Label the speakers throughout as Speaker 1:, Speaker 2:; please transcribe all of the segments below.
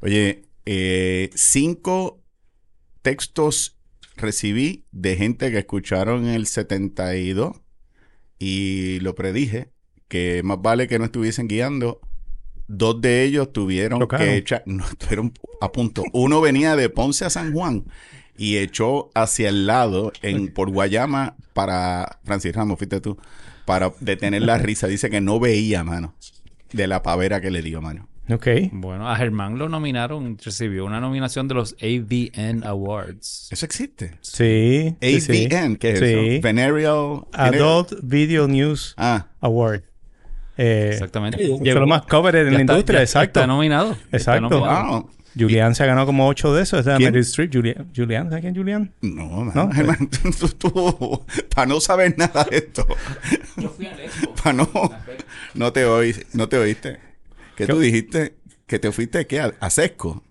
Speaker 1: Oye, eh, cinco textos recibí de gente que escucharon el 72 y lo predije, que más vale que no estuviesen guiando. Dos de ellos tuvieron
Speaker 2: Chocaron.
Speaker 1: que echar, no estuvieron a punto. Uno venía de Ponce a San Juan y echó hacia el lado en por Guayama para Francis Ramos, fuiste tú, para detener la risa. Dice que no veía, mano, de la pavera que le dio, mano.
Speaker 2: Ok.
Speaker 3: Bueno, a Germán lo nominaron, recibió una nominación de los AVN
Speaker 2: Eh,
Speaker 3: Awards.
Speaker 1: Eso existe.
Speaker 2: Sí. sí, sí.
Speaker 1: AVN, ¿qué es
Speaker 2: Sí.
Speaker 1: eso? Venereal.
Speaker 2: Adult Video News
Speaker 1: Ah,
Speaker 2: Award. Eh,
Speaker 3: Exactamente.
Speaker 2: fue lo más covered en
Speaker 3: Ya
Speaker 2: la
Speaker 3: está-
Speaker 2: industria,
Speaker 3: ya
Speaker 2: exacto.
Speaker 3: Está nominado. Está
Speaker 2: Exacto. Ah.
Speaker 3: nominado.
Speaker 1: wow.
Speaker 2: Julián se ha ganado como ocho de esos. Es de
Speaker 1: ¿Quién?
Speaker 2: Meryl Streep. Julián, Julián, ¿sabes quién es Julián?
Speaker 1: No, mano,
Speaker 2: ¿No?
Speaker 1: Germán, tú, tú- para no saber nada de esto,
Speaker 3: Yo fui al Expo.
Speaker 1: para no, no te oí, no te oíste. Que tú dijiste que te fuiste ¿qué? a, a sesco.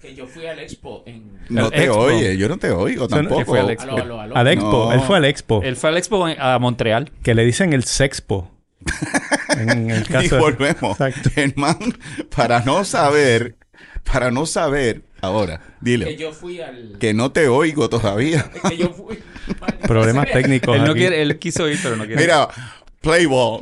Speaker 3: Que yo fui al Expo en...
Speaker 1: No te
Speaker 3: Expo.
Speaker 1: oye, yo no te oigo
Speaker 2: Son-
Speaker 1: tampoco.
Speaker 3: que fue al Expo.
Speaker 1: Eh,
Speaker 3: Aló, aló.
Speaker 2: Al Expo.
Speaker 1: No.
Speaker 2: Él fue al Expo.
Speaker 3: Él fue al Expo en- a Montreal.
Speaker 2: Que le dicen el Sexpo. en el
Speaker 1: Y
Speaker 2: caso de-
Speaker 1: volvemos.
Speaker 2: Exacto.
Speaker 1: Germán, para no saber, para no saber, ahora, dile,
Speaker 3: yo fui al...
Speaker 1: que no te oigo todavía.
Speaker 3: Que yo fui...
Speaker 2: Problemas técnicos.
Speaker 3: Él no
Speaker 2: aquí.
Speaker 3: quiere, él quiso ir, pero no quiere.
Speaker 1: Mira, play ball.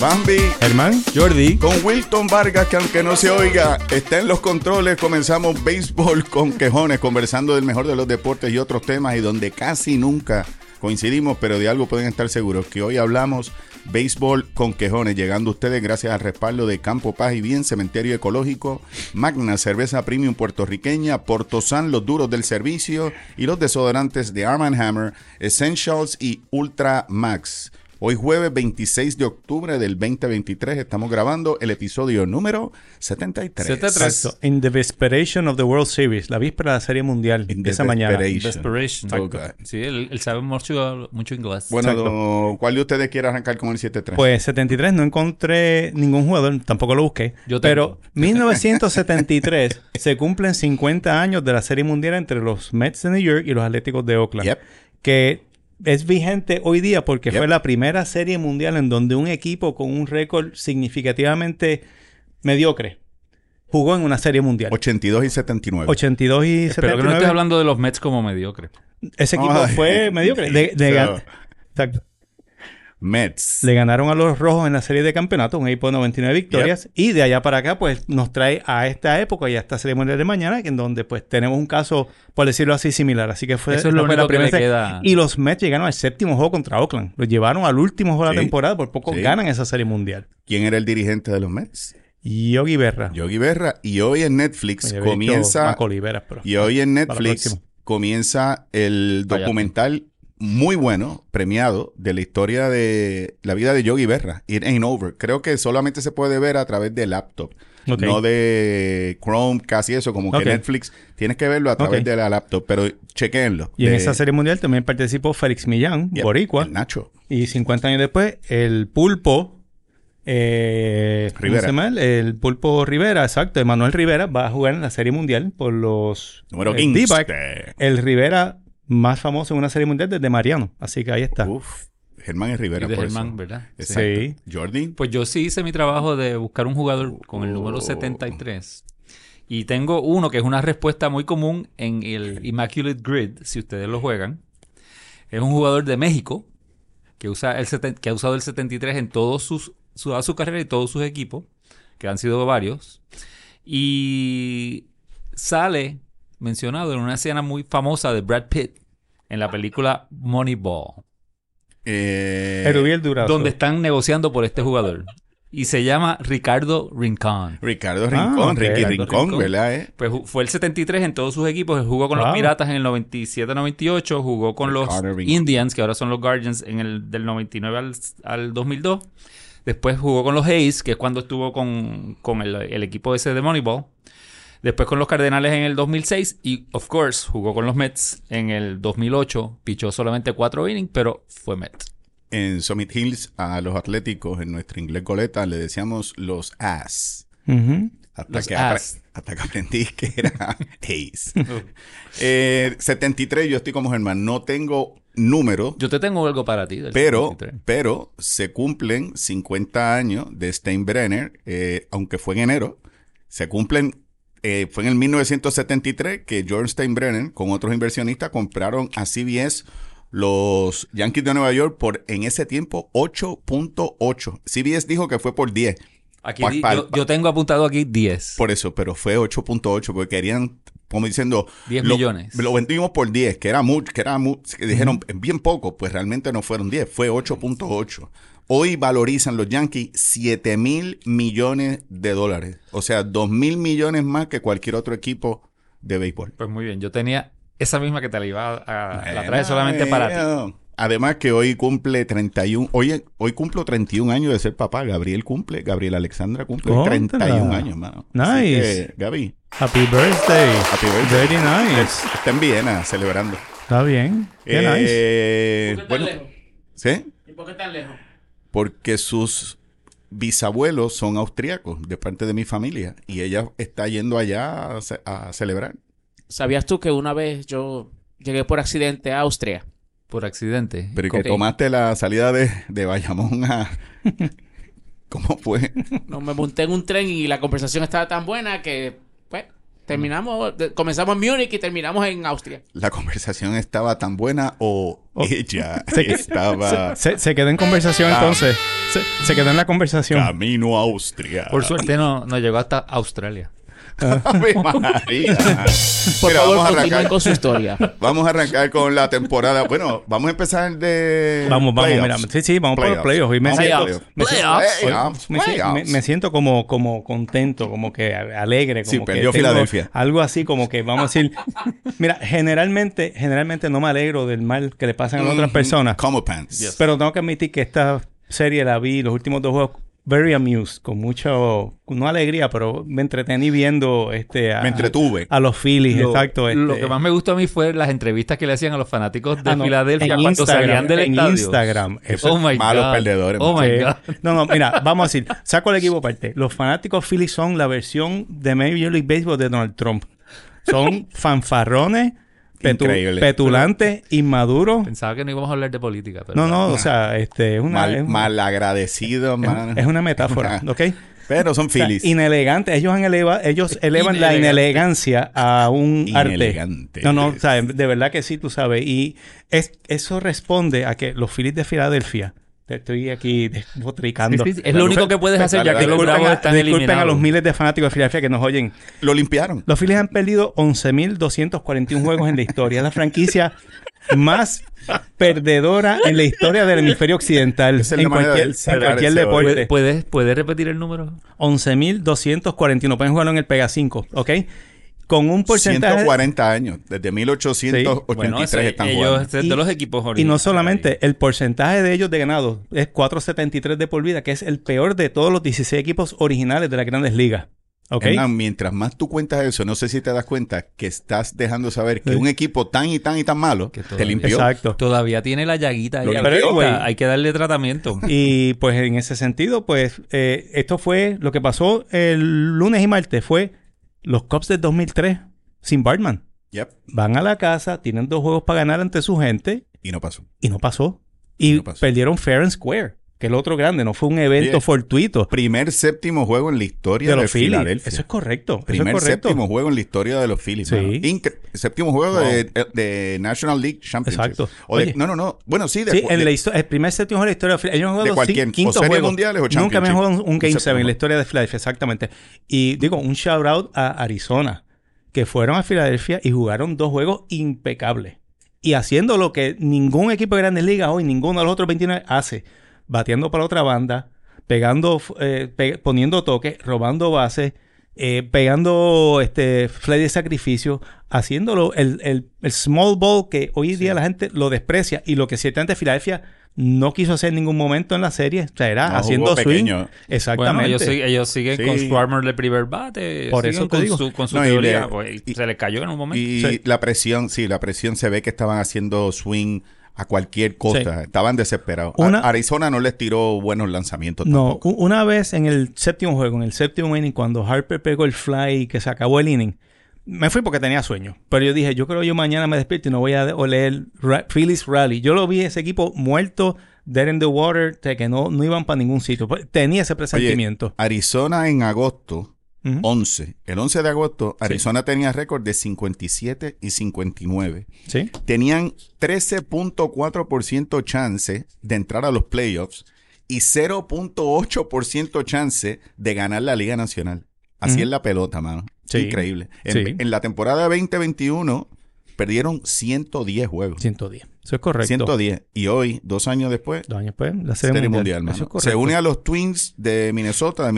Speaker 1: Bambi
Speaker 2: Germán.
Speaker 3: Jordi.
Speaker 1: con Wilton Vargas, que aunque no se oiga, está en los controles. Comenzamos béisbol con quejones, conversando del mejor de los deportes y otros temas, y donde casi nunca coincidimos, pero de algo pueden estar seguros, que hoy hablamos béisbol con quejones, llegando a ustedes gracias al respaldo de Campo Paz y Bien, Cementerio Ecológico, Magna Cerveza Premium Puertorriqueña, Portosan, los duros del servicio, y los desodorantes de Arm Hammer, Essentials y Ultra Max. Hoy jueves 26 de octubre del 2023 estamos grabando el episodio número 73.
Speaker 3: 73.
Speaker 2: Exacto. In the Vesperation of the World Series. La víspera de la Serie Mundial.
Speaker 1: In the
Speaker 2: esa mañana.
Speaker 1: desperation.
Speaker 3: Desperation.
Speaker 1: Exacto.
Speaker 3: Sí, él, él sabe mucho, mucho inglés.
Speaker 1: Bueno,
Speaker 2: Exacto.
Speaker 1: don- ¿cuál de ustedes quiere arrancar con el 73?
Speaker 2: Pues 73 no encontré ningún jugador, tampoco lo busqué.
Speaker 3: Yo tengo.
Speaker 2: pero 1973 se cumplen 50 años de la Serie Mundial entre los Mets de New York y los Atléticos de Oakland.
Speaker 1: Yep.
Speaker 2: Que es vigente hoy día porque
Speaker 1: Yep.
Speaker 2: fue la primera Serie Mundial en donde un equipo con un récord significativamente mediocre jugó en una Serie Mundial.
Speaker 1: 82 y 79.
Speaker 2: 82 y
Speaker 3: Pero que no estés
Speaker 2: 79.
Speaker 3: hablando de los Mets como mediocre.
Speaker 2: Ese equipo
Speaker 1: Ay.
Speaker 2: fue mediocre. Le- le gan-
Speaker 1: So,
Speaker 2: Exacto.
Speaker 1: Mets.
Speaker 2: Le ganaron a los rojos en la serie de campeonato, un equipo de 99 victorias. Y de allá para acá, pues nos trae a esta época y a esta ceremonia de mañana, en donde pues tenemos un caso, por decirlo así, similar. Así que fue,
Speaker 3: Eso es lo
Speaker 2: no fue
Speaker 3: único que me
Speaker 2: serie.
Speaker 3: queda.
Speaker 2: Y los Mets llegaron al séptimo juego contra Oakland. Los llevaron al último juego de
Speaker 1: Sí.
Speaker 2: la temporada, por poco
Speaker 1: Sí.
Speaker 2: ganan esa serie mundial.
Speaker 1: ¿Quién era el dirigente de los Mets?
Speaker 2: Yogi Berra.
Speaker 1: Yogi Berra. Y hoy en Netflix
Speaker 2: Me había dicho
Speaker 1: comienza.
Speaker 2: Marco Oliveras, pero-
Speaker 1: Y hoy en
Speaker 2: Para la
Speaker 1: Netflix
Speaker 2: próxima.
Speaker 1: comienza el
Speaker 3: Vaya.
Speaker 1: documental muy bueno, premiado, de la historia de la vida de Yogi Berra. It ain't over. Creo que solamente se puede ver a través de laptop.
Speaker 2: Ok.
Speaker 1: No de Chrome, casi eso, como que
Speaker 2: Ok.
Speaker 1: Netflix. Tienes que verlo a través
Speaker 2: Ok.
Speaker 1: de la laptop, pero chequenlo.
Speaker 2: Y en esa serie mundial también participó Félix Millán, Boricua.
Speaker 1: Nacho.
Speaker 2: Y 50 años después, el pulpo. eh, ¿cómo
Speaker 1: Rivera.
Speaker 2: se llama él? El pulpo Rivera, exacto. Emanuel Rivera va a jugar en la Serie Mundial por los.
Speaker 1: Número
Speaker 2: eh,
Speaker 1: 15.
Speaker 2: D-back. El Rivera más famoso en una Serie Mundial desde Mariano. Así que ahí está.
Speaker 1: Uf. Germán es
Speaker 3: Y
Speaker 1: Rivera,
Speaker 3: de
Speaker 1: por
Speaker 3: Germán,
Speaker 1: eso.
Speaker 3: ¿verdad? Sí.
Speaker 1: Exacto.
Speaker 2: Sí.
Speaker 1: Jordi.
Speaker 3: Pues yo sí hice mi trabajo de buscar un jugador con el
Speaker 1: Oh.
Speaker 3: número 73. Y tengo uno que es una respuesta muy común en el Immaculate Grid, si ustedes lo juegan. Es un jugador de México que, usa el seten- que ha usado el 73 en todos sus, su, toda su carrera y todos sus equipos, que han sido varios. Y sale mencionado en una escena muy famosa de Brad Pitt en la película Moneyball
Speaker 1: Eh,
Speaker 2: Erubiel Durazo.
Speaker 3: donde están negociando por este jugador. Y se llama Ricardo Rincón.
Speaker 1: Ricardo
Speaker 2: Ah,
Speaker 1: Rincón.
Speaker 2: ok.
Speaker 1: Ricky
Speaker 2: Ricardo
Speaker 1: Rincón,
Speaker 3: Rincón.
Speaker 1: ¿verdad? eh?
Speaker 3: Pues ju- fue el 73 en todos sus equipos. Él Jugó con los
Speaker 2: Wow.
Speaker 3: Piratas en el 97-98. Jugó con los
Speaker 1: Ricardo Rincón.
Speaker 3: Indians, que ahora son los Guardians, en el del 99 al, al 2002. Después jugó con los A's, que es cuando estuvo con, con el, el equipo ese de Moneyball. Después con los Cardenales en el 2006 y, of course, jugó con los Mets en el 2008. Pichó solamente cuatro innings, pero fue Mets.
Speaker 1: en Summit Hills a los atléticos, en nuestro inglés coleta, le decíamos los as.
Speaker 2: Ujú.
Speaker 1: Hasta
Speaker 3: Los
Speaker 1: que, apre-
Speaker 3: As.
Speaker 1: hasta que aprendí que era Ace. Eh, 73, yo estoy como Germán. No tengo número,
Speaker 3: Yo te tengo algo para ti. del
Speaker 1: pero,
Speaker 3: 73.
Speaker 1: pero se cumplen 50 años de Steinbrenner, eh, aunque fue en enero. Se cumplen, eh, fue en el 1973 que George Steinbrenner con otros inversionistas compraron a CBS los Yankees de Nueva York por en ese tiempo 8.8. CBS dijo que fue por 10.
Speaker 3: Aquí
Speaker 1: pa-
Speaker 3: di-
Speaker 1: pa-
Speaker 3: yo,
Speaker 1: pa-
Speaker 3: yo tengo apuntado aquí 10.
Speaker 1: Por eso, pero fue 8.8 porque querían, como diciendo...
Speaker 3: 10
Speaker 1: lo-
Speaker 3: millones.
Speaker 1: Lo vendimos por 10, que era mucho, que era mu- que dijeron "Es bien poco, pues realmente no fueron 10, fue 8.8. Hoy valorizan los Yankees 7 mil millones de dólares. O sea, 2 mil millones más que cualquier otro equipo de béisbol.
Speaker 3: Pues muy bien, yo tenía esa misma que te la iba a... a- la traje
Speaker 1: trae
Speaker 3: solamente para ti.
Speaker 1: Además que hoy cumple 31, hoy, hoy cumplo 31 años de ser papá. Gabriel cumple, Gabriel Alexandra cumple
Speaker 2: Contra.
Speaker 1: 31 años, mano. Así
Speaker 2: Nice.
Speaker 1: que, Gaby,
Speaker 2: Happy birthday.
Speaker 1: Happy birthday.
Speaker 2: Very nice.
Speaker 1: está en Viena ah, celebrando.
Speaker 2: Está bien. Qué nice.
Speaker 1: Eh,
Speaker 4: ¿Por qué tan
Speaker 1: bueno,
Speaker 4: lejos?
Speaker 1: ¿sí?
Speaker 4: ¿Y por qué tan lejos?
Speaker 1: Porque sus bisabuelos son austríacos de parte de mi familia y ella está yendo allá a, ce- a celebrar.
Speaker 4: ¿Sabías tú que una vez yo llegué por accidente a Austria?
Speaker 3: Por accidente.
Speaker 1: Pero ¿y que
Speaker 4: Ok.
Speaker 1: tomaste la salida de, de Bayamón a... ¿Cómo fue?
Speaker 4: No, me monté en un tren y la conversación estaba tan buena que, pues, terminamos, de- comenzamos en Múnich y terminamos en Austria.
Speaker 1: ¿La conversación estaba tan buena o
Speaker 2: Oh.
Speaker 1: ella estaba
Speaker 2: Se, se quedó en conversación
Speaker 1: Ah.
Speaker 2: entonces. Se, se quedó en la conversación.
Speaker 1: camino a Austria?
Speaker 3: Por suerte no, no llegó hasta Australia.
Speaker 1: Ave María.
Speaker 4: Por
Speaker 1: Mira,
Speaker 4: favor,
Speaker 1: vamos a
Speaker 4: continúen
Speaker 1: arrancar.
Speaker 4: con su historia.
Speaker 1: Vamos a arrancar con la temporada. Bueno, vamos a empezar de.
Speaker 2: Vamos, vamos,
Speaker 1: playoffs.
Speaker 2: mira, sí, sí, vamos por los playoffs. Y me
Speaker 1: Vamos
Speaker 2: siento-
Speaker 1: por los
Speaker 2: me siento-
Speaker 1: playoffs.
Speaker 2: Oye,
Speaker 1: Playoffs,
Speaker 2: me, si- me-
Speaker 1: ah, playoffs.
Speaker 2: me siento como, como contento, como que alegre. Como
Speaker 1: Sí,
Speaker 2: que
Speaker 1: perdió
Speaker 2: tengo
Speaker 1: Filadelfia.
Speaker 2: Algo así como que vamos a decir... Mira, generalmente, generalmente no me alegro del mal que le pasan a otras
Speaker 1: Mhm.
Speaker 2: personas.
Speaker 1: Como pants.
Speaker 2: Pero tengo que admitir que esta serie la vi, los últimos dos juegos, very amused, con mucha, no alegría, pero me entretení viendo este, a,
Speaker 1: Me entretuve.
Speaker 2: a los Phillies,
Speaker 3: Lo-
Speaker 2: exacto.
Speaker 3: Lo
Speaker 2: este,
Speaker 3: que más me gustó a mí fue las entrevistas que le hacían a los fanáticos de
Speaker 2: ah, no,
Speaker 3: Filadelfia
Speaker 2: en
Speaker 3: cuando
Speaker 2: Instagram,
Speaker 3: salían del
Speaker 2: en
Speaker 3: estadio.
Speaker 2: Instagram. Eso-
Speaker 3: oh my
Speaker 1: malos
Speaker 3: God.
Speaker 1: perdedores,
Speaker 3: Oh my
Speaker 2: Sí.
Speaker 3: God.
Speaker 2: No, no, mira, vamos a decir, saco el equipo aparte. Los fanáticos Phillies son la versión de Major League Baseball de Donald Trump. Son fanfarrones, petu-
Speaker 1: Increíble.
Speaker 2: petulantes, inmaduros.
Speaker 3: Pensaba que no íbamos a hablar de política, pero
Speaker 2: No, no, o sea, este, es una, es,
Speaker 1: Mal,
Speaker 2: una-
Speaker 1: malagradecidos, man.
Speaker 2: es una metáfora, ¿ok?
Speaker 1: Pero son
Speaker 2: O sea,
Speaker 1: Phillies.
Speaker 2: inelegante. Ellos han eleva, ellos elevan la inelegancia a un
Speaker 1: Inelegante.
Speaker 2: arte. No, no, o sea, de verdad que sí, tú sabes. Y es, eso responde a que los Phillies de Filadelfia, te estoy aquí botricando.
Speaker 3: Sí, sí, es lo único que puedes hacer ya
Speaker 1: dale,
Speaker 3: que los
Speaker 1: dale.
Speaker 2: Disculpen
Speaker 3: bravos
Speaker 2: a,
Speaker 3: están
Speaker 2: disculpen
Speaker 3: eliminados.
Speaker 2: a los miles de fanáticos de Filadelfia que nos oyen.
Speaker 1: Lo limpiaron.
Speaker 2: Los Phillies han perdido 11.241 juegos en la historia. Es la franquicia más perdedora en la historia del hemisferio occidental.
Speaker 1: Esa es la
Speaker 2: en
Speaker 1: manera de
Speaker 2: cualquier, en
Speaker 1: sacar
Speaker 2: cualquier
Speaker 1: ese
Speaker 2: deporte.
Speaker 1: orden.
Speaker 3: ¿Puedes, puedes, puedes repetir el número?
Speaker 2: 11.241. Pueden jugarlo en el Pega 5, ¿ok? Con un porcentaje...
Speaker 1: 140 años. Desde 1883
Speaker 3: Bueno, ese-
Speaker 1: están
Speaker 3: ellos
Speaker 1: jugando.
Speaker 3: ese es de
Speaker 2: Y-
Speaker 3: los equipos
Speaker 2: Y no
Speaker 3: originales.
Speaker 2: solamente, el porcentaje de ellos de ganados es 4.73 de por vida, que es el peor de todos los 16 equipos originales de las grandes ligas. ¿Ok?
Speaker 1: Hernán, mientras más tú cuentas eso, no sé si te das cuenta que estás dejando saber que
Speaker 2: Sí.
Speaker 1: un equipo tan y tan y tan malo
Speaker 3: Que
Speaker 1: te
Speaker 3: todavía-
Speaker 1: limpió.
Speaker 2: Exacto.
Speaker 3: Todavía tiene la llaguita ahí.
Speaker 1: Lo
Speaker 3: abierta.
Speaker 2: limpió. Pero anyway.
Speaker 3: hay que darle tratamiento.
Speaker 2: Y pues en ese sentido, pues eh, esto fue lo que pasó el lunes y martes. Fue los Cubs del 2003 sin Bartman.
Speaker 1: Yep.
Speaker 2: Van a la casa, tienen dos juegos para ganar ante su gente
Speaker 1: Y no pasó.
Speaker 2: y no pasó. Y
Speaker 1: No pasó.
Speaker 2: perdieron Fair and Square, que es lo otro grande. No fue un evento
Speaker 1: Oye,
Speaker 2: fortuito
Speaker 1: Primer séptimo juego en la
Speaker 2: de,
Speaker 1: historia de,
Speaker 2: los Phillies.
Speaker 1: Filadelfia.
Speaker 2: Eso es correcto. Eso es
Speaker 1: Primer
Speaker 2: correcto.
Speaker 1: séptimo juego en la historia de los Phillies.
Speaker 2: Sí.
Speaker 1: mano. Incre- séptimo juego
Speaker 2: Wow.
Speaker 1: de, eh, de National League Championship.
Speaker 2: Exacto.
Speaker 1: O de-
Speaker 2: Oye.
Speaker 1: no, no, no. Bueno, sí, de,
Speaker 2: Sí, en
Speaker 1: de-
Speaker 2: la histo- el primer séptimo juego de la historia de Filadelfia. Ellos han jugado
Speaker 1: De
Speaker 2: cin-
Speaker 1: cualquier-
Speaker 2: quinto
Speaker 1: o series
Speaker 2: juego.
Speaker 1: mundiales o
Speaker 2: Nunca me
Speaker 1: championship.
Speaker 2: han jugado un, un
Speaker 1: Un
Speaker 2: Game
Speaker 1: séptimo
Speaker 2: 7 en la
Speaker 1: juego.
Speaker 2: historia de Filadelfia, exactamente. Y digo, un shout out a Arizona, que fueron a Filadelfia y jugaron dos juegos impecables. Y haciendo lo que ningún equipo de grandes ligas hoy, ninguno de los otros 29 hace, bateando para otra banda, pegando, eh, pe- poniendo toques, robando bases, eh, pegando este fly de sacrificio, haciéndolo el, el- el small ball que hoy día la gente lo desprecia y lo que ciertamente Filadelfia no quiso hacer en ningún momento en la serie, o sea, era
Speaker 1: No,
Speaker 2: haciendo
Speaker 1: jugó
Speaker 2: swing.
Speaker 1: pequeño.
Speaker 2: Exactamente.
Speaker 3: Bueno, ellos, sig- ellos siguen
Speaker 1: Sí.
Speaker 3: con Swarmer de primer bate.
Speaker 2: Por
Speaker 3: siguen
Speaker 2: eso te
Speaker 3: con
Speaker 2: digo.
Speaker 3: Su, con su
Speaker 1: No, y
Speaker 3: teoría.
Speaker 1: le-
Speaker 3: Pues,
Speaker 1: y-
Speaker 3: se le cayó en un momento.
Speaker 1: Y
Speaker 2: Sí.
Speaker 1: la presión, sí, la presión se ve que estaban haciendo swing a cualquier costa. Estaban desesperados.
Speaker 2: Una-
Speaker 1: A- Arizona no les tiró buenos lanzamientos.
Speaker 2: No,
Speaker 1: tampoco.
Speaker 2: u- una vez en el séptimo juego, en el séptimo inning, cuando Harper pegó el fly y que se acabó el inning, me fui porque tenía sueño. Pero yo dije, yo creo yo mañana me despierto y no voy a de- oler Ra- Phillies Rally. Yo lo vi ese equipo muerto, dead in the water, de que no, no iban para ningún sitio. Pues, Tenía ese
Speaker 1: Oye,
Speaker 2: presentimiento.
Speaker 1: Arizona en agosto,
Speaker 2: Ujú.
Speaker 1: 11. El 11 de agosto, Arizona tenía récord de 57 y 59.
Speaker 2: Sí.
Speaker 1: Tenían 13.4% chance de entrar a los playoffs y 0.8% chance de ganar la Liga Nacional. Así
Speaker 2: Ujú.
Speaker 1: es la pelota, mano.
Speaker 2: Sí.
Speaker 1: Increíble. En,
Speaker 2: Sí.
Speaker 1: en la temporada 2021 perdieron 110 juegos.
Speaker 2: 110. Eso es correcto.
Speaker 1: 110. Y hoy, dos años después,
Speaker 2: Dos años después, la serie,
Speaker 1: Serie Mundial,
Speaker 2: mundial.
Speaker 1: mano.
Speaker 2: Eso es correcto.
Speaker 1: Se une a los Twins de Minnesota de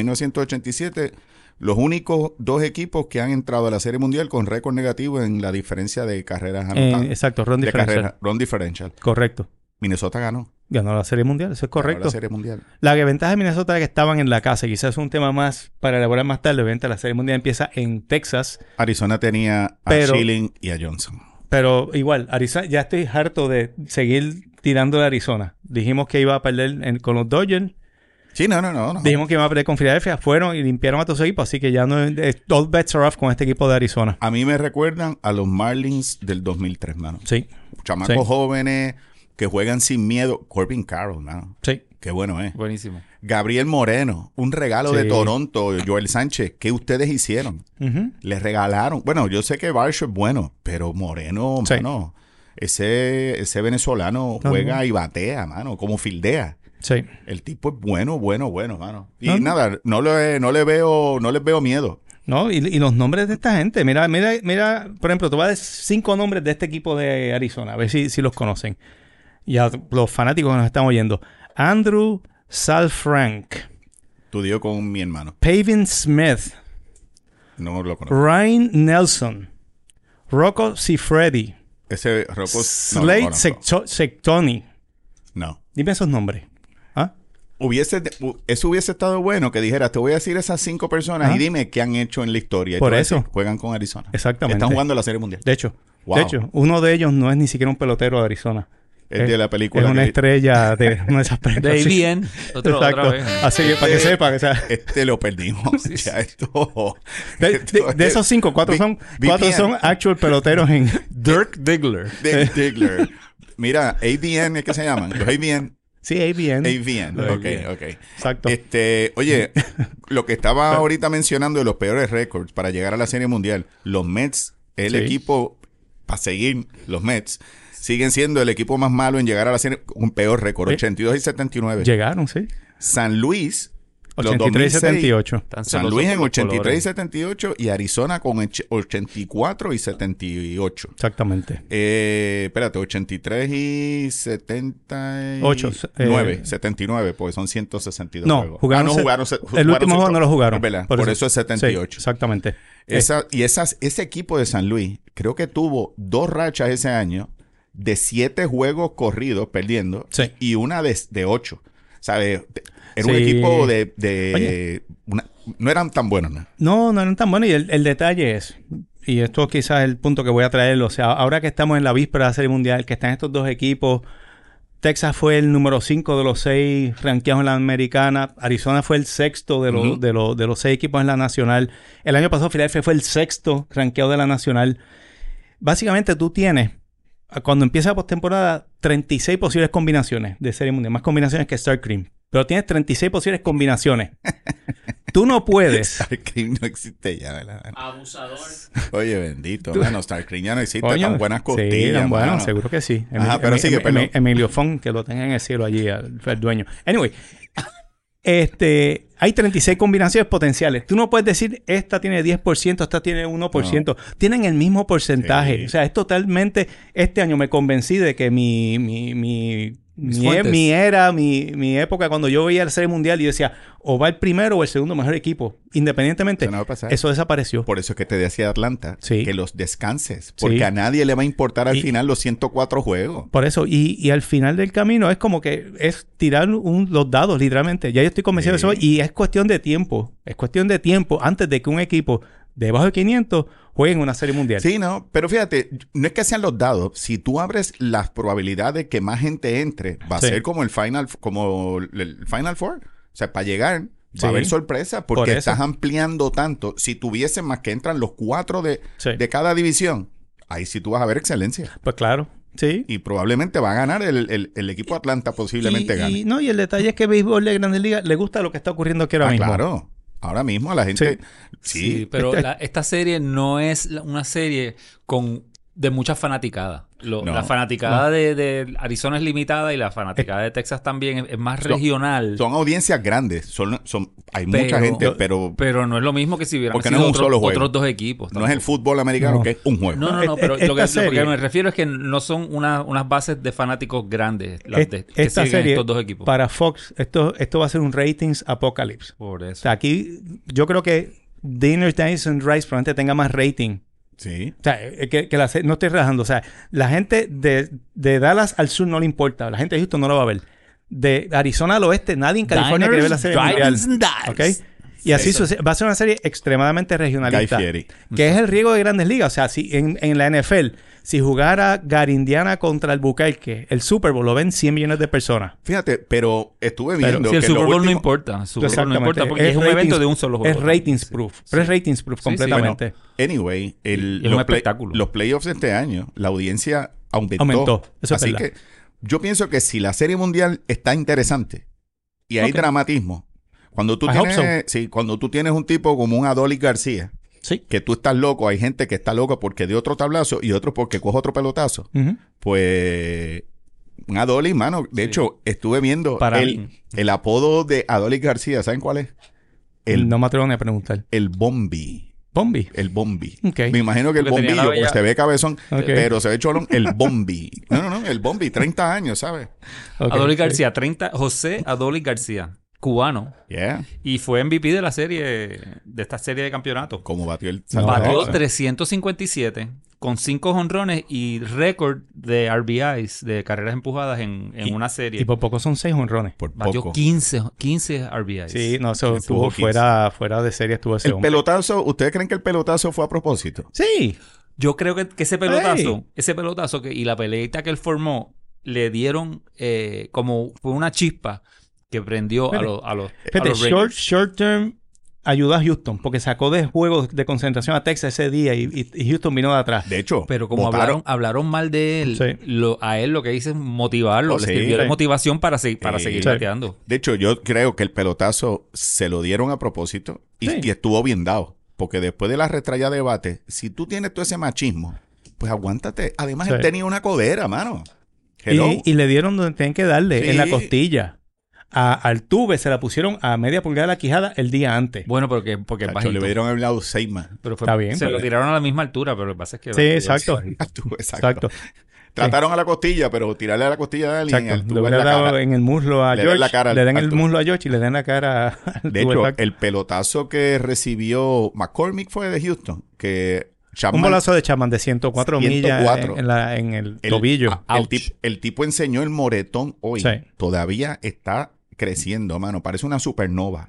Speaker 1: 1987, los únicos dos equipos que han entrado a la Serie Mundial con récord negativo en la diferencia de carreras
Speaker 2: Eh,
Speaker 1: anotadas.
Speaker 2: exacto, Ron
Speaker 1: de
Speaker 2: Differential.
Speaker 1: carrera, run differential.
Speaker 2: Correcto.
Speaker 1: Minnesota ganó.
Speaker 2: Ganó la serie mundial, eso es
Speaker 1: Ganó
Speaker 2: correcto.
Speaker 1: La Serie Mundial.
Speaker 2: La que ventaja de Minnesota era que estaban en la casa. Quizás es un tema más para elaborar más tarde. Obviamente la serie mundial empieza en Texas.
Speaker 1: Arizona tenía a
Speaker 2: Pero-
Speaker 1: Schilling y a Johnson.
Speaker 2: Pero igual, Arizona, ya estoy harto de seguir tirando de Arizona. Dijimos que iba a perder en- con los Dodgers.
Speaker 1: Sí, no, no, no. no.
Speaker 2: Dijimos que iba a perder con Philadelphia. Fueron y limpiaron a todos equipos. Así que ya no... eh, all bets are off con este equipo de Arizona.
Speaker 1: A mí me recuerdan a los Marlins del 2003, mano.
Speaker 2: Sí,
Speaker 1: Chamacos
Speaker 2: Sí.
Speaker 1: jóvenes que juegan sin miedo. Corbin Carroll, mano.
Speaker 2: sí.
Speaker 1: Qué bueno es.
Speaker 3: Buenísimo.
Speaker 1: Gabriel Moreno, un regalo de
Speaker 2: Sí.
Speaker 1: Toronto, Joel Sánchez, ¿qué ustedes hicieron?
Speaker 2: Ujú.
Speaker 1: Les regalaron. Bueno, yo sé que Barsho es bueno, pero Moreno,
Speaker 2: Sí.
Speaker 1: mano, ese, ese venezolano
Speaker 2: No,
Speaker 1: juega y batea, mano, como fildea.
Speaker 2: Sí.
Speaker 1: El tipo es bueno, bueno, bueno, mano. Y
Speaker 2: No, no.
Speaker 1: nada, no le, no le veo, no les veo miedo.
Speaker 2: No, y, y los nombres de esta gente. Mira, mira, mira, por ejemplo, tú vas a decir cinco nombres de este equipo de Arizona, a ver si, si los conocen. Y a los fanáticos que nos están oyendo. Andrew Salfrank,
Speaker 1: Estudió con mi hermano.
Speaker 2: Pavin Smith,
Speaker 1: No lo conozco.
Speaker 2: Ryan Nelson, Rocco Cifredi,
Speaker 1: Ese Rocco. Pues, no lo
Speaker 2: Slade
Speaker 1: conozco.
Speaker 2: Secto- Sectoni.
Speaker 1: No.
Speaker 2: Dime esos nombres. ¿Ah?
Speaker 1: Hubiese, u- eso hubiese estado bueno que dijeras, te voy a decir esas cinco personas
Speaker 2: Ajá.
Speaker 1: y dime qué han hecho en la historia. Y
Speaker 2: Por
Speaker 1: tú vas a
Speaker 2: eso.
Speaker 1: decir, Juegan con Arizona.
Speaker 2: Exactamente. Eh,
Speaker 1: Están jugando la Serie Mundial.
Speaker 2: De hecho,
Speaker 1: Wow.
Speaker 2: de hecho, uno de ellos no es ni siquiera un pelotero de Arizona.
Speaker 1: Es de la película
Speaker 2: Es una
Speaker 1: que-
Speaker 2: estrella de una de esas
Speaker 3: De
Speaker 2: películas. sí.
Speaker 3: ABN, otro, otra
Speaker 2: Exacto.
Speaker 3: vez.
Speaker 2: Así que para que sepa, que sea.
Speaker 1: Este lo perdimos. Ya esto-
Speaker 2: De,
Speaker 1: esto
Speaker 2: de- de
Speaker 1: es-
Speaker 2: esos cinco, cuatro
Speaker 1: Vi-
Speaker 2: son, cuatro
Speaker 1: VPN.
Speaker 2: son actual peloteros en.
Speaker 3: Dirk Diggler.
Speaker 1: Dick Diggler. Mira, ABN es que se llaman. Los ABN.
Speaker 2: Sí, ABN.
Speaker 1: ABN.
Speaker 2: Los
Speaker 1: Ok,
Speaker 2: ABN.
Speaker 1: ok.
Speaker 2: Exacto.
Speaker 1: Este, oye, lo que estaba ahorita mencionando de los peores récords para llegar a la Serie Mundial, los Mets, el
Speaker 2: Sí.
Speaker 1: equipo para seguir, los Mets, siguen siendo el equipo más malo en llegar a la Serie, un peor récord,
Speaker 2: Sí.
Speaker 1: 82 y 79.
Speaker 2: Llegaron, sí.
Speaker 1: San Luis, pues. los
Speaker 2: 83
Speaker 1: 2006,
Speaker 2: 78.
Speaker 3: Tan
Speaker 1: San
Speaker 3: celoso
Speaker 1: Luis en
Speaker 3: por los
Speaker 1: 83 y
Speaker 3: colores.
Speaker 1: 78 y Arizona con och- 84 y 78.
Speaker 2: Exactamente.
Speaker 1: Eh, espérate, 83 y 79.
Speaker 2: Ocho, eh,
Speaker 1: 79, pues son 162
Speaker 2: No,
Speaker 1: juegos.
Speaker 2: jugaron
Speaker 1: Ah, no
Speaker 2: se-
Speaker 1: jugaron. se-
Speaker 2: el
Speaker 1: jugaron
Speaker 2: último juego
Speaker 1: ciento-
Speaker 2: no lo jugaron.
Speaker 1: Es verdad, Por, eso, es 78.
Speaker 2: Sí, eh. exactamente.
Speaker 1: Esa- y esas, ese equipo de San Luis, creo que tuvo dos rachas ese año de siete juegos corridos perdiendo
Speaker 2: Sí.
Speaker 1: y una de, de ocho. ¿Sabes? Era un
Speaker 2: Sí.
Speaker 1: equipo de. de una- no eran tan buenos, ¿no?
Speaker 2: No, no eran tan buenos. Y el, el detalle es, y esto quizás es el punto que voy a traer, o sea, ahora que estamos en la víspera de la Serie Mundial, que están estos dos equipos, Texas fue el número 5 de los 6 ranqueados en la americana, Arizona fue el sexto de, los-
Speaker 1: Ujú.
Speaker 2: de, los- de los 6 equipos en la nacional, el año pasado Philadelphia fue el sexto ranqueado de la nacional. Básicamente tú tienes, a- cuando empieza la postemporada, 36 posibles combinaciones de Serie Mundial, más combinaciones que Star Cream, pero tienes 36 posibles combinaciones. Tú no puedes.
Speaker 1: Star Cream no existe ya, ¿verdad?
Speaker 4: Abusador.
Speaker 1: Oye, bendito. Bueno, Star Cream ya no existe.
Speaker 2: Coño,
Speaker 1: tan buenas costillas.
Speaker 2: Sí, tan buenas,
Speaker 1: mano.
Speaker 2: seguro que sí.
Speaker 1: Ajá, pero sigue, perdón.
Speaker 2: Emilio Fon, que lo tenga en el cielo allí, al, al dueño. Anyway, este, hay 36 combinaciones potenciales. Tú no puedes decir, esta tiene 10%, esta tiene 1%. Tienen el mismo porcentaje.
Speaker 1: Sí.
Speaker 2: O sea, es totalmente... Este año me convencí de que mi... mi, mi
Speaker 3: Mis
Speaker 2: mi, e-
Speaker 3: fuentes.
Speaker 2: mi era, mi, mi época, cuando yo veía el Serie Mundial y decía, o va el primero o el segundo mejor equipo, independientemente,
Speaker 1: Eso no va a pasar.
Speaker 2: eso desapareció.
Speaker 1: Por eso es que te decía Atlanta
Speaker 2: Sí.
Speaker 1: que los descanses. Porque
Speaker 2: Sí.
Speaker 1: a nadie le va a importar al
Speaker 2: Y-
Speaker 1: final los 104 juegos.
Speaker 2: Por eso, y, y al final del camino es como que es tirar un- los dados, literalmente. Ya yo estoy convencido de
Speaker 1: Sí.
Speaker 2: eso y es cuestión de tiempo. Es cuestión de tiempo antes de que un equipo debajo de 500 jueguen una serie mundial.
Speaker 1: Sí, no, pero fíjate, no es que sean los dados. Si tú abres las probabilidades de que más gente entre, va a
Speaker 2: Sí.
Speaker 1: ser como el Final, como el Final Four. O sea, para llegar,
Speaker 2: Sí.
Speaker 1: va a haber sorpresa
Speaker 2: Por
Speaker 1: porque
Speaker 2: eso.
Speaker 1: estás ampliando tanto. Si tuviesen más que entran los cuatro de,
Speaker 2: Sí.
Speaker 1: de cada división, ahí sí tú vas a ver excelencia.
Speaker 2: Pues claro, sí.
Speaker 1: Y probablemente va a ganar el, el- el equipo Atlanta, posiblemente
Speaker 2: y,
Speaker 1: gane.
Speaker 2: y- no, y el detalle es que béisbol de Grandes Ligas le gusta lo que está ocurriendo aquí ahora
Speaker 1: Ah,
Speaker 2: mismo.
Speaker 1: claro. Ahora mismo a la gente. Sí.
Speaker 3: Sí, pero la- esta serie no es la- una serie con de muchas fanaticadas. Lo-
Speaker 1: No,
Speaker 3: la fanaticada de, de Arizona es limitada y la fanaticada de Texas también es, es más regional.
Speaker 1: Son audiencias grandes. Son, son, hay mucha
Speaker 3: Pero-
Speaker 1: gente, pero
Speaker 3: pero no es lo mismo que si hubieran
Speaker 1: Porque
Speaker 3: sido
Speaker 1: no es un
Speaker 3: otro-
Speaker 1: solo juego.
Speaker 3: otros dos equipos.
Speaker 1: no es el fútbol americano
Speaker 2: No.
Speaker 1: que es un juego.
Speaker 3: No, no, no,
Speaker 2: Es-
Speaker 3: pero
Speaker 2: E-, esta
Speaker 3: lo que, lo que
Speaker 2: serie-
Speaker 3: me refiero es que no son una- unas bases de fanáticos grandes las
Speaker 2: Es-
Speaker 3: de, que
Speaker 2: esta
Speaker 3: siguen
Speaker 2: serie
Speaker 3: estos dos equipos.
Speaker 2: para Fox, esto, esto va a ser un ratings apocalipsis.
Speaker 3: Por
Speaker 2: O
Speaker 3: eso.
Speaker 2: sea, aquí yo creo que Dinner, Dines and Rice probablemente tenga más rating.
Speaker 1: Sí.
Speaker 2: O sea, eh, que, que la se- no estoy relajando. O sea, la gente de, de Dallas al sur no le importa. La gente de Houston no lo va a ver. De Arizona al oeste, nadie en California quiere ver la serie mundial.
Speaker 3: Diners and Dives.
Speaker 2: ¿Ok? Y así
Speaker 3: Eso.
Speaker 2: suce- va a ser una serie extremadamente
Speaker 1: Guy
Speaker 2: regionalista.
Speaker 1: Fieri.
Speaker 2: Que es el riesgo de grandes ligas. O sea, si en, en la NFL, si jugara Garindiana contra el Buquerque, el Super Bowl lo ven 100 millones de personas.
Speaker 1: Fíjate, pero estuve viendo.
Speaker 3: Si el
Speaker 1: que lo
Speaker 3: Super Bowl no
Speaker 1: último-
Speaker 3: importa. el Super Bowl no importa
Speaker 2: Exactamente.
Speaker 3: porque es, un
Speaker 2: ratings-
Speaker 3: evento de un solo juego.
Speaker 2: Es ratings proof. Pero es ratings proof
Speaker 3: sí.
Speaker 2: completamente.
Speaker 1: Anyway, el,
Speaker 3: Y es un
Speaker 1: los, play-
Speaker 3: espectáculo.
Speaker 1: los playoffs de este año, la audiencia aumentó.
Speaker 2: Aumentó, eso es
Speaker 1: Así
Speaker 2: verdad.
Speaker 1: que yo pienso que si la serie mundial está interesante y hay
Speaker 2: Ok.
Speaker 1: dramatismo, cuando tú,
Speaker 2: I hope
Speaker 1: tienes, sí, cuando tú tienes un tipo como un Adolis García,
Speaker 2: Sí.
Speaker 1: que tú estás loco, hay gente que está loca porque dio otro tablazo y otro porque coge otro pelotazo,
Speaker 2: Ujú.
Speaker 1: pues un Adolis, mano. De
Speaker 3: Sí.
Speaker 1: hecho, estuve viendo
Speaker 2: Para-
Speaker 1: el, el apodo de Adolis García, ¿saben cuál es? El,
Speaker 2: No me atrevo ni a preguntar.
Speaker 1: el Bombi.
Speaker 2: Bombi.
Speaker 1: El bombi.
Speaker 2: Ok.
Speaker 1: Me imagino que el
Speaker 3: Porque
Speaker 1: bombillo,
Speaker 3: tenía la
Speaker 1: porque
Speaker 3: bella-
Speaker 1: se ve cabezón,
Speaker 2: Ok.
Speaker 1: pero se ve cholón, el bombi. No, no, no, el bombi, 30 años, ¿sabes?
Speaker 2: Ok.
Speaker 3: Adolis García, 30, José Adolis García, cubano.
Speaker 1: Yeah.
Speaker 3: Y fue MVP de la serie, de esta serie de campeonato.
Speaker 1: Como batió el
Speaker 2: No,
Speaker 3: Batió
Speaker 2: no.
Speaker 3: 357 con 5 honrones y récord de RBIs, de carreras empujadas en, en
Speaker 2: Y-
Speaker 3: una serie.
Speaker 2: Y por poco son seis honrones.
Speaker 1: Por
Speaker 3: Batió
Speaker 1: poco.
Speaker 3: 15, 15 RBIs.
Speaker 2: Sí, no,
Speaker 1: Estuvo
Speaker 2: eso estuvo
Speaker 1: 15.
Speaker 2: fuera, fuera de serie, estuvo ese
Speaker 1: El
Speaker 2: hombre.
Speaker 1: pelotazo, ¿ustedes creen que el pelotazo fue a propósito?
Speaker 2: Sí.
Speaker 3: Yo creo que, que ese pelotazo,
Speaker 2: ¡Ey!
Speaker 3: ese pelotazo que, y la peleita que él formó, le dieron eh, como fue una chispa que prendió a
Speaker 2: Espérate.
Speaker 3: los, a los, a
Speaker 2: Fíjate,
Speaker 3: los
Speaker 2: short,
Speaker 3: Rangers.
Speaker 2: short term ayudó a Houston porque sacó de juegos de concentración a Texas ese día y, y- y Houston vino de atrás.
Speaker 1: De hecho,
Speaker 3: Pero como
Speaker 1: votaron-
Speaker 3: hablaron, hablaron mal de él,
Speaker 2: Sí.
Speaker 3: lo- a él lo que hice es motivarlo,
Speaker 1: Oh,
Speaker 3: le
Speaker 1: sí.
Speaker 3: sirvió de
Speaker 2: Sí.
Speaker 3: motivación para, se- para
Speaker 1: Sí.
Speaker 3: seguir
Speaker 2: Sí.
Speaker 3: bateando.
Speaker 1: de hecho, yo creo que el pelotazo se lo dieron a propósito y,
Speaker 2: Sí.
Speaker 1: y estuvo bien dado. Porque después de la retralla de bate, si tú tienes todo ese machismo, pues aguántate. Además, él
Speaker 2: Sí.
Speaker 1: tenía una codera, mano. Hello.
Speaker 2: y, y le dieron donde tenían que darle,
Speaker 1: Sí.
Speaker 2: en la costilla. A, al tuve se la pusieron a media pulgada de la quijada el día antes.
Speaker 3: Bueno, porque, porque es
Speaker 1: Chacho, le
Speaker 3: bajito.
Speaker 1: hubieran hablado seis más.
Speaker 3: Pero fue-
Speaker 2: Está bien,
Speaker 3: se
Speaker 2: pero-
Speaker 3: lo tiraron a la misma altura, pero lo que pasa es que...
Speaker 2: sí, exacto.
Speaker 1: Exacto.
Speaker 2: Exacto.
Speaker 1: Trataron a la costilla, pero tirarle a la costilla de alguien. al
Speaker 2: Exacto.
Speaker 1: tubo
Speaker 2: Le
Speaker 1: en
Speaker 2: hubiera
Speaker 1: la
Speaker 2: dado
Speaker 1: cara.
Speaker 2: en el muslo a
Speaker 1: Le dan
Speaker 2: George.
Speaker 1: la cara al-
Speaker 2: le dan
Speaker 1: al
Speaker 2: el
Speaker 1: tuve.
Speaker 2: muslo a George y le dan la cara al
Speaker 1: De
Speaker 2: tubo,
Speaker 1: hecho,
Speaker 2: exacto.
Speaker 1: el pelotazo que recibió McCormick fue de Houston, que Chapman-
Speaker 2: Un bolazo de chamán de 104, millas
Speaker 1: 104.
Speaker 2: en, en la- en el,
Speaker 1: el,
Speaker 2: tobillo.
Speaker 1: a- El,
Speaker 3: Ouch.
Speaker 1: tip- el tipo enseñó el moretón hoy.
Speaker 2: Sí.
Speaker 1: Todavía está creciendo, mano. Parece una supernova.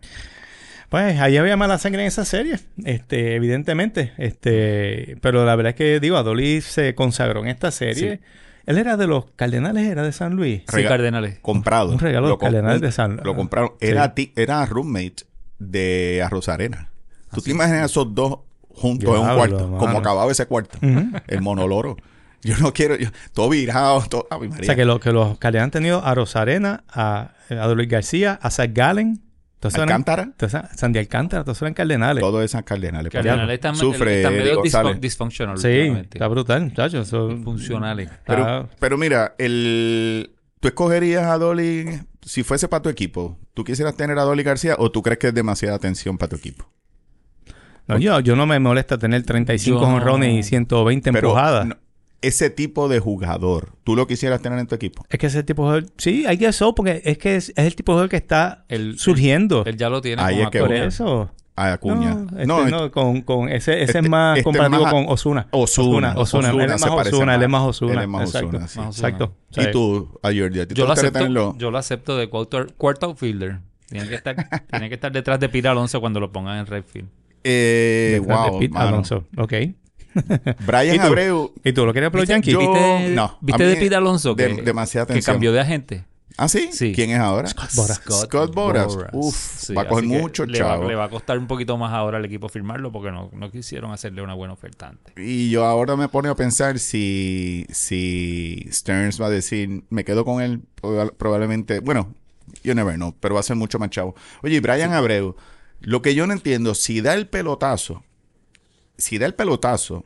Speaker 2: Pues ahí había mala sangre en esa serie, este, evidentemente. Este, pero la verdad es que digo, Adolis se consagró en esta serie. Él era de los Cardenales, era de San Luis.
Speaker 3: Sí,
Speaker 1: Rega-
Speaker 3: Cardenales.
Speaker 1: Comprado.
Speaker 2: Un regalo de
Speaker 1: Lo com-
Speaker 2: Cardenales
Speaker 1: un-
Speaker 2: de San-
Speaker 1: Lo compraron.
Speaker 2: Sí.
Speaker 1: Era, ti- era roommate de Arena. ¿Tú te imaginas esos dos juntos en un
Speaker 2: Diablo,
Speaker 1: cuarto? Como
Speaker 2: mano. Mm.
Speaker 1: acababa ese cuarto.
Speaker 2: Ujú.
Speaker 1: El monoloro. Yo no quiero... yo- todo virado. Todo, Ave
Speaker 2: O
Speaker 1: María.
Speaker 2: sea que, lo- que los Cardenales han tenido a Rosarena, a a Adolis García, a Zach Gallen, entonces eran-
Speaker 1: Alcántara.
Speaker 2: entonces eran Sandy Alcántara, entonces eran Cardenales.
Speaker 1: Todo esas cardenales.
Speaker 3: Cardenales
Speaker 1: Pero-
Speaker 3: están,
Speaker 1: Sufre
Speaker 3: están medio
Speaker 1: Eddie González.
Speaker 3: disfun- dysfunctional.
Speaker 2: Sí,
Speaker 3: últimamente.
Speaker 2: está brutal, muchachos. Eso-
Speaker 3: Funcionales.
Speaker 1: Pero,
Speaker 2: Ah.
Speaker 1: pero mira, el, tú escogerías a Dolly si fuese para tu equipo. ¿Tú quisieras tener a Dolly García o tú crees que es demasiada atención para tu equipo?
Speaker 2: No, yo, yo no me molesta tener 35
Speaker 3: Yo no.
Speaker 2: honrones y 120
Speaker 1: Pero,
Speaker 2: empujadas.
Speaker 1: no, ese tipo de jugador, ¿tú lo quisieras tener en tu equipo?
Speaker 2: Es que ese tipo de jugador, sí, hay que eso, porque es que es, es el tipo de jugador que está
Speaker 3: El-
Speaker 2: surgiendo.
Speaker 3: Él ya lo tiene
Speaker 1: Ahí
Speaker 3: con
Speaker 1: es que
Speaker 2: por
Speaker 3: Acuña.
Speaker 1: voy.
Speaker 2: eso.
Speaker 1: A Acuña.
Speaker 2: No, este
Speaker 1: No,
Speaker 2: no, con, con ese, ese
Speaker 1: este-
Speaker 2: es más
Speaker 1: este
Speaker 2: comparativo
Speaker 1: más a-
Speaker 2: con Osuna.
Speaker 1: Ozuna.
Speaker 2: Osuna, Osuna.
Speaker 1: Ozuna
Speaker 2: Él es
Speaker 1: se
Speaker 2: más
Speaker 1: parece
Speaker 2: Osuna, él es más
Speaker 1: más.
Speaker 2: Osuna.
Speaker 1: Él es más
Speaker 2: exacto.
Speaker 1: Ozuna, sí.
Speaker 3: Más Ozuna.
Speaker 2: Exacto.
Speaker 1: Y tú, a Jordi, ¿a ti te
Speaker 3: Yo lo,
Speaker 1: gustaría
Speaker 3: acepto,
Speaker 1: tenerlo?
Speaker 3: yo lo acepto de cuarto, cuarto outfielder. Tiene que, estar, tiene que estar detrás de Pira Alonso cuando lo pongan en right field.
Speaker 1: Eh,
Speaker 2: Grande
Speaker 1: wow,
Speaker 2: Pete
Speaker 1: mano.
Speaker 2: Alonso. Ok. ¿Y
Speaker 1: Brian
Speaker 2: tú?
Speaker 1: Abreu.
Speaker 2: ¿Y tú lo querías por los Yankees?
Speaker 1: Yo-
Speaker 3: ¿Viste,
Speaker 1: no,
Speaker 3: ¿viste
Speaker 1: a mí
Speaker 3: de Pete Alonso? Que,
Speaker 1: de- demasiada
Speaker 3: que
Speaker 1: atención.
Speaker 3: cambió de agente.
Speaker 1: ¿Ah, sí?
Speaker 3: Sí.
Speaker 1: ¿Quién es ahora?
Speaker 2: Boras.
Speaker 1: Scott Boras. Uf, va a coger
Speaker 3: así que
Speaker 1: mucho
Speaker 3: le va-
Speaker 1: chavo.
Speaker 3: le va a costar un poquito más ahora al equipo firmarlo porque no, no quisieron hacerle una buena oferta antes.
Speaker 1: Y yo ahora me pone a pensar si, si Stearns va a decir, me quedo con él, proba- probablemente, bueno, you never know, pero va a ser mucho más chavo. Oye, y Brian Abreu, lo que yo no entiendo, si da el pelotazo, si da el pelotazo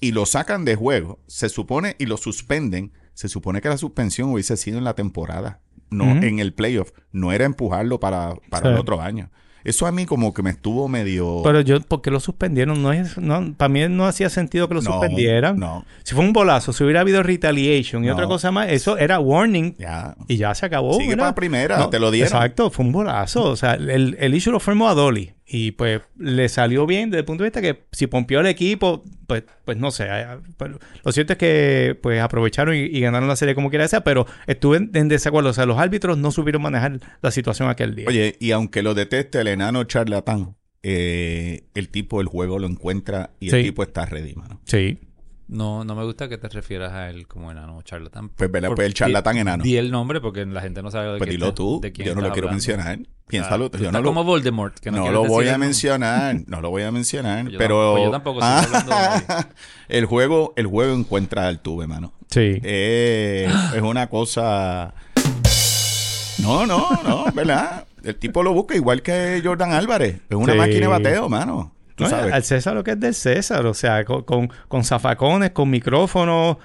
Speaker 1: y lo sacan de juego, se supone, y lo suspenden, se supone que la suspensión hubiese sido en la temporada, no
Speaker 2: Ujú.
Speaker 1: en el playoff, no era empujarlo para, para el
Speaker 2: Sí.
Speaker 1: otro año. Eso a mí como que me estuvo medio...
Speaker 2: Pero yo, ¿por qué lo suspendieron? No es, no, para mí no hacía sentido que lo
Speaker 1: No,
Speaker 2: suspendieran.
Speaker 1: No,
Speaker 2: Si fue un bolazo, si hubiera habido retaliation y
Speaker 1: No.
Speaker 2: otra cosa más, eso era warning
Speaker 1: ya.
Speaker 2: y ya se
Speaker 3: Oh,
Speaker 2: acabó.
Speaker 1: Sigue
Speaker 2: ¿verdad?
Speaker 1: para primera, te lo dieron.
Speaker 2: Exacto, fue un bolazo. O sea, el, el issue lo firmó a Dolly y pues le salió bien desde el punto de vista que si pompió el equipo, pues, pues no sé. eh, pero lo cierto es que pues aprovecharon y, y ganaron la serie como quiera sea, pero estuve en, en desacuerdo. O sea, los árbitros no supieron manejar la situación aquel día.
Speaker 1: Oye, y aunque lo deteste el enano charlatán, eh, el tipo del juego lo encuentra y el
Speaker 2: Sí.
Speaker 1: tipo está ready, mano.
Speaker 2: Sí.
Speaker 3: No, no me gusta que te refieras a él como enano charlatán.
Speaker 1: Pues, ¿verdad?
Speaker 3: Por-
Speaker 1: Pues, el charlatán
Speaker 3: di-
Speaker 1: enano.
Speaker 3: Di el nombre porque la gente no sabe de
Speaker 1: Pues
Speaker 3: quién
Speaker 1: dilo
Speaker 3: estás-
Speaker 1: tú,
Speaker 3: de quién
Speaker 1: yo no lo
Speaker 3: estás
Speaker 1: quiero
Speaker 3: hablando.
Speaker 1: mencionar.
Speaker 3: Ah,
Speaker 1: Piénsalo,
Speaker 3: tú
Speaker 1: tú, yo no
Speaker 3: estás
Speaker 1: lo,
Speaker 3: como Voldemort. Que no,
Speaker 1: no
Speaker 3: quieres
Speaker 1: lo
Speaker 3: decir
Speaker 1: voy
Speaker 3: el
Speaker 1: a
Speaker 3: nombre.
Speaker 1: mencionar, no lo voy a mencionar,
Speaker 3: Pues yo
Speaker 1: pero...
Speaker 3: tampoco- pues yo tampoco estoy hablando de
Speaker 1: el juego, el juego encuentra al tuve, mano.
Speaker 2: Sí.
Speaker 1: Eh, es una cosa... No, no, no, ¿verdad? El tipo lo busca igual que Jordan Álvarez. Es una
Speaker 2: Sí.
Speaker 1: máquina de bateo, mano. Tú
Speaker 2: No,
Speaker 1: sabes.
Speaker 2: Al César lo que es del César, o sea, con, con, con zafacones, con micrófonos,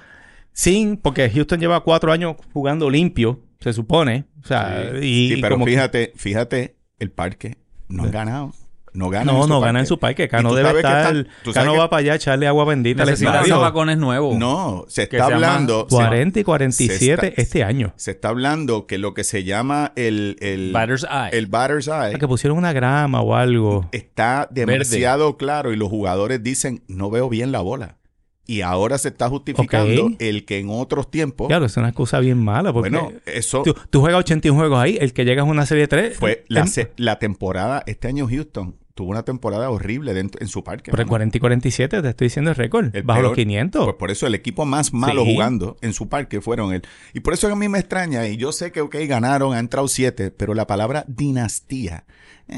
Speaker 2: sin, porque Houston lleva cuatro años jugando limpio, se supone. O sea, y,
Speaker 1: Sí,
Speaker 2: y
Speaker 1: pero
Speaker 2: como que-
Speaker 1: fíjate, fíjate, el parque no ha ganado. No gana.
Speaker 2: no,
Speaker 1: en su
Speaker 2: no
Speaker 1: parque.
Speaker 2: gana en su país, que
Speaker 1: Y
Speaker 2: Cano
Speaker 1: tú
Speaker 2: debe
Speaker 1: sabes que
Speaker 2: estar.
Speaker 1: están- tú sabes
Speaker 2: Cano
Speaker 1: que-
Speaker 2: va para allá a echarle agua bendita al
Speaker 3: Necesitan
Speaker 2: estadio.
Speaker 3: zapacones nuevos.
Speaker 1: No, se
Speaker 3: Que
Speaker 1: está
Speaker 3: sea más-
Speaker 1: hablando. se-
Speaker 2: 40 y 47
Speaker 1: Se está-
Speaker 2: este año.
Speaker 1: Se, está hablando que lo que se llama el. el
Speaker 3: Batter's eye.
Speaker 1: El batter's eye
Speaker 2: Que pusieron una grama o algo.
Speaker 1: está demasiado claro y los jugadores dicen, no veo bien la bola. Y ahora se está justificando
Speaker 2: Ok.
Speaker 1: el que en otros tiempos.
Speaker 2: Claro, es una excusa bien mala. Porque
Speaker 1: bueno, eso.
Speaker 2: tú, tú juegas 81 juegos ahí, el que llega es una serie em, de 3.
Speaker 1: Fue la, se- la temporada, este año Houston tuvo una temporada horrible dentro, en su parque.
Speaker 2: Pero el
Speaker 1: mano.
Speaker 2: 40 y 47, te estoy diciendo el récord.
Speaker 1: El
Speaker 2: bajo
Speaker 1: peor.
Speaker 2: los 500.
Speaker 1: Pues por eso el equipo más malo
Speaker 2: Sí.
Speaker 1: jugando en su parque fueron él. Y por eso a mí me extraña, y yo sé que, ok, ganaron, han entrado siete, pero la palabra dinastía.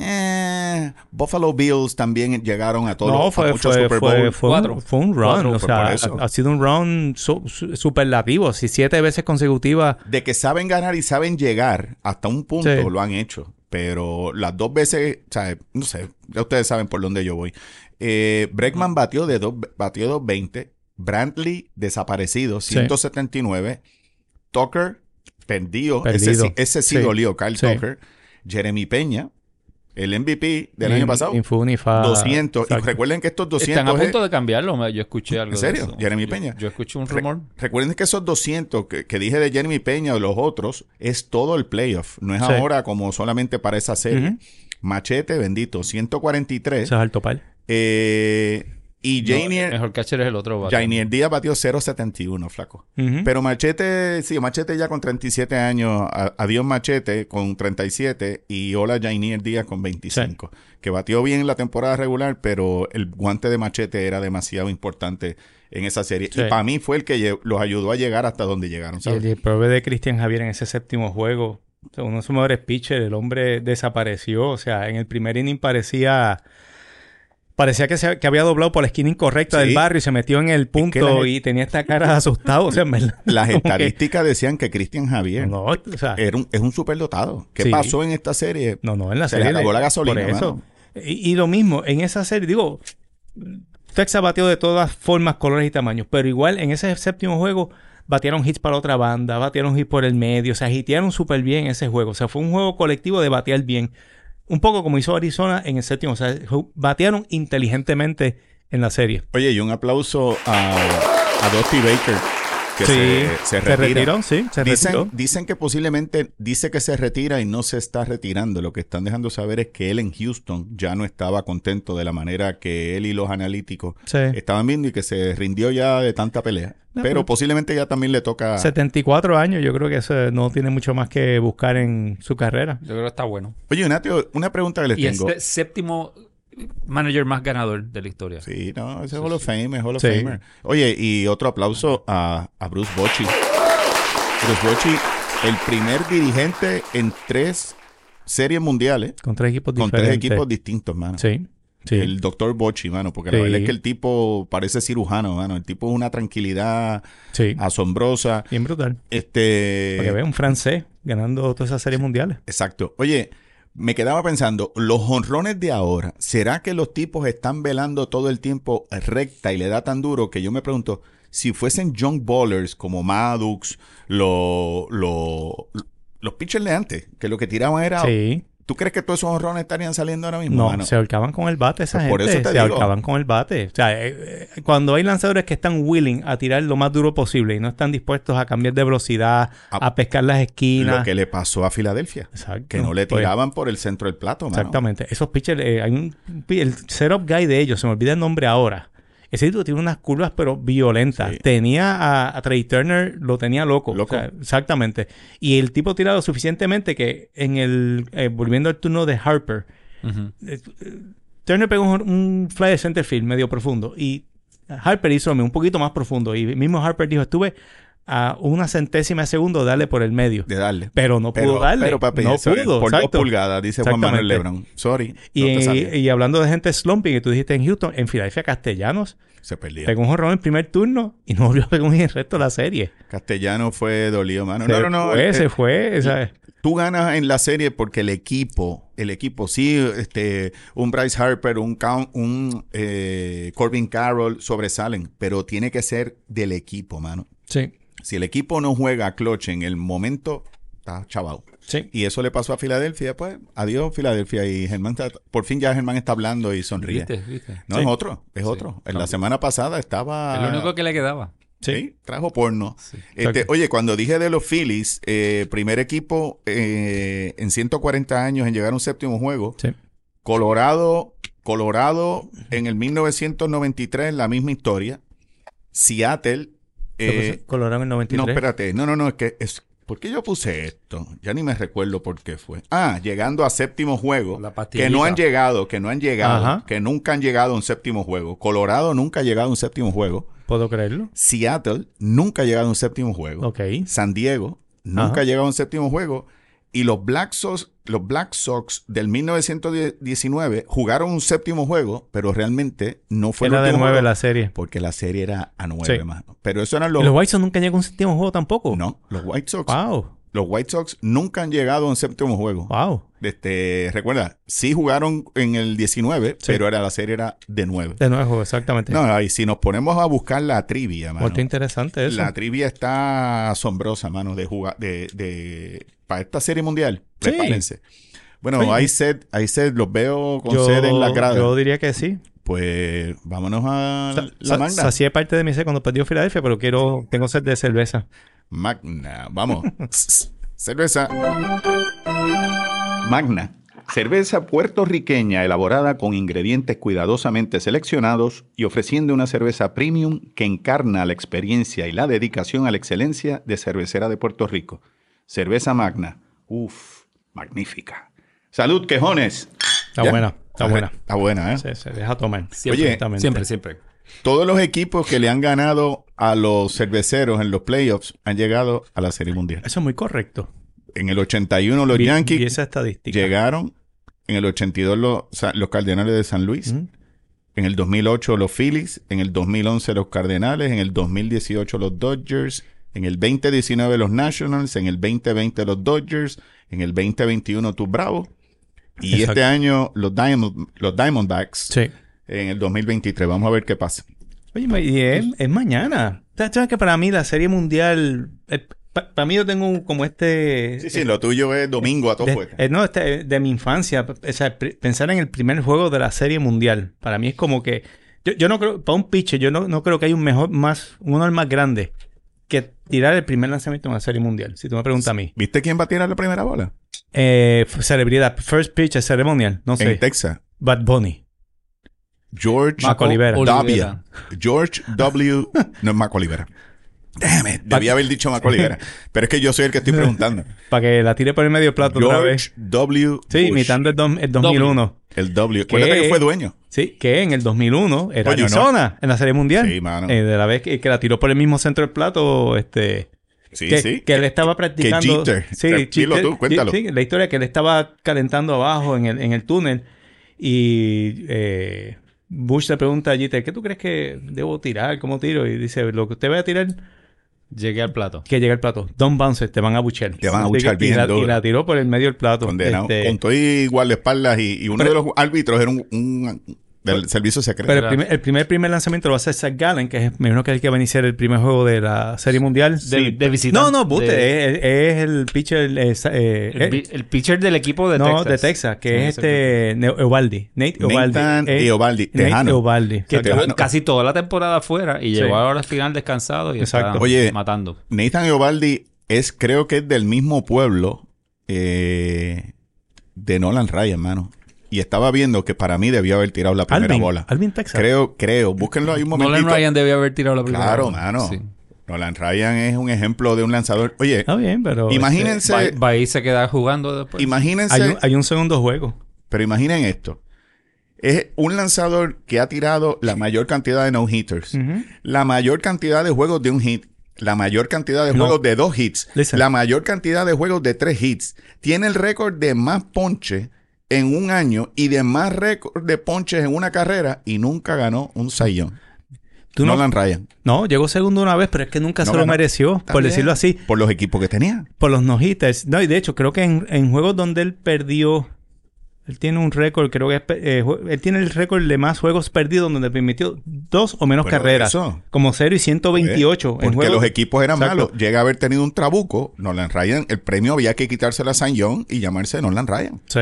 Speaker 1: eh, Buffalo Bills también llegaron a todos
Speaker 2: No,
Speaker 1: los- a
Speaker 2: fue,
Speaker 1: muchos
Speaker 2: fue,
Speaker 1: Super
Speaker 2: fue,
Speaker 1: Bowl.
Speaker 2: fue
Speaker 3: Cuatro.
Speaker 2: un, fue un run.
Speaker 1: Cuatro,
Speaker 2: o
Speaker 1: fue
Speaker 2: sea,
Speaker 1: por
Speaker 2: ha,
Speaker 1: eso.
Speaker 2: ha sido un run su- su- superlativo. Si siete veces consecutivas.
Speaker 1: De que saben ganar y saben llegar hasta un punto,
Speaker 2: Sí.
Speaker 1: lo han hecho. Pero las dos veces, o sea, no sé, ya ustedes saben por dónde yo voy. Eh, Breckman batió de dos, batió 220. Brantley desaparecido, 179. Tucker perdido. Ese
Speaker 2: Perdido.
Speaker 1: sí, ese sí
Speaker 2: Sí.
Speaker 1: dolió, Carl
Speaker 2: Sí.
Speaker 1: Tucker. Jeremy Peña, el MVP del año pasado,
Speaker 2: Ni fu ni fa.
Speaker 1: 200. Y
Speaker 2: Exacto.
Speaker 1: recuerden que estos 200
Speaker 3: Están a
Speaker 1: es-
Speaker 3: punto de cambiarlo. me- Yo escuché
Speaker 1: ¿En
Speaker 3: algo. de
Speaker 1: serio?
Speaker 3: eso.
Speaker 1: Jeremy
Speaker 3: Yo-
Speaker 1: Peña.
Speaker 3: Yo, escuché un
Speaker 1: Re-
Speaker 3: rumor.
Speaker 1: Recuerden que esos 200 que, que dije de Jeremy Peña o los otros es todo el playoff. No es
Speaker 2: Sí.
Speaker 1: ahora como solamente para esa serie.
Speaker 2: Ujú.
Speaker 1: Machete, bendito, 143.
Speaker 2: Eso es alto par.
Speaker 1: Eh, y
Speaker 3: No,
Speaker 1: Jainier,
Speaker 3: mejor catcher es el otro. bate.
Speaker 1: Jainier Díaz batió 0.71, flaco.
Speaker 2: Ujú.
Speaker 1: Pero Machete, sí, Machete ya con 37 años, a- adiós Machete con 37 y hola Jainier Díaz con 25, que batió bien la temporada regular, pero el guante de Machete era demasiado importante en esa serie.
Speaker 2: Sí.
Speaker 1: Y para mí fue el que lle- los ayudó a llegar hasta donde llegaron.
Speaker 2: Y
Speaker 1: ¿sabes?
Speaker 2: el, el prove de Cristian Javier en ese séptimo juego. o sea, uno de sus mejores pitchers. El hombre desapareció. O sea, en el primer inning parecía. Parecía que, se, que había doblado por la esquina incorrecta
Speaker 1: Sí.
Speaker 2: del barrio y se metió en el punto
Speaker 1: la-
Speaker 2: y tenía esta cara de asustado. O sea, en verdad.
Speaker 1: Las
Speaker 2: como que-
Speaker 1: estadísticas decían que Cristian Javier
Speaker 2: No, o sea,
Speaker 1: era un, es un superdotado. ¿Qué
Speaker 2: Sí.
Speaker 1: pasó en esta serie?
Speaker 2: No, no, en la
Speaker 1: Se le
Speaker 2: serie.
Speaker 1: acabó
Speaker 2: de-
Speaker 1: la gasolina,
Speaker 2: Por eso.
Speaker 1: mano.
Speaker 2: Y, y lo mismo, en esa serie, digo, Texas batió de todas formas, colores y tamaños, pero igual en ese séptimo juego batieron hits para otra banda, batieron hits por el medio, se agitearon súper bien ese juego. O sea, fue un juego colectivo de batear bien. Un poco como hizo Arizona en el séptimo. O sea, ju- batearon inteligentemente en la serie.
Speaker 1: Oye, y un aplauso a, a Dusty Baker, que se, se retira.
Speaker 2: retiró, sí, se retiró.
Speaker 1: Dicen, dicen que posiblemente dice que se retira y no se está retirando. Lo que están dejando saber es que él en Houston ya no estaba contento de la manera que él y los analíticos
Speaker 2: Sí.
Speaker 1: estaban viendo y que se rindió ya de tanta pelea.
Speaker 2: Eh. No,
Speaker 1: Pero
Speaker 2: pero-
Speaker 1: posiblemente ya también le toca.
Speaker 2: 74 años, yo creo que eso no tiene mucho más que buscar en su carrera.
Speaker 3: Yo creo que está bueno.
Speaker 1: Oye, Natio, una pregunta que les
Speaker 3: Y
Speaker 1: tengo.
Speaker 3: este séptimo manager más ganador de la historia.
Speaker 1: Sí, no, ese es Hall of Fame, es Hall of
Speaker 2: Sí.
Speaker 1: Famer. Oye, y otro aplauso a, a Bruce Bochy. Bruce Bochy, el primer dirigente en tres series mundiales
Speaker 2: Con tres equipos
Speaker 1: con
Speaker 2: diferentes.
Speaker 1: tres equipos distintos, mano.
Speaker 2: Sí, sí.
Speaker 1: El doctor Bochy, mano, porque la
Speaker 2: Sí.
Speaker 1: verdad es que el tipo parece cirujano, mano. El tipo es una tranquilidad
Speaker 2: sí.
Speaker 1: Ah, asombrosa.
Speaker 2: Bien brutal.
Speaker 1: Este.
Speaker 2: Para que vea un francés ganando todas esas series mundiales.
Speaker 1: Exacto. Oye, me quedaba pensando, los honrones de ahora, ¿será que los tipos están velando todo el tiempo recta y le da tan duro que yo me pregunto, si fuesen junk ballers como Maddox, lo- lo- los pitchers de antes, que lo que tiraban era...
Speaker 2: Sí.
Speaker 1: ¿Tú crees que todos esos honrones estarían saliendo ahora mismo?
Speaker 2: No,
Speaker 1: mano?
Speaker 2: se ahorcaban con el bate esa
Speaker 1: Pues por
Speaker 2: gente.
Speaker 1: eso te
Speaker 2: se
Speaker 1: digo.
Speaker 2: ahorcaban con el bate. O sea, eh, eh, cuando hay lanzadores que están willing a tirar lo más duro posible y no están dispuestos a cambiar de velocidad,
Speaker 1: A-
Speaker 2: a, pescar las
Speaker 1: Lo
Speaker 2: esquinas.
Speaker 1: que le pasó a Filadelfia,
Speaker 2: Exacto.
Speaker 1: que no le
Speaker 2: Pues,
Speaker 1: tiraban por el centro del plato, mano.
Speaker 2: Exactamente. Esos pitchers, eh, hay un el setup guy de ellos, se me olvida el nombre ahora. Ese tipo tiene unas curvas pero violentas.
Speaker 1: Sí.
Speaker 2: Tenía a, a Trey Turner, lo tenía loco.
Speaker 1: Loco.
Speaker 2: O sea, exactamente. Y el tipo tira lo suficientemente que en el eh, volviendo al turno de Harper,
Speaker 3: Ujú.
Speaker 2: eh, eh, Turner pegó un, un fly de center field medio profundo y Harper hizo un poquito más profundo y mismo Harper dijo, estuve a una centésima de segundo darle por el medio.
Speaker 1: De darle.
Speaker 2: Pero no pudo darle.
Speaker 1: pero, papi,
Speaker 2: no
Speaker 1: eso es
Speaker 2: pudo.
Speaker 1: por
Speaker 2: exacto.
Speaker 1: dos pulgadas, dice Juan Manuel
Speaker 2: Exactamente.
Speaker 1: Lebron. Sorry, no te
Speaker 2: Y,
Speaker 1: salió.
Speaker 2: y hablando de gente slumping que tú dijiste en Houston, en Filadelfia Castellanos
Speaker 1: Se perdía.
Speaker 2: pegó un jorrón en el primer turno y no volvió a pegar un hit el resto de la serie.
Speaker 1: Castellano fue dolido, mano.
Speaker 2: se
Speaker 1: No, no, no.
Speaker 2: fue,
Speaker 1: eh,
Speaker 2: se fue, ¿sabes?
Speaker 1: Tú ganas en la serie porque el equipo, el equipo, sí, este, un Bryce Harper, un, Coun- un eh, Corbin Carroll sobresalen, pero tiene que ser del equipo, mano.
Speaker 2: Sí,
Speaker 1: Si el equipo no juega a clutch en el momento, está chavado.
Speaker 2: sí.
Speaker 1: Y eso le pasó a Filadelfia, pues, adiós Filadelfia. Y Germán, está- por fin ya Germán está hablando y sonríe.
Speaker 3: ¿Viste? ¿Viste?
Speaker 1: No,
Speaker 2: Sí.
Speaker 1: es otro, es otro. En la semana pasada estaba...
Speaker 3: Es lo único que le quedaba.
Speaker 1: Sí,
Speaker 2: Sí.
Speaker 1: trajo porno.
Speaker 3: Sí.
Speaker 1: Este,
Speaker 2: Exacto.
Speaker 1: oye, cuando dije de los Phillies, eh, primer equipo eh, en 140 años en llegar a un séptimo juego,
Speaker 2: Sí.
Speaker 1: Colorado, Colorado en el 1993, la misma historia, Seattle, eh,
Speaker 2: Colorado en el
Speaker 1: no,
Speaker 2: 93.
Speaker 1: espérate, no, no, no, es que es... ¿Por qué yo puse esto? Ya ni me recuerdo por qué fue. Ah, llegando a séptimo juego.
Speaker 3: La
Speaker 1: Oh. que no
Speaker 3: pastillita.
Speaker 1: han llegado, que no han llegado,
Speaker 2: Ajá.
Speaker 1: que nunca han llegado a un séptimo juego. Colorado nunca ha llegado a un séptimo juego.
Speaker 2: ¿Puedo creerlo?
Speaker 1: Seattle nunca ha llegado a un séptimo juego.
Speaker 2: Ok.
Speaker 1: San Diego nunca
Speaker 2: Ajá.
Speaker 1: ha llegado a un séptimo juego. Y los Black Sox, los Black Sox del 1919 jugaron un séptimo juego, pero realmente no fue el
Speaker 2: Era de
Speaker 1: último
Speaker 2: 9
Speaker 1: juego,
Speaker 2: la serie.
Speaker 1: porque la serie era a nueve,
Speaker 2: Sí.
Speaker 1: mano. Pero eso eran
Speaker 2: ¿Y
Speaker 1: los,
Speaker 2: los White Sox nunca llegan a un séptimo juego tampoco.
Speaker 1: no, los White Sox.
Speaker 2: Wow,
Speaker 1: Los White Sox nunca han llegado a un séptimo juego.
Speaker 2: wow.
Speaker 1: Este, recuerda, sí jugaron en el 19,
Speaker 2: Sí.
Speaker 1: pero era la serie era de nueve.
Speaker 2: De nuevo, exactamente.
Speaker 1: No, y si nos ponemos a buscar la trivia, mano.
Speaker 2: Porque interesante eso.
Speaker 1: La trivia está asombrosa, mano, de jugar de, de- para esta serie mundial.
Speaker 2: Sí.
Speaker 1: Prepárense. Bueno,
Speaker 2: Sí.
Speaker 1: hay sed, hay sed, los veo con
Speaker 2: Yo-
Speaker 1: sed en la grada.
Speaker 2: Yo diría que sí.
Speaker 1: Pues vámonos a
Speaker 2: Sa-
Speaker 1: la
Speaker 2: sa-
Speaker 1: magna.
Speaker 2: Sacié parte de mi sed cuando perdió Filadelfia, pero quiero, tengo sed de cerveza.
Speaker 1: Magna, vamos. Cerveza. Magna. Cerveza puertorriqueña elaborada con ingredientes cuidadosamente seleccionados y ofreciendo una cerveza premium que encarna la experiencia y la dedicación a la excelencia de cervecera de Puerto Rico. Cerveza Magna. Uf, magnífica. Salud, quejones.
Speaker 2: Está
Speaker 1: Ya.
Speaker 2: buena, está buena.
Speaker 1: Está buena, ¿eh?
Speaker 2: Se, se deja tomar.
Speaker 3: Siempre,
Speaker 2: Exactamente.
Speaker 3: siempre, siempre.
Speaker 1: Todos los equipos que le han ganado a los cerveceros en los playoffs han llegado a la Serie Mundial.
Speaker 2: Eso es muy correcto.
Speaker 1: En el 81 los
Speaker 2: Vi-
Speaker 1: Yankees
Speaker 2: vi esa estadística.
Speaker 1: Llegaron en el 82 los, Sa- los Cardenales de San Luis,
Speaker 2: Ujú.
Speaker 1: en el 2008 los Phillies, en el 2011 los Cardenales, en el 2018 los Dodgers, en el 2019 los Nationals, en el 2020 los Dodgers, en el 2021 tus Bravos y
Speaker 2: Exacto.
Speaker 1: este año los, Diamond, los Diamondbacks
Speaker 2: Sí.
Speaker 1: en el 2023. Vamos a ver qué pasa.
Speaker 2: Oye, ma- y es, es mañana. ¿Sabes sabes que para mí la serie mundial. eh, pa- para mí yo tengo un- como este.
Speaker 1: Sí, sí, lo tuyo es domingo a todo
Speaker 2: de-
Speaker 1: fuego.
Speaker 2: eh, no, este, eh, de mi infancia. p- o sea, pr- pensar en el primer juego de la serie mundial. Para mí es como que. Yo, yo no creo. Para un pitcher, yo no, no creo que hay un mejor más. Un honor más grande que tirar el primer lanzamiento en una serie mundial. Si tú me preguntas a mí.
Speaker 1: ¿Viste quién va a tirar la primera bola?
Speaker 2: Eh, f- celebridad. First pitch es ceremonial. No
Speaker 1: En
Speaker 2: sé.
Speaker 1: Texas.
Speaker 2: Bad Bunny.
Speaker 1: George
Speaker 2: Mac Olivera.
Speaker 1: Davia. George W. no es Mac Olivera. Damn it, debía haber dicho Macaulay Culkin. Pero es que yo soy el que estoy preguntando.
Speaker 2: Para que la tire por el medio plato otra
Speaker 1: George
Speaker 2: vez.
Speaker 1: W.
Speaker 2: Sí,
Speaker 1: Bush.
Speaker 2: imitando el, dos- el 2001.
Speaker 1: El W. Acuérdate que fue dueño.
Speaker 2: Sí, que en el 2001 era
Speaker 1: Oye, ¿no?
Speaker 2: Arizona en la Serie Mundial.
Speaker 1: Sí, mano.
Speaker 2: Eh, de la vez que, que la tiró por el mismo centro del plato, este...
Speaker 1: Sí,
Speaker 2: que,
Speaker 1: sí.
Speaker 2: que él estaba practicando...
Speaker 1: Jeter.
Speaker 2: Sí,
Speaker 1: Dilo
Speaker 2: Jeter-
Speaker 1: tú, cuéntalo.
Speaker 2: Sí, la historia que él estaba calentando abajo en el, en el túnel y... eh, Bush le pregunta a Jeter, ¿qué tú crees que debo tirar? ¿Cómo tiro? Y dice, lo que usted vaya a tirar,
Speaker 3: Llegué al plato.
Speaker 2: que llega el plato. Don Bounce, te van a buchar.
Speaker 1: Te van a buchar bien
Speaker 2: y la,
Speaker 1: duro.
Speaker 2: y la tiró por el medio del plato.
Speaker 1: Condenado.
Speaker 2: Este,
Speaker 1: Con todo y guardaespaldas y, y uno
Speaker 2: Pero-
Speaker 1: de los árbitros era un, un- del servicio secreto.
Speaker 2: Pero el primer, el primer primer lanzamiento lo va a hacer Zach Gallen, que es, me imagino que es el que va a iniciar el primer juego de la Serie Mundial.
Speaker 3: De, de
Speaker 2: no,
Speaker 3: visitante.
Speaker 2: no, Buste,
Speaker 3: de-
Speaker 2: es, es el pitcher... eh, sa- eh,
Speaker 3: el,
Speaker 2: eh,
Speaker 3: vi- el pitcher del equipo de
Speaker 2: no,
Speaker 3: Texas.
Speaker 2: de Texas, que
Speaker 3: Sí,
Speaker 2: es este... Ne- Eovaldi. Nate Eovaldi.
Speaker 1: Nathan
Speaker 2: Eh,
Speaker 1: Eovaldi,
Speaker 2: Nate
Speaker 1: tejano.
Speaker 2: Eovaldi.
Speaker 3: Que
Speaker 1: Exacto.
Speaker 3: tuvo casi toda la temporada afuera y
Speaker 2: Sí.
Speaker 3: llegó ahora al final descansado y
Speaker 2: Exacto.
Speaker 3: está
Speaker 1: Oye.
Speaker 3: matando.
Speaker 1: Nathan Eovaldi es, creo que es del mismo pueblo eh, de Nolan Ryan, hermano. Y estaba viendo que para mí debió haber tirado la primera
Speaker 2: Alvin,
Speaker 1: bola.
Speaker 2: Alvin, Texas.
Speaker 1: Creo, creo. Búsquenlo ahí un momentito.
Speaker 3: Nolan Ryan debió haber tirado la primera.
Speaker 1: Claro,
Speaker 3: bola.
Speaker 1: mano.
Speaker 3: Sí.
Speaker 1: Nolan Ryan es un ejemplo de un lanzador. Oye,
Speaker 2: Está bien, pero... Ah, este, pues.
Speaker 1: imagínense,
Speaker 3: Va- va y se queda jugando después.
Speaker 1: imagínense,
Speaker 2: hay, un, hay un segundo juego.
Speaker 1: pero imaginen esto. Es un lanzador que ha tirado la mayor cantidad de no-hitters,
Speaker 2: Ujú.
Speaker 1: la mayor cantidad de juegos de un hit, la mayor cantidad de
Speaker 2: No.
Speaker 1: juegos de dos hits,
Speaker 2: Listen.
Speaker 1: la mayor cantidad de juegos de tres hits. Tiene el récord de más ponches en un año y de más récord de ponches en una carrera y nunca ganó un sayón.
Speaker 2: Tú no-
Speaker 1: Nolan Ryan.
Speaker 2: No, llegó segundo una vez, pero es que nunca
Speaker 1: No
Speaker 2: se lo
Speaker 1: ganó.
Speaker 2: mereció, por
Speaker 1: También,
Speaker 2: decirlo así.
Speaker 1: Por los equipos que tenía.
Speaker 2: Por los no-hitters. No, y de hecho, creo que en, en juegos donde él perdió, él tiene un récord, creo que es pe- eh, jue- él tiene el récord de más juegos perdidos donde permitió dos o menos
Speaker 1: Bueno,
Speaker 2: carreras.
Speaker 1: eso.
Speaker 2: Como 0 y 128.
Speaker 1: Porque
Speaker 2: en juegos-
Speaker 1: los equipos eran
Speaker 2: Exacto.
Speaker 1: malos. Llega a haber tenido un trabuco, Nolan Ryan. El premio había que quitárselo a San John y llamarse Nolan Ryan.
Speaker 2: Sí,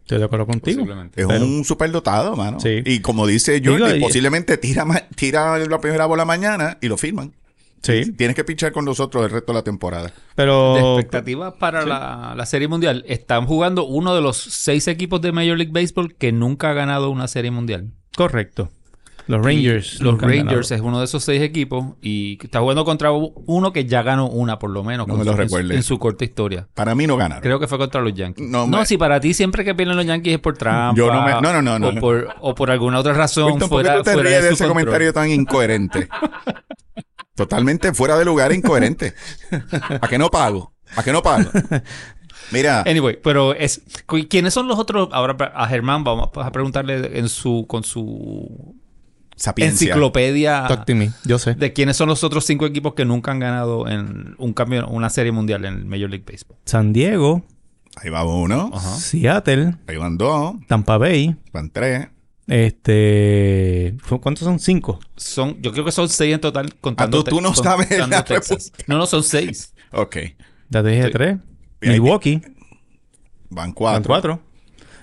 Speaker 2: estoy de acuerdo contigo.
Speaker 3: Posiblemente.
Speaker 1: Es
Speaker 2: Pero-
Speaker 1: un superdotado, mano.
Speaker 2: Sí.
Speaker 1: Y como dice Jordi,
Speaker 2: Digo, y-
Speaker 1: posiblemente tira, ma- tira la primera bola mañana y lo firman.
Speaker 2: Sí,
Speaker 1: Tienes que pinchar con nosotros el resto de la temporada.
Speaker 3: De
Speaker 2: pero.
Speaker 3: expectativas para la, la Serie Mundial. Están jugando uno de los seis equipos de Major League Baseball que nunca ha ganado una Serie Mundial.
Speaker 2: Correcto. Los Rangers.
Speaker 3: Y Los
Speaker 2: nunca han
Speaker 3: Rangers
Speaker 2: ganado.
Speaker 3: es uno de esos seis equipos y está jugando contra uno que ya ganó una por lo menos
Speaker 1: No
Speaker 3: con
Speaker 1: me lo
Speaker 3: su- en su-
Speaker 1: recuerde.
Speaker 3: en su corta historia.
Speaker 1: Para mí no ganaron.
Speaker 3: Creo que fue contra los Yankees.
Speaker 1: No,
Speaker 3: No,
Speaker 1: me-
Speaker 3: si para ti siempre que pierden los Yankees es por trampa.
Speaker 1: Yo no me- no, no, no,
Speaker 3: o,
Speaker 1: no, no.
Speaker 3: Por, o por alguna otra razón
Speaker 1: Winston, ¿por qué
Speaker 3: fuera,
Speaker 1: tú te
Speaker 3: fuera
Speaker 1: ríes de
Speaker 3: su
Speaker 1: ese
Speaker 3: control.
Speaker 1: comentario tan incoherente? Totalmente fuera de lugar e incoherente. ¿A qué no pago? ¿A qué no pago? Mira,
Speaker 3: Anyway, pero es cu- ¿quiénes son los otros? Ahora a Germán vamos a preguntarle en su con su
Speaker 1: sapiencia.
Speaker 3: enciclopedia
Speaker 2: Talk to me. Yo sé.
Speaker 3: de quiénes son los otros cinco equipos que nunca han ganado en un cambio, una serie mundial en el Major League Baseball.
Speaker 2: San Diego,
Speaker 1: Ahí va uno.
Speaker 3: Ajá.
Speaker 2: Seattle,
Speaker 1: Ahí van dos.
Speaker 2: Tampa Bay.
Speaker 1: Van tres.
Speaker 2: Este. ¿cu- ¿Cuántos son? Cinco.
Speaker 3: Son, yo creo que son seis en total contando.
Speaker 1: Ah, tú- tú no
Speaker 3: te-
Speaker 1: sabes
Speaker 3: contando
Speaker 1: la
Speaker 3: Texas. No, no, son seis.
Speaker 1: Ok.
Speaker 2: Ya te dije
Speaker 3: Sí.
Speaker 2: tres.
Speaker 1: Y ahí-
Speaker 2: Milwaukee,
Speaker 1: Van
Speaker 2: con
Speaker 1: cuatro.
Speaker 2: cuatro.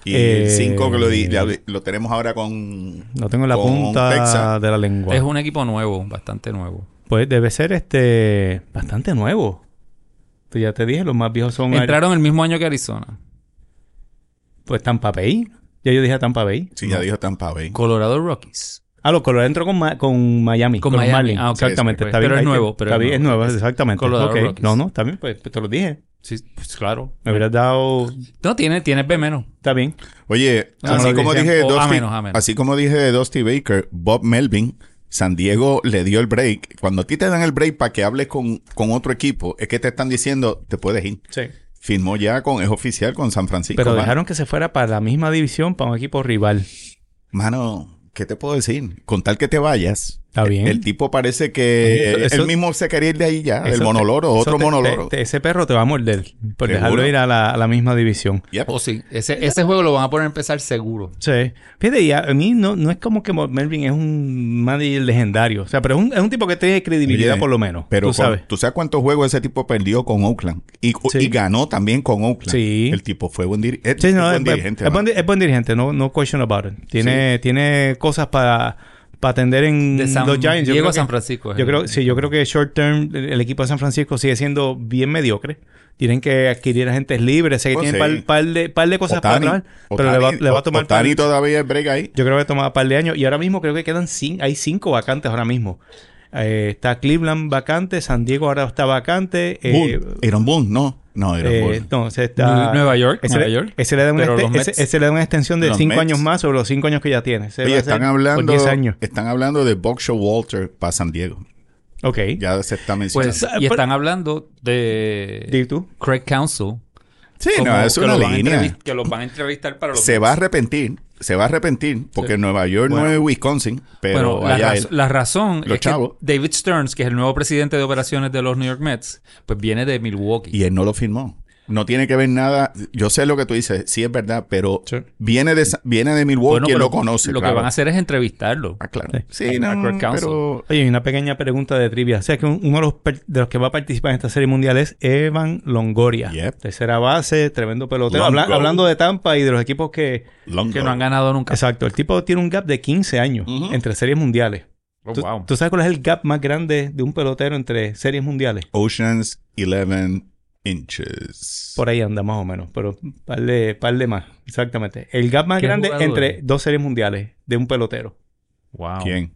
Speaker 1: Y el
Speaker 2: Eh,
Speaker 1: 5 que lo, di- ya lo- lo tenemos ahora con.
Speaker 2: No tengo la
Speaker 1: con
Speaker 2: punta
Speaker 1: Texas.
Speaker 2: de la lengua.
Speaker 3: Es un equipo nuevo, bastante nuevo.
Speaker 2: Pues debe ser este bastante nuevo. Tú ya te dije, los más viejos son
Speaker 3: Entraron el mismo año que Arizona.
Speaker 2: pues Tampa Bay. Ya yo dije a Tampa Bay.
Speaker 1: Sí, ya dijo Tampa Bay.
Speaker 3: Colorado Rockies.
Speaker 2: Ah, los Colorado entró con, Ma- con Miami.
Speaker 3: Con
Speaker 2: los
Speaker 3: Miami.
Speaker 2: Marlins.
Speaker 3: Ah, ok.
Speaker 2: Exactamente.
Speaker 3: Sí,
Speaker 2: está
Speaker 3: pero
Speaker 2: bien.
Speaker 3: es
Speaker 2: Ahí te-
Speaker 3: nuevo, pero
Speaker 2: está
Speaker 3: es
Speaker 2: bien, es
Speaker 3: nuevo.
Speaker 2: nuevo, exactamente.
Speaker 3: Colorado
Speaker 2: Ok.
Speaker 3: Rockies.
Speaker 2: No, no, está bien, pues, pues te lo dije.
Speaker 3: Sí, pues claro.
Speaker 2: Me hubieras dado.
Speaker 3: No, tiene, tiene B menos.
Speaker 2: Está bien.
Speaker 1: Oye,
Speaker 3: Ah,
Speaker 1: así,
Speaker 3: no,
Speaker 1: como
Speaker 3: dicen,
Speaker 1: dije
Speaker 3: oh,
Speaker 1: Dusty,
Speaker 3: a menos, a menos.
Speaker 1: así como dije de Dusty Baker, Bob Melvin, San Diego le dio el break. Cuando a ti te dan el break para que hables con, con otro equipo, es que te están diciendo, te puedes ir.
Speaker 2: Sí.
Speaker 1: Firmó ya con, es oficial con San Francisco.
Speaker 2: Pero
Speaker 1: Man-
Speaker 2: dejaron que se fuera para la misma división, para un equipo rival.
Speaker 1: Mano, ¿qué te puedo decir? Con tal que te vayas.
Speaker 2: Está bien.
Speaker 1: El tipo parece que
Speaker 2: Eso- eso-
Speaker 1: él mismo se quería ir de ahí ya, el
Speaker 2: Eso te-
Speaker 1: monoloro,
Speaker 2: eso
Speaker 1: otro
Speaker 2: te-
Speaker 1: monoloro.
Speaker 2: te- te- ese perro te va a morder por
Speaker 1: Seguro.
Speaker 2: dejarlo ir a la, a la misma división.
Speaker 1: Yep.
Speaker 3: O Oh, sí. Ese, ese juego lo van a poner a empezar seguro.
Speaker 2: Sí. Fíjate, y a a mí no, no es como que Bob Melvin es un manager legendario. O sea, pero es un, es un tipo que tiene credibilidad
Speaker 1: Oye,
Speaker 2: por lo menos.
Speaker 1: Pero
Speaker 2: tú
Speaker 1: cuan-
Speaker 2: sabes.
Speaker 1: ¿tú sabes cuántos juegos ese tipo perdió con Oakland? Y,
Speaker 2: Sí.
Speaker 1: y ganó también con Oakland.
Speaker 2: Sí.
Speaker 1: El tipo fue buen, diri- es-
Speaker 2: Sí, no,
Speaker 1: es
Speaker 2: es,
Speaker 1: buen dirigente.
Speaker 2: es
Speaker 1: mano.
Speaker 2: buen, di- es buen dirigente, no, no question about it. Tiene, tiene cosas para para atender en
Speaker 3: De San
Speaker 2: los Giants. Yo
Speaker 3: Diego
Speaker 2: creo
Speaker 3: a San
Speaker 2: que-
Speaker 3: Francisco. eh. es
Speaker 2: Yo
Speaker 3: el-
Speaker 2: creo, sí, yo creo que short term el el equipo de San Francisco sigue siendo bien mediocre. Tienen que adquirir agentes libres. Sé que
Speaker 1: Pues
Speaker 2: tienen
Speaker 1: sí.
Speaker 2: par, par de, par de cosas
Speaker 1: Ohtani-
Speaker 2: para trabajar, pero le va,
Speaker 1: Ohtani-
Speaker 2: le va a tomar par-
Speaker 1: Ohtani todavía el break ahí.
Speaker 2: Yo creo que tomaba un par de años y ahora mismo creo que quedan cin- hay cinco vacantes ahora mismo. Eh, está Cleveland vacante, San Diego ahora está vacante. eh,
Speaker 1: Bull. Aaron Boone, no. No, Aaron
Speaker 2: eh,
Speaker 1: Boone.
Speaker 2: entonces está.
Speaker 3: Nueva York,
Speaker 2: Ese,
Speaker 3: Nueva
Speaker 2: le,
Speaker 3: York.
Speaker 2: ese le da una
Speaker 3: Pero
Speaker 2: este-
Speaker 3: los Mets-
Speaker 2: ese- ese le da una extensión de
Speaker 1: Los
Speaker 2: 5
Speaker 1: Mets.
Speaker 2: años más sobre los 5 años que ya tiene. Ese va
Speaker 1: Oye,
Speaker 2: a ser
Speaker 1: están hablando,
Speaker 2: Por 10 años.
Speaker 1: están hablando de Boxer Walter para San Diego.
Speaker 2: Ok.
Speaker 1: Ya se está mencionando.
Speaker 3: Pues, y están hablando de
Speaker 2: Di tú.
Speaker 3: Craig Council.
Speaker 1: sí,
Speaker 3: como
Speaker 1: no, es
Speaker 3: que
Speaker 1: una
Speaker 3: lo van a
Speaker 1: línea.
Speaker 3: entrevist- Que los van a entrevistar para los...
Speaker 1: Se va a arrepentir, se va a arrepentir, porque Nueva York no es Wisconsin, pero
Speaker 3: bueno, la,
Speaker 1: allá
Speaker 3: raz-
Speaker 1: él.
Speaker 3: la razón
Speaker 1: Los
Speaker 3: es que
Speaker 1: chavos.
Speaker 3: David Stearns, que es el nuevo presidente de operaciones de los New York Mets, pues viene de Milwaukee.
Speaker 1: Y él no lo firmó. No tiene que ver nada. Yo sé lo que tú dices, sí es verdad, pero
Speaker 2: Sí.
Speaker 1: viene de Sa- viene de Milwaukee,
Speaker 3: Bueno,
Speaker 1: quien
Speaker 3: pero
Speaker 1: lo conoce.
Speaker 3: Lo
Speaker 1: claro.
Speaker 3: que van a hacer es entrevistarlo.
Speaker 1: Ah, claro.
Speaker 2: Sí.
Speaker 1: Sí, no,
Speaker 3: A Craig Counsell.
Speaker 1: pero
Speaker 2: Oye, y una pequeña pregunta de trivia. O sea, que un- uno de los, per- de los que va a participar en esta serie mundial es Evan Longoria.
Speaker 1: Yep.
Speaker 2: Tercera base, tremendo pelotero.
Speaker 1: Longo.
Speaker 2: Habla- hablando de Tampa y de los equipos que...
Speaker 1: Longo.
Speaker 3: Que no han ganado nunca.
Speaker 2: Exacto, el tipo tiene un gap de 15 años
Speaker 1: Ujú.
Speaker 2: entre series mundiales.
Speaker 3: Oh,
Speaker 2: ¿Tú,
Speaker 3: wow.
Speaker 2: tú sabes cuál es el gap más grande de un pelotero entre series mundiales?
Speaker 1: Oceans 11 Inches.
Speaker 2: Por ahí anda más o menos, pero un par de, par de más, exactamente. El gap más
Speaker 3: ¿Qué
Speaker 2: grande
Speaker 3: jugador?
Speaker 2: entre dos series mundiales de un pelotero.
Speaker 3: Wow.
Speaker 1: ¿Quién?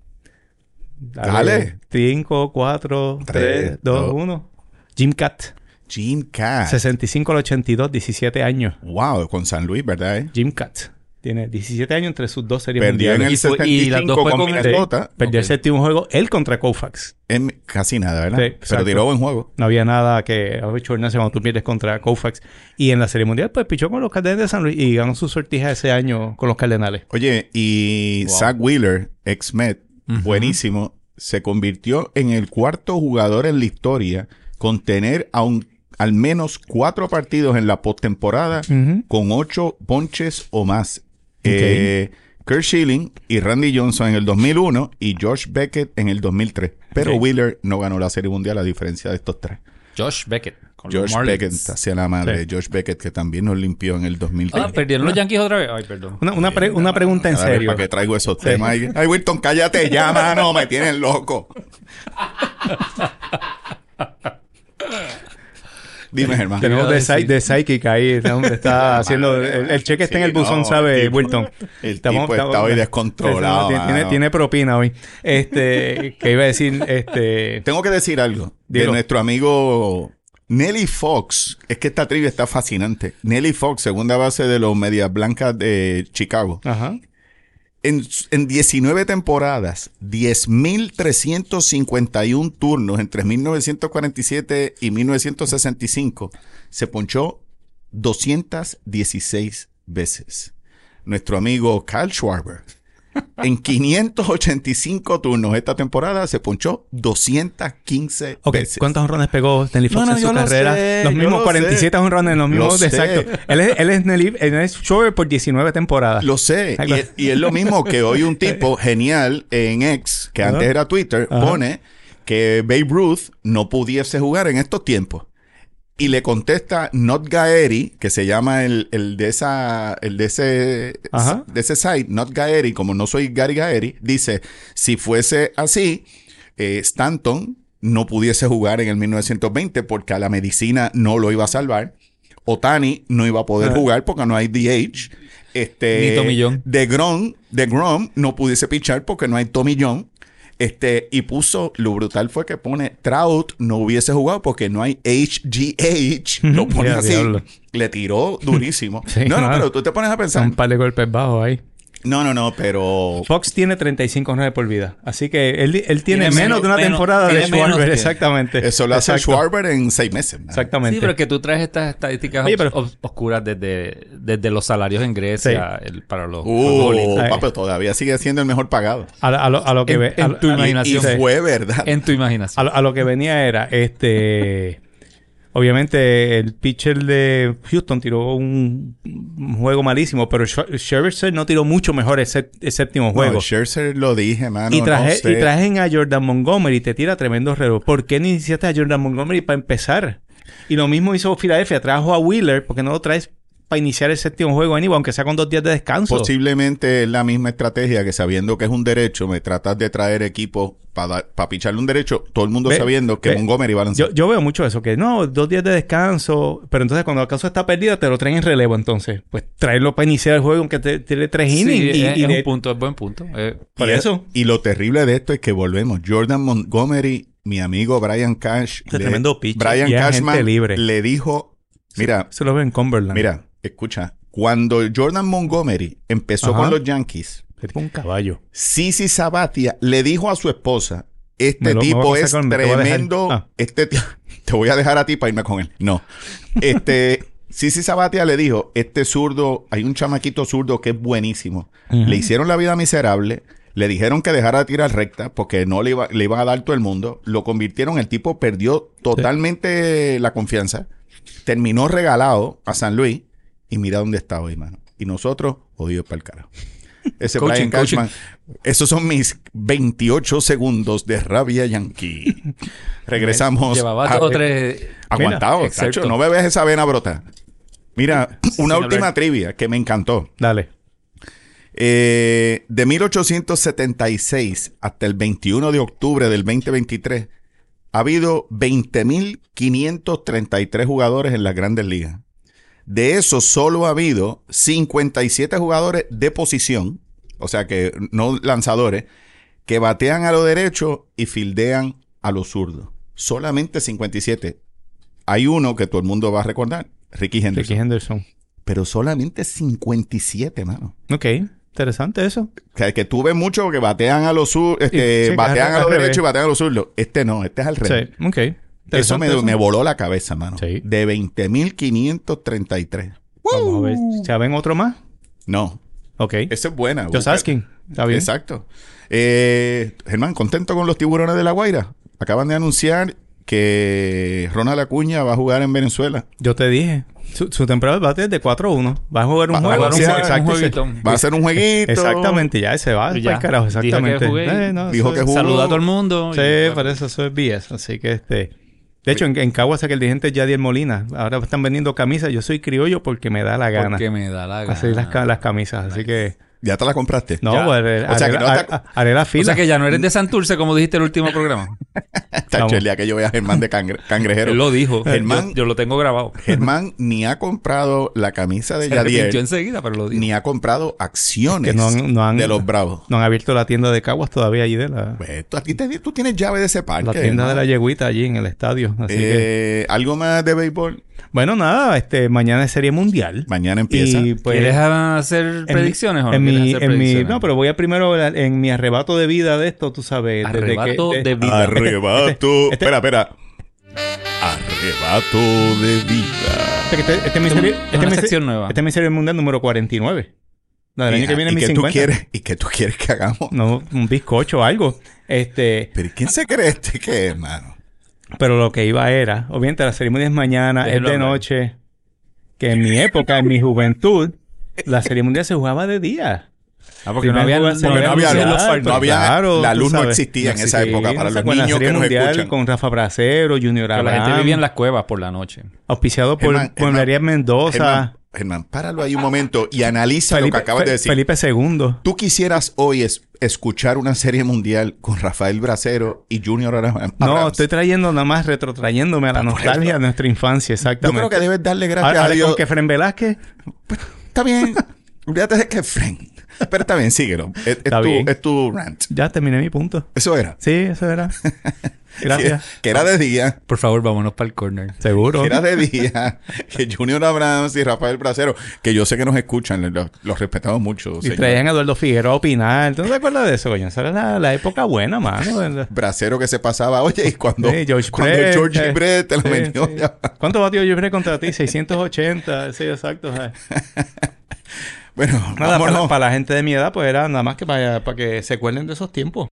Speaker 1: Dale.
Speaker 2: 5, 4,
Speaker 1: Tres,
Speaker 2: 3, 2,
Speaker 1: dos.
Speaker 2: 1. Jim Cat.
Speaker 1: Jim Cash.
Speaker 2: 65 al 82, 17 años.
Speaker 1: Wow, con San Luis, ¿verdad? eh?
Speaker 2: Jim Katz tiene 17 años entre sus dos series
Speaker 1: Perdió en
Speaker 2: mundiales.
Speaker 1: el
Speaker 3: Y fue-
Speaker 1: 75
Speaker 3: y las dos fue
Speaker 1: con
Speaker 3: con el-
Speaker 1: Minnesota.
Speaker 2: Perdió el
Speaker 3: Ok.
Speaker 2: séptimo juego él contra Koufax.
Speaker 1: en casi nada, ¿verdad?
Speaker 2: Sí,
Speaker 1: pero
Speaker 2: exacto.
Speaker 1: tiró buen juego.
Speaker 2: No había nada que había hecho Hernández cuando tú pierdes contra Koufax. Y en la Serie Mundial, pues pichó con los Cardenales de San Luis y ganó su sortija ese año con los Cardenales.
Speaker 1: Oye, y
Speaker 3: Wow.
Speaker 1: Zach Wheeler, ex Met,
Speaker 3: Ujú.
Speaker 1: buenísimo, se convirtió en el cuarto jugador en la historia con tener a un- al menos cuatro partidos en la postemporada con ocho ponches o más. Eh, Kurt Schilling y Randy Johnson en el 2001 y George Beckett en el 2003. Pero
Speaker 3: Ok.
Speaker 1: Wheeler no ganó la Serie Mundial a diferencia de estos tres.
Speaker 3: Josh Beckett. con los
Speaker 1: George
Speaker 3: Marlins.
Speaker 1: Beckett, hacia la madre.
Speaker 2: Sí.
Speaker 1: George Beckett que también nos limpió en el 2003.
Speaker 3: Ah, perdieron los Yankees otra vez. Ay, perdón.
Speaker 2: Una, una, pre- una pregunta en
Speaker 1: Cada vez
Speaker 2: serio.
Speaker 1: Para que traigo esos temas. ahí. Ay, Wilton, cállate ya, mano. Me tienen loco. Dime, hermano.
Speaker 2: Tenemos
Speaker 3: Iba a
Speaker 2: de,
Speaker 3: decir.
Speaker 2: psy- de Psychic ahí, está, hombre, está haciendo... El, el cheque está en el
Speaker 1: Sí, no,
Speaker 2: buzón,
Speaker 1: el
Speaker 2: ¿sabe,
Speaker 1: tipo-
Speaker 2: Wilton?
Speaker 1: el tipo está hoy descontrolado,
Speaker 2: Tiene- Tiene,
Speaker 1: mano.
Speaker 2: tiene propina hoy. Este, que iba a decir, este...
Speaker 1: Tengo que decir algo de
Speaker 2: Dilo.
Speaker 1: nuestro amigo Nelly Fox. Es que esta trivia está fascinante. Nelly Fox, segunda base de los Medias Blancas de Chicago.
Speaker 2: Ajá.
Speaker 1: En, en 19 temporadas, 10.351 turnos entre 1947 y 1965, se ponchó 216 veces. Nuestro amigo Carl Schwarber, en 585 turnos esta temporada, se ponchó 215
Speaker 2: Ok,
Speaker 1: veces.
Speaker 2: ¿cuántos honrones pegó Nelly Fox
Speaker 1: No, no,
Speaker 2: en
Speaker 1: yo
Speaker 2: su
Speaker 1: lo
Speaker 2: carrera?
Speaker 1: sé,
Speaker 2: los
Speaker 1: yo
Speaker 2: mismos
Speaker 1: lo
Speaker 2: 47 honrones, los mismos.
Speaker 1: sé.
Speaker 2: Exacto. Él es, él es Nelly, él es Schwarber por 19 temporadas.
Speaker 1: Lo sé. Y,
Speaker 2: Ay, claro.
Speaker 1: es- y es lo mismo que hoy un tipo genial en X, que
Speaker 2: Ajá.
Speaker 1: antes era Twitter,
Speaker 2: Ajá.
Speaker 1: pone que Babe Ruth no pudiese jugar en estos tiempos. Y le contesta Not Gaeri, que se llama el, el de esa el de ese
Speaker 2: Ajá.
Speaker 1: de ese site, Not Gaeri, como no soy Gary Gaeri, dice, si fuese así, eh, Stanton no pudiese jugar en el 1920 porque a la medicina no lo iba a salvar. Otani no iba a poder
Speaker 2: Ah.
Speaker 1: jugar porque no hay DH. Este,
Speaker 3: Ni Tommy John.
Speaker 1: De Grom, de Grom no pudiese pichar porque no hay Tommy John. Este, y puso, lo brutal fue que pone Trout no hubiese jugado porque no hay HGH. Lo pone
Speaker 2: Ya,
Speaker 1: así.
Speaker 2: diablo.
Speaker 1: Le tiró durísimo.
Speaker 2: Sí,
Speaker 1: no, no,
Speaker 2: claro.
Speaker 1: pero tú te pones a
Speaker 2: Son
Speaker 1: pensar.
Speaker 2: un par de golpes bajos ahí.
Speaker 1: No, no, no, pero.
Speaker 2: Fox tiene 35 honrones por vida. Así que él, él tiene,
Speaker 3: Tiene
Speaker 2: menos,
Speaker 3: menos-
Speaker 2: de una
Speaker 3: menos-
Speaker 2: temporada de
Speaker 3: tiene menos
Speaker 2: Schwarber.
Speaker 3: que-
Speaker 2: Exactamente.
Speaker 1: Eso lo hace
Speaker 2: Exacto.
Speaker 1: Schwarber en seis meses. ¿no?
Speaker 2: Exactamente.
Speaker 3: Sí, pero que tú traes estas estadísticas
Speaker 2: Oye, pero-
Speaker 3: obs- oscuras desde, desde los salarios en Grecia el- para los
Speaker 1: Uh,
Speaker 3: futbolistas.
Speaker 1: papá, todavía sigue siendo el mejor pagado.
Speaker 2: A, la- a lo, a lo que
Speaker 3: En-
Speaker 2: ve-
Speaker 3: en
Speaker 2: a lo-
Speaker 3: tu
Speaker 1: Y
Speaker 2: a-
Speaker 3: imaginación.
Speaker 2: sí.
Speaker 1: fue verdad.
Speaker 3: En tu imaginación.
Speaker 2: A lo, a lo que venía era, este... Obviamente, el pitcher de Houston tiró un un juego malísimo, pero Schwa- Scherzer no tiró mucho mejor ese, ese séptimo
Speaker 1: No,
Speaker 2: juego.
Speaker 1: Scherzer lo dije, mano.
Speaker 2: y,
Speaker 1: Ah, no
Speaker 2: traje,
Speaker 1: sé.
Speaker 2: y trajen a Jordan Montgomery y te tira tremendo reloj. ¿Por qué no iniciaste a Jordan Montgomery para empezar? Y lo mismo hizo Filadelfia. Trajo a Wheeler. ¿Por qué no lo traes para iniciar el séptimo juego, anyway, aunque sea con dos días de descanso.
Speaker 1: Pues Posiblemente es la misma estrategia que sabiendo que es un derecho, me tratas de traer equipo para picharle un derecho, todo el mundo
Speaker 2: Ve,
Speaker 1: sabiendo que
Speaker 2: ve.
Speaker 1: Montgomery va a lanzar.
Speaker 2: Yo, yo veo mucho eso, que no, dos días de descanso, pero entonces cuando acaso está perdida, te lo traen en relevo entonces. Pues traerlo para iniciar el juego, aunque te tire tres
Speaker 3: Sí,
Speaker 2: innings. y,
Speaker 3: es,
Speaker 2: y
Speaker 3: es
Speaker 2: de-
Speaker 3: un punto, es buen punto. Eh,
Speaker 2: por
Speaker 1: y,
Speaker 2: eso.
Speaker 1: Y lo terrible de esto es que volvemos. Jordan Montgomery, mi amigo Brian Cash.
Speaker 2: Este tremendo pitcher.
Speaker 1: Brian
Speaker 2: Y es
Speaker 1: Cashman
Speaker 2: gente libre.
Speaker 1: le dijo: Mira,
Speaker 2: Se lo veo en Cumberland.
Speaker 1: mira, escucha. Cuando Jordan Montgomery empezó
Speaker 2: Ajá.
Speaker 1: con los Yankees,
Speaker 2: Es tipo un caballo.
Speaker 1: Sisi Sabatia le dijo a su esposa: Este
Speaker 2: Me lo- me
Speaker 1: tipo
Speaker 2: voy a
Speaker 1: es
Speaker 2: sacar, me te voy a dejar".
Speaker 1: tremendo.
Speaker 2: Ah.
Speaker 1: Este ti- te voy a dejar a ti para irme con él. No. Este. Sisi Sabatia le dijo: Este zurdo, hay un chamaquito zurdo que es buenísimo. Le hicieron la vida miserable. Le dijeron que dejara de tirar recta porque no le iba, le iban a dar todo el mundo. Lo convirtieron. El tipo perdió totalmente la confianza. Terminó regalado a San Luis. Y mira dónde está hoy, mano. Y nosotros, jodidos para el carajo. Ese Brian
Speaker 3: Coaching, coaching.
Speaker 1: Cashman. Esos son mis 28 segundos de rabia yankee. Regresamos.
Speaker 3: Llevaba
Speaker 1: a-
Speaker 3: dos o tres.
Speaker 1: Aguantado,
Speaker 3: Mira,
Speaker 1: chacho,
Speaker 3: exacto.
Speaker 1: No me ves esa vena brotar. Mira, una
Speaker 3: hablar.
Speaker 1: última trivia que me encantó.
Speaker 2: Dale.
Speaker 1: Eh, de 1876 hasta el 21 de octubre del 2023, ha habido 20.533 jugadores en las grandes ligas. De esos, solo ha habido 57 jugadores de posición, o sea que no lanzadores, que batean a lo derecho y fildean a lo zurdo. Solamente 57. Hay uno que todo el mundo va a recordar, Ricky Henderson.
Speaker 2: Ricky Henderson.
Speaker 1: Pero solamente 57, mano.
Speaker 2: Ok, interesante eso.
Speaker 1: Que, que tú ves mucho que batean a los sur, este,
Speaker 2: Sí, sí,
Speaker 1: batean
Speaker 2: al-
Speaker 1: a los
Speaker 2: al revés.
Speaker 1: derechos y batean a los zurdos. Este no, este es al
Speaker 2: Sí,
Speaker 1: revés.
Speaker 2: ok.
Speaker 1: Eso
Speaker 2: Interesante
Speaker 1: me, me voló la cabeza, mano.
Speaker 2: Sí.
Speaker 1: De 20.533.
Speaker 2: Vamos a ver. ¿Saben otro más?
Speaker 1: No,
Speaker 2: Ok.
Speaker 1: esa es buena.
Speaker 2: Just
Speaker 1: Búscala.
Speaker 2: asking. Está bien.
Speaker 1: Exacto. Eh, Germán, ¿contento con los tiburones de La Guaira? Acaban de anunciar que Ronald Acuña va a jugar en Venezuela.
Speaker 2: Yo te dije. Su, su temporada de bate es de 4-1. Va a jugar un
Speaker 1: Va-
Speaker 2: juego.
Speaker 1: va a
Speaker 2: sí,
Speaker 1: jugar un
Speaker 2: exacto, sí.
Speaker 3: jueguito.
Speaker 1: Va a hacer un jueguito.
Speaker 2: Exactamente, ya ese va.
Speaker 3: Ya.
Speaker 2: pa'l carajo,
Speaker 3: Dijo que
Speaker 2: exactamente. Eh,
Speaker 3: jugué.
Speaker 2: no,
Speaker 1: Dijo
Speaker 2: eso
Speaker 1: que
Speaker 2: es-
Speaker 1: jugó.
Speaker 3: Saluda a todo el mundo.
Speaker 2: Uh, Sí,
Speaker 3: Y-
Speaker 2: para eso, eso es BS. Así que este. De hecho, en, en Cagua saqué el dirigente Yadier Molina. Ahora están vendiendo camisas. Yo soy criollo porque me da la gana.
Speaker 3: Porque me da la gana.
Speaker 2: Así las, ca- las camisas. Así que.
Speaker 1: ¿Ya te la compraste?
Speaker 2: No,
Speaker 3: Ya.
Speaker 2: pues, eh,
Speaker 1: O sea,
Speaker 2: haré,
Speaker 1: que no
Speaker 2: la-
Speaker 1: está-
Speaker 2: ha- haré la fila.
Speaker 3: O sea que ya no eres de Santurce, como dijiste en el último programa.
Speaker 1: Está
Speaker 2: ah, vamos.
Speaker 1: chévere que yo vea a Germán de cangre- cangrejero.
Speaker 3: Él lo dijo.
Speaker 1: eh, Germán-
Speaker 3: Yo, yo lo tengo grabado.
Speaker 1: Germán ni ha comprado la camisa de
Speaker 3: Se arrepintió
Speaker 1: Yadier,
Speaker 3: enseguida, pero lo dijo.
Speaker 1: ni ha comprado acciones
Speaker 2: Que no han- no han-
Speaker 1: de los Bravos.
Speaker 2: No han abierto la tienda de Caguas todavía allí de la,
Speaker 1: Pues, tú, a ti te- tú tienes llave de ese parque.
Speaker 2: la tienda de
Speaker 1: ¿no?
Speaker 2: la yegüita allí en el estadio. Así que.
Speaker 1: Eh, Algo más de béisbol.
Speaker 2: Bueno, nada, este, mañana es serie mundial.
Speaker 1: Mañana empieza.
Speaker 2: Y pues.
Speaker 3: ¿Quieres hacer
Speaker 2: en mi-
Speaker 3: predicciones o no
Speaker 2: en
Speaker 3: quieres
Speaker 2: mi,
Speaker 3: hacer
Speaker 2: en mi-
Speaker 3: predicciones?
Speaker 2: no, pero voy a primero la- en mi arrebato de vida de esto, tú sabes. desde que- eh,
Speaker 3: Arrebato de vida.
Speaker 1: Arrebato.
Speaker 2: Este- este-
Speaker 1: espera, espera. Arrebato de vida.
Speaker 2: Este, este- este es mi
Speaker 3: Es
Speaker 2: serie-
Speaker 3: una
Speaker 2: este es mi se-
Speaker 3: sección nueva.
Speaker 2: Este es mi serie mundial número 49. La del año que viene
Speaker 1: y
Speaker 2: mi
Speaker 1: que tú
Speaker 2: 50.
Speaker 1: quieres, y que tú quieres que hagamos.
Speaker 2: No, un bizcocho o algo. Este,
Speaker 1: Pero ¿y ¿quién se cree este que es, mano?
Speaker 2: pero lo que iba era, obviamente la ceremonia es mañana,
Speaker 3: Déjelo
Speaker 2: es de
Speaker 3: hablar.
Speaker 2: noche. Que en mi época, en mi juventud, la serie mundial se jugaba de día.
Speaker 3: Ah, porque no había,
Speaker 2: Primero
Speaker 3: no
Speaker 1: Porque no
Speaker 3: había
Speaker 1: había
Speaker 3: luces en
Speaker 1: luz,
Speaker 3: los
Speaker 1: no
Speaker 3: fardos.
Speaker 1: había- la luz
Speaker 2: tú
Speaker 1: no existía en esa época, para
Speaker 2: o sea,
Speaker 1: los
Speaker 2: con la
Speaker 1: niños
Speaker 2: serie
Speaker 1: que nos
Speaker 2: mundial,
Speaker 1: escuchan.
Speaker 2: Con Rafa Bracero, Junior
Speaker 3: Que
Speaker 2: Abraham.
Speaker 3: la gente vivía en las cuevas por la noche.
Speaker 2: Auspiciado por
Speaker 1: Germán,
Speaker 2: Pueblería
Speaker 1: Germán,
Speaker 2: Mendoza.
Speaker 1: Germán, Germán, páralo ahí un momento y analiza lo que acabas de
Speaker 2: Fe-
Speaker 1: decir.
Speaker 2: Felipe II.
Speaker 1: ¿Tú quisieras hoy es- escuchar una serie mundial con Rafael Bracero y Junior Abraham?
Speaker 2: No,
Speaker 1: Abrams?
Speaker 2: estoy trayendo nada más, retrotrayéndome a la nostalgia de nuestra infancia,
Speaker 1: Yo
Speaker 2: exactamente.
Speaker 1: creo que debes darle gracias
Speaker 2: Ahora
Speaker 1: a
Speaker 2: ahora
Speaker 1: Dios.
Speaker 2: con Kefren Velázquez,
Speaker 1: Está bien. Olvídate de que Frank. Pero está bien, síguelo. Es, es
Speaker 2: Está
Speaker 1: tu,
Speaker 2: bien.
Speaker 1: es tu rant.
Speaker 2: ya terminé mi punto.
Speaker 1: Eso era.
Speaker 2: Sí, eso era. Gracias.
Speaker 1: Que, que era de día.
Speaker 3: Por favor, vámonos para el corner.
Speaker 2: Seguro.
Speaker 1: que era de día. Que Junior Abrams y Rafael Bracero, que yo sé que nos escuchan, los, los respetamos mucho.
Speaker 2: Y
Speaker 1: señor.
Speaker 2: traían a Eduardo Figueroa a opinar. ¿Tú no te acuerdas de eso, coño? Esa era la, la época buena, mano. El-
Speaker 1: Bracero que se pasaba. Oye, y cuando,
Speaker 2: Sí, George
Speaker 1: cuando
Speaker 2: Brett,
Speaker 1: George
Speaker 2: eh,
Speaker 1: Brett te la
Speaker 2: sí,
Speaker 1: metió.
Speaker 2: sí. ¿Cuánto batió yo Brett contra ti? 680. Sí, exacto. ¿sabes?
Speaker 1: Bueno,
Speaker 2: Nada, para,
Speaker 1: vámonos.
Speaker 2: la- para la gente de mi edad, pues era nada más que para, para que se cuelen de esos tiempos.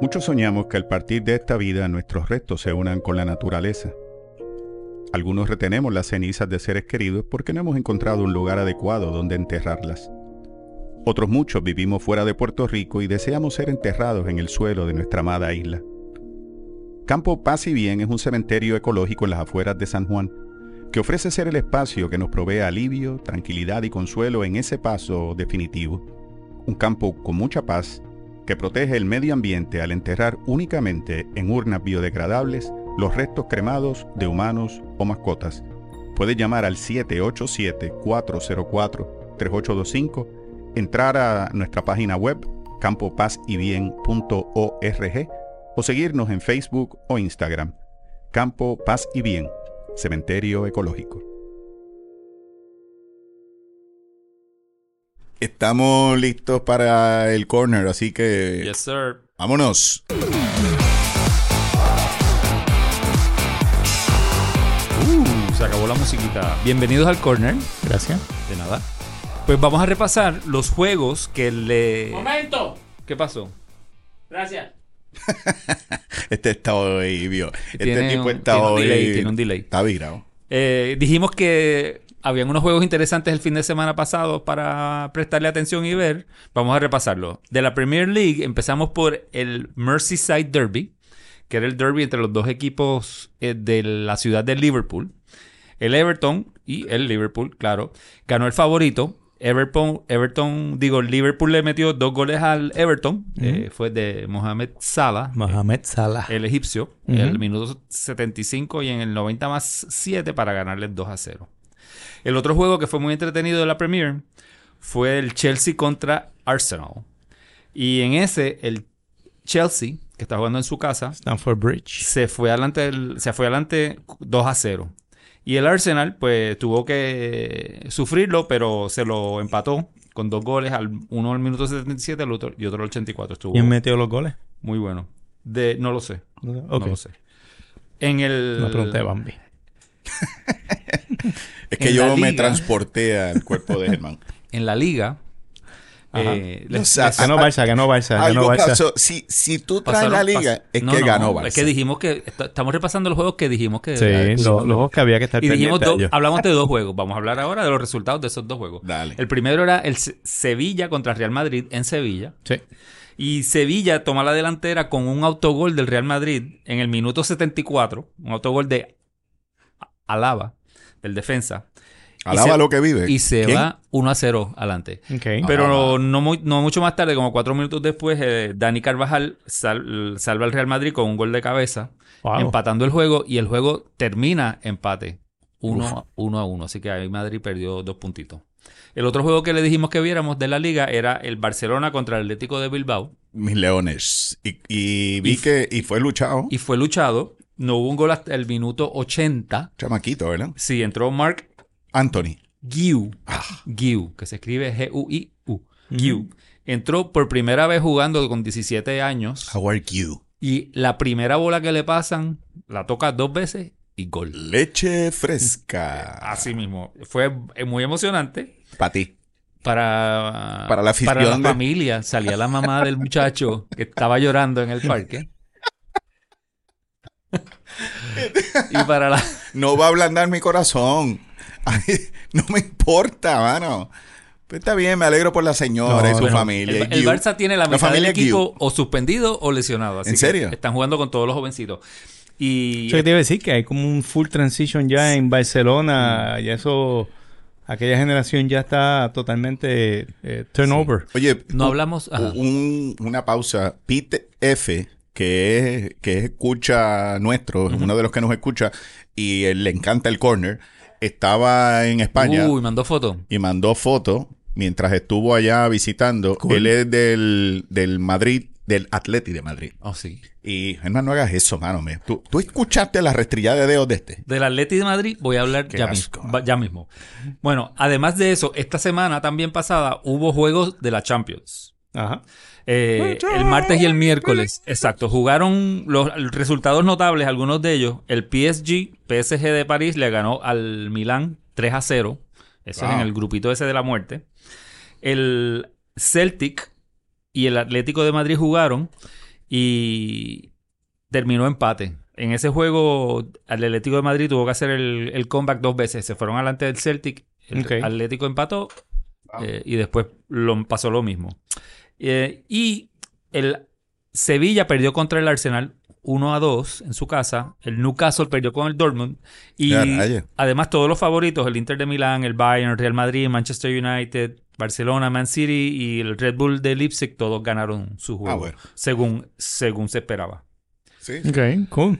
Speaker 1: Muchos soñamos que al partir de esta vida nuestros restos se unan con la naturaleza. Algunos retenemos las cenizas de seres queridos porque no hemos encontrado un lugar adecuado donde enterrarlas. Otros muchos vivimos fuera de Puerto Rico y deseamos ser enterrados en el suelo de nuestra amada isla. Campo Paz y Bien es un cementerio ecológico en las afueras de San Juan, que ofrece ser el espacio que nos provee alivio, tranquilidad y consuelo en ese paso definitivo. Un campo con mucha paz que protege el medio ambiente al enterrar únicamente en urnas biodegradables los restos cremados de humanos o mascotas. Puede llamar al 787-404-3825, entrar a nuestra página web campopazybien.org o seguirnos en Facebook o Instagram. Campo Paz y Bien, Cementerio Ecológico. Estamos listos para el corner, así que
Speaker 3: Yes, sir.
Speaker 1: vámonos.
Speaker 3: Uh, se acabó la musiquita. Bienvenidos al corner.
Speaker 2: Gracias.
Speaker 3: De nada. Pues vamos a repasar los juegos que le.
Speaker 4: ¡Momento!
Speaker 3: ¿Qué pasó?
Speaker 4: Gracias.
Speaker 1: Este está hoy, vio. Este
Speaker 3: Tiene
Speaker 1: tipo
Speaker 3: un-
Speaker 1: está
Speaker 3: tiene un
Speaker 1: hoy.
Speaker 3: delay, tiene un delay.
Speaker 1: Está virado.
Speaker 3: Eh, dijimos que habían unos juegos interesantes el fin de semana pasado para prestarle atención y ver. Vamos a repasarlo. De la Premier League empezamos por el Merseyside Derby, que era el derby entre los dos equipos eh, de la ciudad de Liverpool. El Everton y el Liverpool, claro, ganó el favorito. Everton, Everton, digo, Liverpool le metió dos goles al Everton. Eh, fue de Mohamed Salah,
Speaker 2: Mohamed Salah.
Speaker 3: el egipcio
Speaker 2: Ujú.
Speaker 3: en el minuto 75 y en el 90 más 7 para ganarles 2 a 0. El otro juego que fue muy entretenido de la Premier fue el Chelsea contra Arsenal. Y en ese, el Chelsea, que está jugando en su casa,
Speaker 2: Stanford Bridge.
Speaker 3: se fue adelante, del- se fue adelante 2 a 0. Y el Arsenal, pues, tuvo que eh, sufrirlo, pero se lo empató con dos goles, al, uno al minuto 77 al otro- y otro al
Speaker 1: Uh.
Speaker 3: 84. Estuvo
Speaker 2: ¿Quién metió los goles?
Speaker 3: muy bueno. De, no lo sé.
Speaker 2: Ok.
Speaker 3: No lo sé. En el.
Speaker 2: Me pregunté, Bambi.
Speaker 1: Es que
Speaker 3: En
Speaker 1: yo
Speaker 3: la
Speaker 1: me
Speaker 3: liga.
Speaker 1: transporté al cuerpo de Germán.
Speaker 3: En la liga.
Speaker 2: Ajá.
Speaker 3: eh,
Speaker 1: O
Speaker 3: les-
Speaker 1: sea,
Speaker 2: Que no Barça, que no Barça, que no
Speaker 1: Algo
Speaker 2: Barça.
Speaker 1: pasó. Si, si tú traes la
Speaker 3: pasaron-
Speaker 1: liga,
Speaker 3: pas-
Speaker 1: es
Speaker 3: No,
Speaker 1: que
Speaker 3: no,
Speaker 1: ganó Barça.
Speaker 3: Es que dijimos que. est- Estamos repasando los juegos que dijimos que.
Speaker 2: Sí, lo- los juegos que había que estar
Speaker 3: y dijimos
Speaker 2: pendiente a
Speaker 3: dos-
Speaker 2: ellos.
Speaker 3: hablamos de dos juegos. Vamos a hablar ahora de los resultados de esos dos juegos.
Speaker 1: Dale.
Speaker 3: El primero era el Se- Sevilla contra Real Madrid en Sevilla.
Speaker 2: Sí.
Speaker 3: Y Sevilla toma la delantera con un autogol del Real Madrid en el minuto 74. Un autogol de Alaba, del defensa. Y
Speaker 1: Alaba
Speaker 3: se-
Speaker 1: lo que vive.
Speaker 3: Y se
Speaker 1: ¿Quién?
Speaker 3: va 1 a 0 adelante.
Speaker 2: Ok.
Speaker 3: Pero
Speaker 1: Ah.
Speaker 3: no, mu- no mucho más tarde, como cuatro minutos después, eh, Dani Carvajal sal- salva al Real Madrid con un gol de cabeza,
Speaker 2: Wow.
Speaker 3: empatando el juego y el juego termina empate. Uno, uno a uno. Así que ahí Madrid perdió dos puntitos. El otro juego que le dijimos que viéramos de la liga era el Barcelona contra el Atlético de Bilbao.
Speaker 1: Mis leones. Y, y vi
Speaker 3: Y-
Speaker 1: que. Y fue luchado.
Speaker 3: Y fue luchado. No hubo un gol hasta el minuto 80.
Speaker 1: Chamaquito, ¿verdad?
Speaker 3: Sí, entró Mark
Speaker 1: Anthony.
Speaker 3: Guiu. Guiu, que se escribe G-U-I-U.
Speaker 2: Ah. Ujú.
Speaker 3: Guiu. Entró por primera vez jugando con 17 años.
Speaker 1: How are you?
Speaker 3: Y la primera bola que le pasan, la toca dos veces y gol.
Speaker 1: Leche fresca.
Speaker 3: Así mismo. Fue eh, muy emocionante
Speaker 1: Para ti.
Speaker 3: para,
Speaker 1: Para la afición
Speaker 3: para la
Speaker 1: de-
Speaker 3: familia. Salía la mamá del muchacho que estaba llorando en el parque. y para la...
Speaker 1: No va a ablandar mi corazón. Ay, no me importa, mano. Pero está bien, me alegro por la señora
Speaker 2: No,
Speaker 1: y su
Speaker 2: pero
Speaker 1: familia.
Speaker 3: El,
Speaker 1: Y
Speaker 3: el
Speaker 1: you.
Speaker 3: Barça tiene la mitad del
Speaker 1: familia Guiu.
Speaker 3: equipo o suspendido o lesionado. Así
Speaker 1: ¿En
Speaker 3: que
Speaker 1: serio?
Speaker 3: están jugando con todos los jovencitos. Y
Speaker 2: Eso que te iba a decir que hay como un full transition ya en Barcelona. Ya eso. Aquella generación ya está totalmente eh, turnover.
Speaker 1: Oye,
Speaker 3: no
Speaker 1: u-
Speaker 3: hablamos... ajá.
Speaker 1: un- una pausa. Pete F, que es, que es escucha nuestro, es uno de los que nos escucha, y él le encanta el corner, estaba en España
Speaker 3: Uy, mandó foto.
Speaker 1: y mandó foto mientras estuvo allá visitando.
Speaker 2: Cool.
Speaker 1: Él es del, del Madrid, del Atleti de Madrid.
Speaker 3: Oh, sí.
Speaker 1: Y, hermano, no hagas eso, mano. me- ¿Tú, tú escuchaste la restrillada de dedos de este.
Speaker 3: Del Atleti de Madrid voy a hablar
Speaker 1: Qué
Speaker 3: ya,
Speaker 1: asco.
Speaker 3: mismo, va- ya mismo. Bueno, además de eso, esta semana también pasada hubo juegos de la Champions.
Speaker 2: Ajá.
Speaker 3: Eh, el martes y el miércoles, exacto. Jugaron los resultados notables, algunos de ellos. El PSG, PSG de París, le ganó al Milán 3 a 0. Eso
Speaker 1: Wow.
Speaker 3: es en el grupito ese de la muerte. El Celtic y el Atlético de Madrid jugaron y terminó empate. En ese juego, el Atlético de Madrid tuvo que hacer el, el comeback dos veces. Se fueron adelante del Celtic, el
Speaker 2: Ok.
Speaker 3: Atlético empató eh, y después lo- pasó lo mismo. Eh, y el Sevilla perdió contra el Arsenal 1 a 2 en su casa. El Newcastle perdió con el Dortmund. Y
Speaker 1: Ya, rayos.
Speaker 3: además todos los favoritos, el Inter de Milán, el Bayern, el Real Madrid, Manchester United, Barcelona, Man City y el Red Bull de Leipzig, todos ganaron su juego.
Speaker 1: Ah, bueno.
Speaker 3: según, según se esperaba.
Speaker 1: Sí, sí.
Speaker 2: Ok, cool.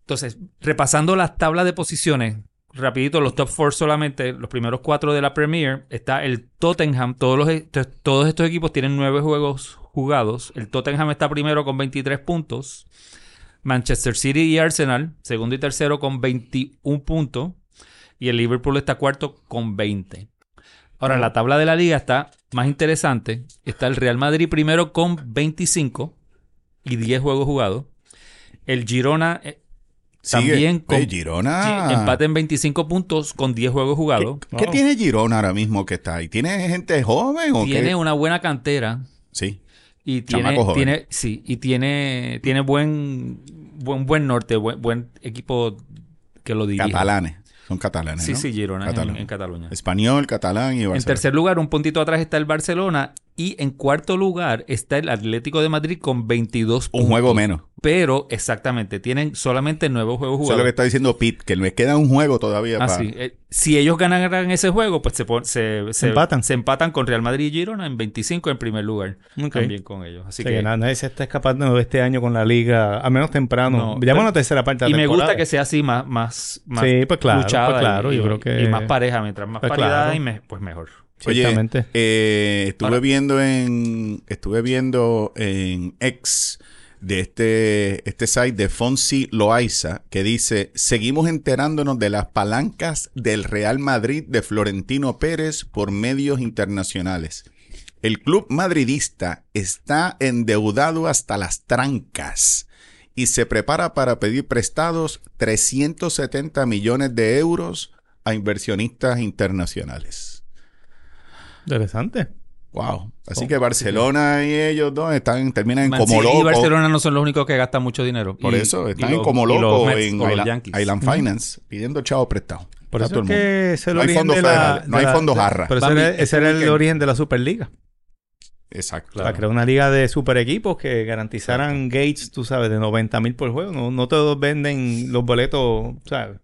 Speaker 3: Entonces, repasando las tablas de posiciones, rapidito, los top four solamente, los primeros cuatro de la Premier, está el Tottenham. Todos, los, e- to- todos estos equipos tienen nueve juegos jugados. El Tottenham está primero con 23 puntos. Manchester City y Arsenal, segundo y tercero con 21 puntos. Y el Liverpool está cuarto con 20. Ahora, la tabla de la liga está más interesante. Está el Real Madrid primero con 25 y 10 juegos jugados. El Girona eh,
Speaker 1: Sigue.
Speaker 3: también con-
Speaker 1: Oye, Girona.
Speaker 3: Sí, empate en 25 puntos con 10 juegos jugados.
Speaker 1: ¿Qué, qué tiene Girona ahora mismo que está ahí? ¿Tiene gente joven o
Speaker 3: Tiene
Speaker 1: qué?
Speaker 3: una buena cantera
Speaker 1: Sí.
Speaker 3: y tiene,
Speaker 1: Chamaco joven.
Speaker 3: tiene sí, y tiene tiene buen buen buen norte, buen, buen equipo que lo dirige.
Speaker 1: Catalanes. Son catalanes.
Speaker 3: Sí,
Speaker 1: ¿no?
Speaker 3: sí, Girona en-
Speaker 1: Catalán.
Speaker 3: en Cataluña.
Speaker 1: Español, catalán y
Speaker 3: En
Speaker 1: Barcelona.
Speaker 3: tercer lugar, un puntito atrás está el Barcelona y en cuarto lugar está el Atlético de Madrid con 22 puntos.
Speaker 1: Un juego menos.
Speaker 3: Pero exactamente, tienen solamente nueve
Speaker 1: Eso
Speaker 3: juegos
Speaker 1: es lo
Speaker 3: jugados.
Speaker 1: que está diciendo Pete, que les queda un juego todavía
Speaker 3: Ah,
Speaker 1: para.
Speaker 3: sí. Eh, si ellos ganaran ese juego, pues se, pon- se, se-
Speaker 2: Empatan.
Speaker 3: se empatan con Real Madrid y Girona en 25 en primer lugar.
Speaker 2: Ok.
Speaker 3: También con ellos.
Speaker 2: O
Speaker 3: Así
Speaker 2: sea,
Speaker 3: que,
Speaker 2: que nada, nadie se está escapando de este año con la liga, a menos temprano.
Speaker 3: No,
Speaker 2: ya
Speaker 3: pero-
Speaker 2: la tercera parte de
Speaker 3: y
Speaker 2: la
Speaker 3: me gusta
Speaker 2: temporada.
Speaker 3: que sea así más, más, más
Speaker 2: Sí, pues claro,
Speaker 3: luchada
Speaker 2: pues
Speaker 3: y-
Speaker 2: claro,
Speaker 3: y,
Speaker 2: yo creo que-
Speaker 3: y más pareja. Mientras más
Speaker 2: Pues
Speaker 3: paridad,
Speaker 2: claro.
Speaker 3: y me- pues mejor.
Speaker 1: Oye,
Speaker 2: Ciertamente.
Speaker 1: eh, estuve
Speaker 3: Ahora-
Speaker 1: viendo en estuve viendo en ex de este este site de Fonsi Loaiza que dice, "Seguimos enterándonos de las palancas del Real Madrid de Florentino Pérez por medios internacionales. El club madridista está endeudado hasta las trancas." y se prepara para pedir prestados 370 millones de euros a inversionistas internacionales.
Speaker 2: Interesante.
Speaker 1: Wow. Así que Barcelona y ellos dos están, terminan en
Speaker 3: Man
Speaker 1: como
Speaker 3: City y
Speaker 1: locos.
Speaker 3: Barcelona no son los únicos que gastan mucho dinero.
Speaker 1: Por
Speaker 3: Y-
Speaker 1: eso
Speaker 3: y
Speaker 1: están
Speaker 3: los-
Speaker 1: como
Speaker 3: y los
Speaker 1: locos
Speaker 3: Mets
Speaker 1: en
Speaker 3: o los
Speaker 1: Island,
Speaker 3: Yankees.
Speaker 1: Island Finance pidiendo chavo prestado.
Speaker 2: Por
Speaker 1: A
Speaker 2: eso
Speaker 1: todo
Speaker 2: es
Speaker 1: el mundo.
Speaker 2: que es el
Speaker 1: No hay
Speaker 2: origen
Speaker 1: fondos
Speaker 2: de la...
Speaker 1: federales, no hay fondos
Speaker 2: jarra.
Speaker 1: jarra.
Speaker 2: Pero ese
Speaker 3: Bambi,
Speaker 2: era,
Speaker 3: este
Speaker 2: ese era el
Speaker 1: weekend-
Speaker 2: origen de la Superliga.
Speaker 1: Exacto.
Speaker 2: O sea, crear una liga de super equipos que garantizaran gates, tú sabes, de 90 mil por juego. No, no te venden los boletos, ¿sabes?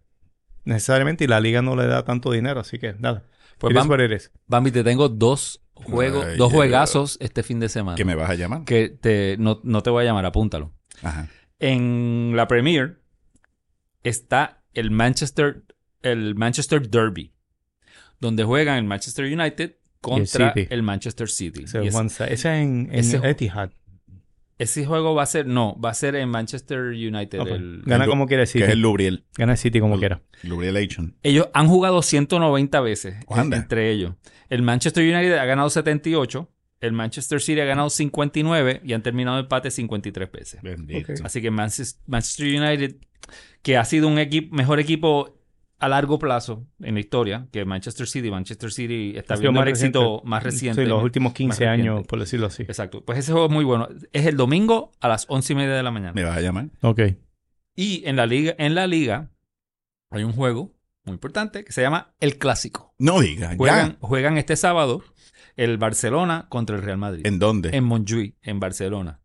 Speaker 2: Necesariamente, y la liga no le da tanto dinero, así que nada.
Speaker 3: Pues
Speaker 2: It is
Speaker 3: Bam-
Speaker 2: what it is.
Speaker 3: Bambi, te tengo dos juegos,
Speaker 1: Ay,
Speaker 3: dos
Speaker 1: ya.
Speaker 3: juegazos este fin de semana.
Speaker 1: Que me vas a llamar.
Speaker 3: Que te, no, no te voy a llamar, apúntalo.
Speaker 1: Ajá.
Speaker 3: En la Premier está el Manchester, el Manchester Derby, donde juegan el Manchester United contra
Speaker 2: City.
Speaker 3: el, Manchester City.
Speaker 2: Ese
Speaker 3: Y ese-
Speaker 2: one side- ese en, en
Speaker 3: ese-
Speaker 2: Etihad.
Speaker 3: ese juego va a ser, no, va a ser en Manchester United.
Speaker 2: Ah, pues,
Speaker 3: el-
Speaker 2: Gana
Speaker 1: el-
Speaker 2: como quiera el
Speaker 1: Que es
Speaker 2: City.
Speaker 1: el Lubriel.
Speaker 2: Gana el City como quiera.
Speaker 1: Lubriel Agent.
Speaker 3: ellos han jugado 190 veces en-
Speaker 1: Anda.
Speaker 3: entre ellos. El Manchester United ha ganado 78, el Manchester City ha ganado 59 y han terminado empate 53 veces.
Speaker 1: Bendito.
Speaker 2: Ok.
Speaker 3: Así que Manchester Manchester United, que ha sido un equipo, mejor equipo a largo plazo en la historia que Manchester City. Manchester City está
Speaker 2: Ha sido
Speaker 3: viendo
Speaker 2: más
Speaker 3: el éxito
Speaker 2: reciente.
Speaker 3: más reciente.
Speaker 2: Sí, los últimos
Speaker 3: más
Speaker 2: 15
Speaker 3: reciente.
Speaker 2: años, por decirlo así.
Speaker 3: Exacto. Pues ese juego es muy bueno. Es el domingo a las once y media de la mañana.
Speaker 1: Me vas a llamar.
Speaker 2: Ok.
Speaker 3: Y en la liga, en la liga hay un juego muy importante que se llama El Clásico.
Speaker 1: No digas.
Speaker 3: Juegan,
Speaker 1: Ya.
Speaker 3: juegan este sábado el Barcelona contra el Real Madrid.
Speaker 1: ¿En dónde?
Speaker 3: En Montjuic, en Barcelona.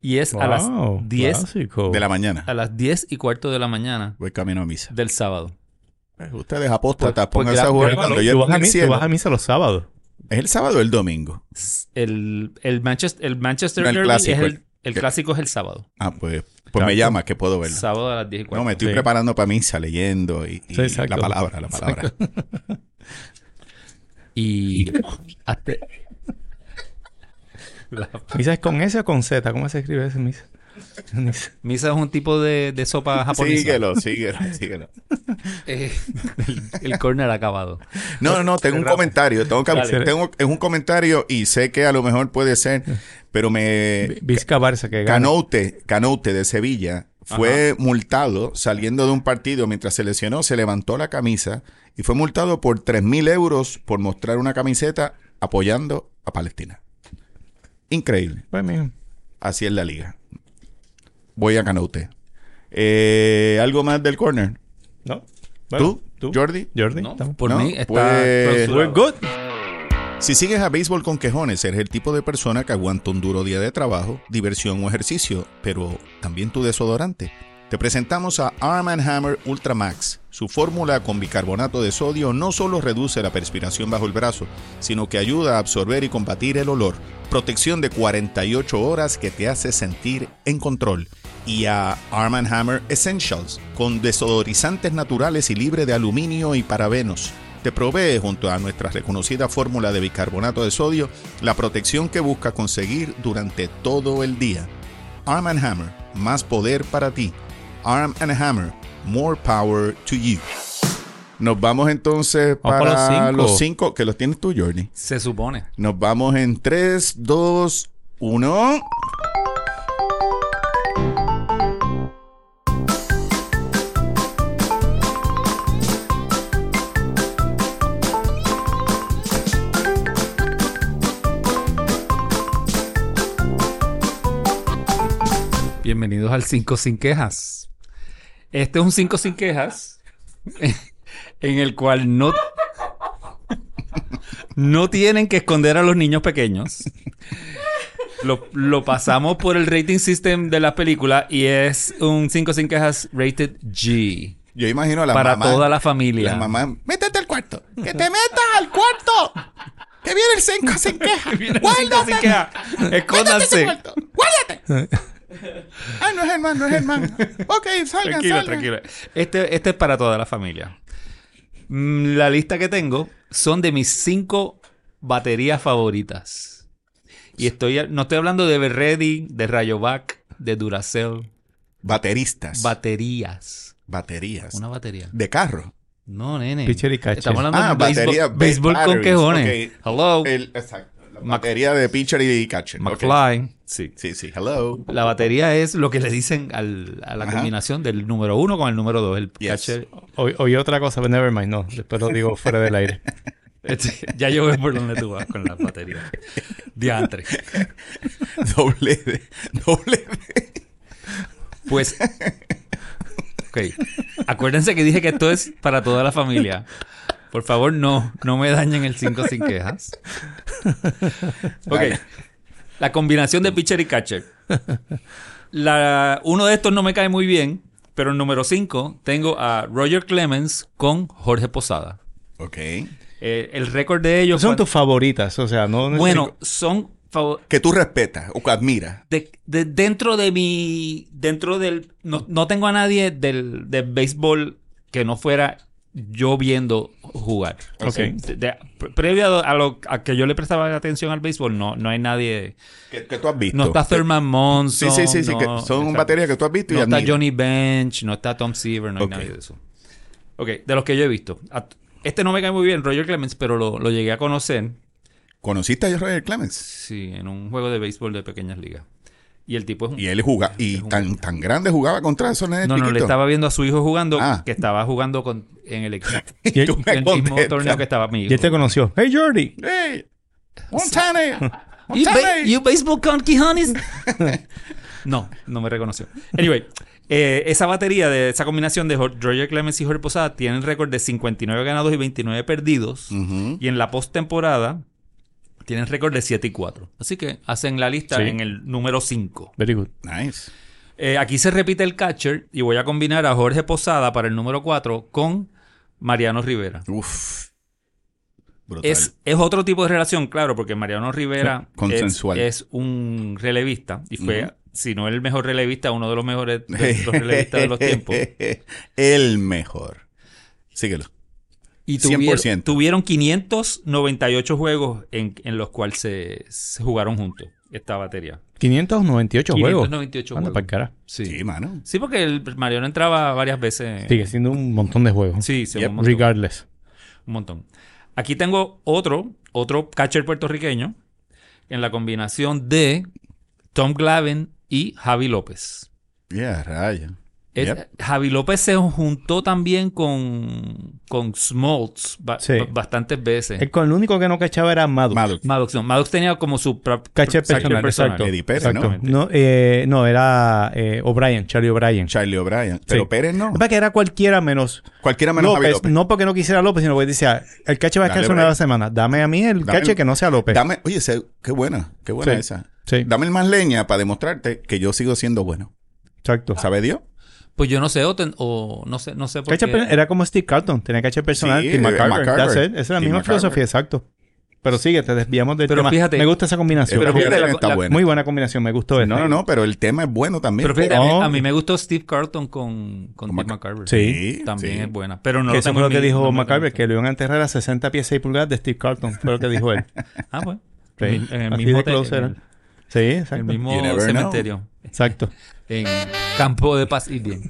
Speaker 3: Y es a las
Speaker 2: Wow,
Speaker 3: 10
Speaker 2: clásico.
Speaker 1: De la mañana.
Speaker 3: a las 10 y cuarto de la mañana
Speaker 1: Voy camino a misa.
Speaker 3: del sábado.
Speaker 1: Eh, Ustedes apóstatas,
Speaker 3: Pues- pues
Speaker 1: pónganse a
Speaker 3: grá-
Speaker 1: jugar
Speaker 3: grábalo.
Speaker 1: cuando
Speaker 2: Tú
Speaker 1: yo
Speaker 2: vas a
Speaker 1: el
Speaker 2: mi- tú
Speaker 1: cielo.
Speaker 2: vas a misa los sábados.
Speaker 1: ¿Es el sábado o el domingo?
Speaker 3: El, el Manchester, el Manchester
Speaker 1: No, el
Speaker 3: Derby
Speaker 1: clásico,
Speaker 3: es el,
Speaker 1: el-
Speaker 3: el clásico es el sábado.
Speaker 1: Ah, pues, pues
Speaker 2: Exacto.
Speaker 1: me llama, que puedo verlo.
Speaker 3: Sábado a las 10 y cuarto.
Speaker 1: No, me estoy
Speaker 2: Sí.
Speaker 1: preparando para misa, leyendo y, y
Speaker 2: Sí, exacto.
Speaker 1: la palabra, la palabra.
Speaker 3: Y hasta- la
Speaker 2: ¿Misa es con S o con Z? ¿Cómo se escribe ese misa? Misa.
Speaker 3: misa es un tipo de, de sopa japonesa.
Speaker 1: síguelo, síguelo, síguelo.
Speaker 3: Eh, el, el corner acabado.
Speaker 1: No, no, no, tengo un comentario. Tengo que-
Speaker 2: Dale.
Speaker 1: tengo, es un comentario y sé que a lo mejor puede ser, pero me...
Speaker 3: Eh,
Speaker 2: Vi- Vizca Barça que gana.
Speaker 1: Canoute, Canoute de Sevilla fue multado saliendo de un partido mientras se lesionó, se levantó la camisa y fue multado por 3 mil euros por mostrar una camiseta apoyando a Palestina. Increíble.
Speaker 2: Pues, mijo.
Speaker 1: Así es la liga. Voy a Canoute. Eh, ¿Algo más del corner?
Speaker 2: No.
Speaker 1: ¿Tú? ¿Jordi?
Speaker 2: Jordi.
Speaker 3: No,
Speaker 2: estamos-
Speaker 3: por
Speaker 1: No,
Speaker 3: mí está
Speaker 1: pues-
Speaker 3: clausurado.
Speaker 2: We're good.
Speaker 1: Si sigues a Béisbol con Quejones, eres el tipo de persona que aguanta un duro día de trabajo, diversión o ejercicio, pero también tu desodorante. Te presentamos a Arm Hammer Ultramax. Su fórmula con bicarbonato de sodio no solo reduce la perspiración bajo el brazo, sino que ayuda a absorber y combatir el olor. Protección de 48 horas que te hace sentir en control. Y a Arm Hammer Essentials, con desodorizantes naturales y libre de aluminio y parabenos te provee junto a nuestra reconocida fórmula de bicarbonato de sodio la protección que busca conseguir durante todo el día. Arm ⁇ Hammer, más poder para ti. Arm ⁇ Hammer, more power to you. Nos vamos entonces
Speaker 2: Vamos
Speaker 1: para,
Speaker 2: para los cinco.
Speaker 1: los cinco, que los tienes tú, Jordi.
Speaker 3: Se supone.
Speaker 1: Nos vamos en 3, 2, 1.
Speaker 3: Bienvenidos al 5 sin quejas. Este es un 5 sin quejas en el cual no no tienen que esconder a los niños pequeños. Lo, lo pasamos por el rating system de las películas y es un 5 sin quejas rated G.
Speaker 1: Yo imagino a la
Speaker 3: para
Speaker 1: mamá.
Speaker 3: toda la familia.
Speaker 1: La mamá, métete al cuarto. Que te metas al cuarto. Que viene el 5 sin queja.
Speaker 3: Viene el cinco
Speaker 1: Guárdate.
Speaker 3: sin quejas.
Speaker 1: Métete ese
Speaker 3: Escóndanse.
Speaker 1: cuarto. Guárdate. Ah, no es Germán, no es Germán. Ok, salgan,
Speaker 3: Tranquilo,
Speaker 1: salgan.
Speaker 3: tranquilo. Este, este es para toda la familia. Mm, La lista que tengo son de mis cinco baterías favoritas. Y estoy, no estoy hablando de Berredi, de Rayovac, de Duracell.
Speaker 1: Bateristas.
Speaker 3: Baterías.
Speaker 1: baterías.
Speaker 3: Una batería.
Speaker 1: De carro.
Speaker 3: No, nene.
Speaker 2: Pitcher y catcher.
Speaker 3: Estamos hablando
Speaker 1: Ah,
Speaker 3: de béisbol,
Speaker 1: batería, ba-
Speaker 3: béisbol con
Speaker 1: batteries,
Speaker 3: quejones.
Speaker 1: ok.
Speaker 3: Hello.
Speaker 1: El- exacto. La
Speaker 3: Mac-
Speaker 1: batería de pitcher y catcher. ok.
Speaker 3: McFly. Sí.
Speaker 1: Sí, sí. Hello.
Speaker 3: La batería es lo que le dicen al- a la
Speaker 1: Ajá.
Speaker 3: combinación del número uno con el número dos. El
Speaker 1: Yes.
Speaker 3: catcher.
Speaker 2: Oí oí otra cosa, pero never mind, no. Después lo digo fuera del aire.
Speaker 3: Este, ya yo veo por dónde tú vas con las baterías. Diantre.
Speaker 1: Doble D. Doble D.
Speaker 3: Pues. Ok. Acuérdense que dije que esto es para toda la familia. Por favor, no, no me dañen el 5 sin quejas. Ok.
Speaker 1: Dale.
Speaker 3: La combinación de pitcher y catcher. La, uno de estos no me cae muy bien, pero en número 5 tengo a Roger Clemens con Jorge Posada.
Speaker 1: Ok.
Speaker 3: Eh, el récord de ellos.
Speaker 2: Son
Speaker 3: cuando-
Speaker 2: tus favoritas, o sea, no... no-
Speaker 3: bueno, son favor-
Speaker 1: Que tú respetas o que admiras.
Speaker 3: de, de- dentro de mi dentro del no, no tengo a nadie del, del béisbol que no fuera yo viendo jugar
Speaker 2: Ok.
Speaker 3: De- de- pre- previo a lo a que yo le prestaba atención al béisbol no no hay nadie
Speaker 1: Que, que tú has visto.
Speaker 3: no está Thurman
Speaker 1: Sí,
Speaker 3: Monson
Speaker 1: sí, sí. sí
Speaker 3: no-
Speaker 1: que son
Speaker 3: exacto.
Speaker 1: baterías que tú has visto y
Speaker 3: no está
Speaker 1: admiras.
Speaker 3: Johnny Bench no está Tom Seaver no hay
Speaker 1: Ok.
Speaker 3: nadie de eso ok de los que yo he visto A- este no me cae muy bien Roger Clemens pero lo, lo llegué a conocer
Speaker 1: ¿Conociste a Roger Clemens?
Speaker 3: sí en un juego de béisbol de pequeñas ligas y el tipo es un
Speaker 1: Y él jugaba. Y
Speaker 3: Es un-
Speaker 1: tan, tan grande jugaba contra esos nenes
Speaker 3: No, no, le
Speaker 1: chiquitos.
Speaker 3: estaba viendo a su hijo jugando,
Speaker 1: Ah.
Speaker 3: que estaba jugando con, en el, equipo-
Speaker 2: Y él-
Speaker 1: Tú me
Speaker 3: en el mismo
Speaker 1: contestas.
Speaker 3: torneo que estaba mi
Speaker 2: y este
Speaker 3: hijo.
Speaker 2: él te conoció. ¡Hey, Jordi!
Speaker 1: ¡Ey! ¡Montana!
Speaker 3: You, ba-
Speaker 1: ¡Montana!
Speaker 3: you baseball con Quijones? no, no me reconoció. Anyway, eh, esa batería de esa combinación de Jor- Roger Clemens y Jorge Posada tiene el récord de 59 ganados y 29 perdidos.
Speaker 1: Ujú.
Speaker 3: Y en la postemporada tienen récord de 7 y 4. Así que hacen la lista
Speaker 2: Sí.
Speaker 3: en el número 5.
Speaker 2: Very good.
Speaker 1: Nice.
Speaker 3: Eh, aquí se repite el catcher y voy a combinar a Jorge Posada para el número 4 con Mariano Rivera.
Speaker 1: Uf. Brutal.
Speaker 3: Es, es otro tipo de relación, claro, porque Mariano Rivera
Speaker 1: Sí, consensual.
Speaker 3: Es, es un relevista y fue,
Speaker 1: Ujú.
Speaker 3: si no el mejor relevista, uno de los mejores de- los relevistas de los tiempos.
Speaker 1: El mejor. Síguelo.
Speaker 3: Y tuvieron,
Speaker 1: 100%.
Speaker 3: tuvieron 598 juegos en, en los cuales se, se jugaron juntos esta batería.
Speaker 2: 598 juegos.
Speaker 3: 598
Speaker 2: Anda
Speaker 3: juegos.
Speaker 2: para cara.
Speaker 3: Sí.
Speaker 1: Sí,
Speaker 3: sí.
Speaker 1: mano.
Speaker 3: porque el Mariano entraba varias veces.
Speaker 2: Sigue siendo un montón de juegos.
Speaker 3: Sí, se
Speaker 1: Yep.
Speaker 3: un montón.
Speaker 2: Regardless.
Speaker 3: Un montón. Aquí tengo otro, otro catcher puertorriqueño en la combinación de Tom Glavin y Javi López.
Speaker 1: Ya, raya.
Speaker 3: Es-
Speaker 1: Yep.
Speaker 3: Javi López se juntó también con, con Smoltz ba-
Speaker 2: Sí.
Speaker 3: ba- bastantes veces.
Speaker 2: El, con- el único que no cachaba era Maddox.
Speaker 1: Maddox.
Speaker 3: Maddox, no. Maddox tenía como su pro-
Speaker 2: Caché
Speaker 3: caché
Speaker 2: personal,
Speaker 3: personal.
Speaker 2: exacto.
Speaker 1: Eddie Pérez,
Speaker 2: Exacto.
Speaker 3: ¿no?
Speaker 2: No, eh, no, era eh, O'Brien, Charlie O'Brien.
Speaker 1: Charlie O'Brien. Pero
Speaker 2: Sí.
Speaker 1: Pérez no.
Speaker 2: Es para que era cualquiera menos,
Speaker 1: Cualquiera menos Javi
Speaker 2: López.
Speaker 1: López.
Speaker 2: No porque no quisiera a López, sino porque decía, el cache va a
Speaker 1: Dale
Speaker 2: descansar una
Speaker 1: break.
Speaker 2: vez a la semana. Dame a mí el
Speaker 1: Dame-
Speaker 2: cache que no sea López.
Speaker 1: Dame, oye, se- qué buena, qué buena
Speaker 2: Sí.
Speaker 1: esa.
Speaker 2: Sí,
Speaker 1: Dame el más leña para demostrarte que yo sigo siendo bueno.
Speaker 2: exacto.
Speaker 1: ¿Sabe Dios?
Speaker 3: Pues yo no sé, o, ten- o no sé, no sé por
Speaker 2: Cache
Speaker 3: qué.
Speaker 2: per- era como Steve Carlton, tenía caché personal.
Speaker 1: Sí,
Speaker 2: Tim
Speaker 1: eh,
Speaker 2: McCarver.
Speaker 1: McCarver.
Speaker 2: That's it. Esa es la
Speaker 1: Tim
Speaker 2: misma
Speaker 1: McCarver.
Speaker 2: filosofía, exacto. Pero sigue, te desviamos del
Speaker 3: Pero
Speaker 2: tema.
Speaker 3: fíjate-
Speaker 2: me gusta esa combinación.
Speaker 1: Pero
Speaker 3: Pero fíjate, la-
Speaker 1: está
Speaker 3: la-
Speaker 1: bueno.
Speaker 2: Muy buena combinación, me gustó.
Speaker 1: No,
Speaker 2: esa.
Speaker 1: no, no, pero el tema es bueno también.
Speaker 3: Pero fíjate, a, mí,
Speaker 2: Oh.
Speaker 3: a mí me gustó Steve Carlton con, con
Speaker 1: Con
Speaker 3: Tim
Speaker 1: Mac-
Speaker 3: McCarver.
Speaker 2: Sí,
Speaker 3: También
Speaker 1: sí.
Speaker 3: es buena. Pero no
Speaker 2: que
Speaker 3: lo
Speaker 2: eso
Speaker 3: tengo
Speaker 2: fue lo
Speaker 3: en
Speaker 2: que
Speaker 3: mi-
Speaker 2: dijo
Speaker 3: no lo
Speaker 2: McCarver, que
Speaker 3: tengo.
Speaker 2: lo iban a enterrar a 60 pies 6 pulgadas de Steve Carlton. Fue lo que dijo él.
Speaker 3: Ah, bueno.
Speaker 2: Sí,
Speaker 3: En el
Speaker 2: así
Speaker 3: mismo,
Speaker 2: de
Speaker 3: te-
Speaker 2: close
Speaker 3: en
Speaker 2: era.
Speaker 3: el-
Speaker 2: Sí,
Speaker 3: en el
Speaker 2: exacto.
Speaker 3: mismo
Speaker 1: You never
Speaker 3: cementerio.
Speaker 2: Exacto.
Speaker 3: En Campo de Paz y Bien.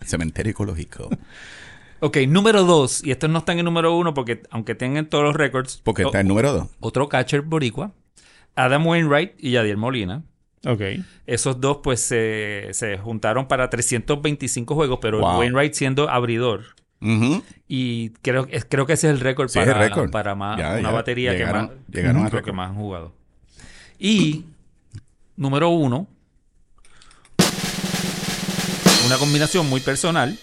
Speaker 1: Cementerio ecológico.
Speaker 3: Ok, número dos. Y estos no están en número uno porque, aunque tengan todos los récords.
Speaker 1: Porque
Speaker 3: o-
Speaker 1: está el número dos.
Speaker 3: Otro catcher boricua. Adam Wainwright y Yadier Molina.
Speaker 2: Ok.
Speaker 3: Esos dos, pues, se, se juntaron para 325 juegos, pero
Speaker 1: Wow.
Speaker 3: Wainwright siendo abridor.
Speaker 1: Ujú.
Speaker 3: Y creo, es- creo que ese es el récord
Speaker 1: Sí,
Speaker 3: para,
Speaker 1: es el récord.
Speaker 3: para más,
Speaker 1: Ya,
Speaker 3: una
Speaker 1: ya.
Speaker 3: batería
Speaker 1: Llegaron-
Speaker 3: que más,
Speaker 1: llegaron al
Speaker 3: creo que
Speaker 1: récord.
Speaker 3: más han jugado. Y número uno, una combinación muy personal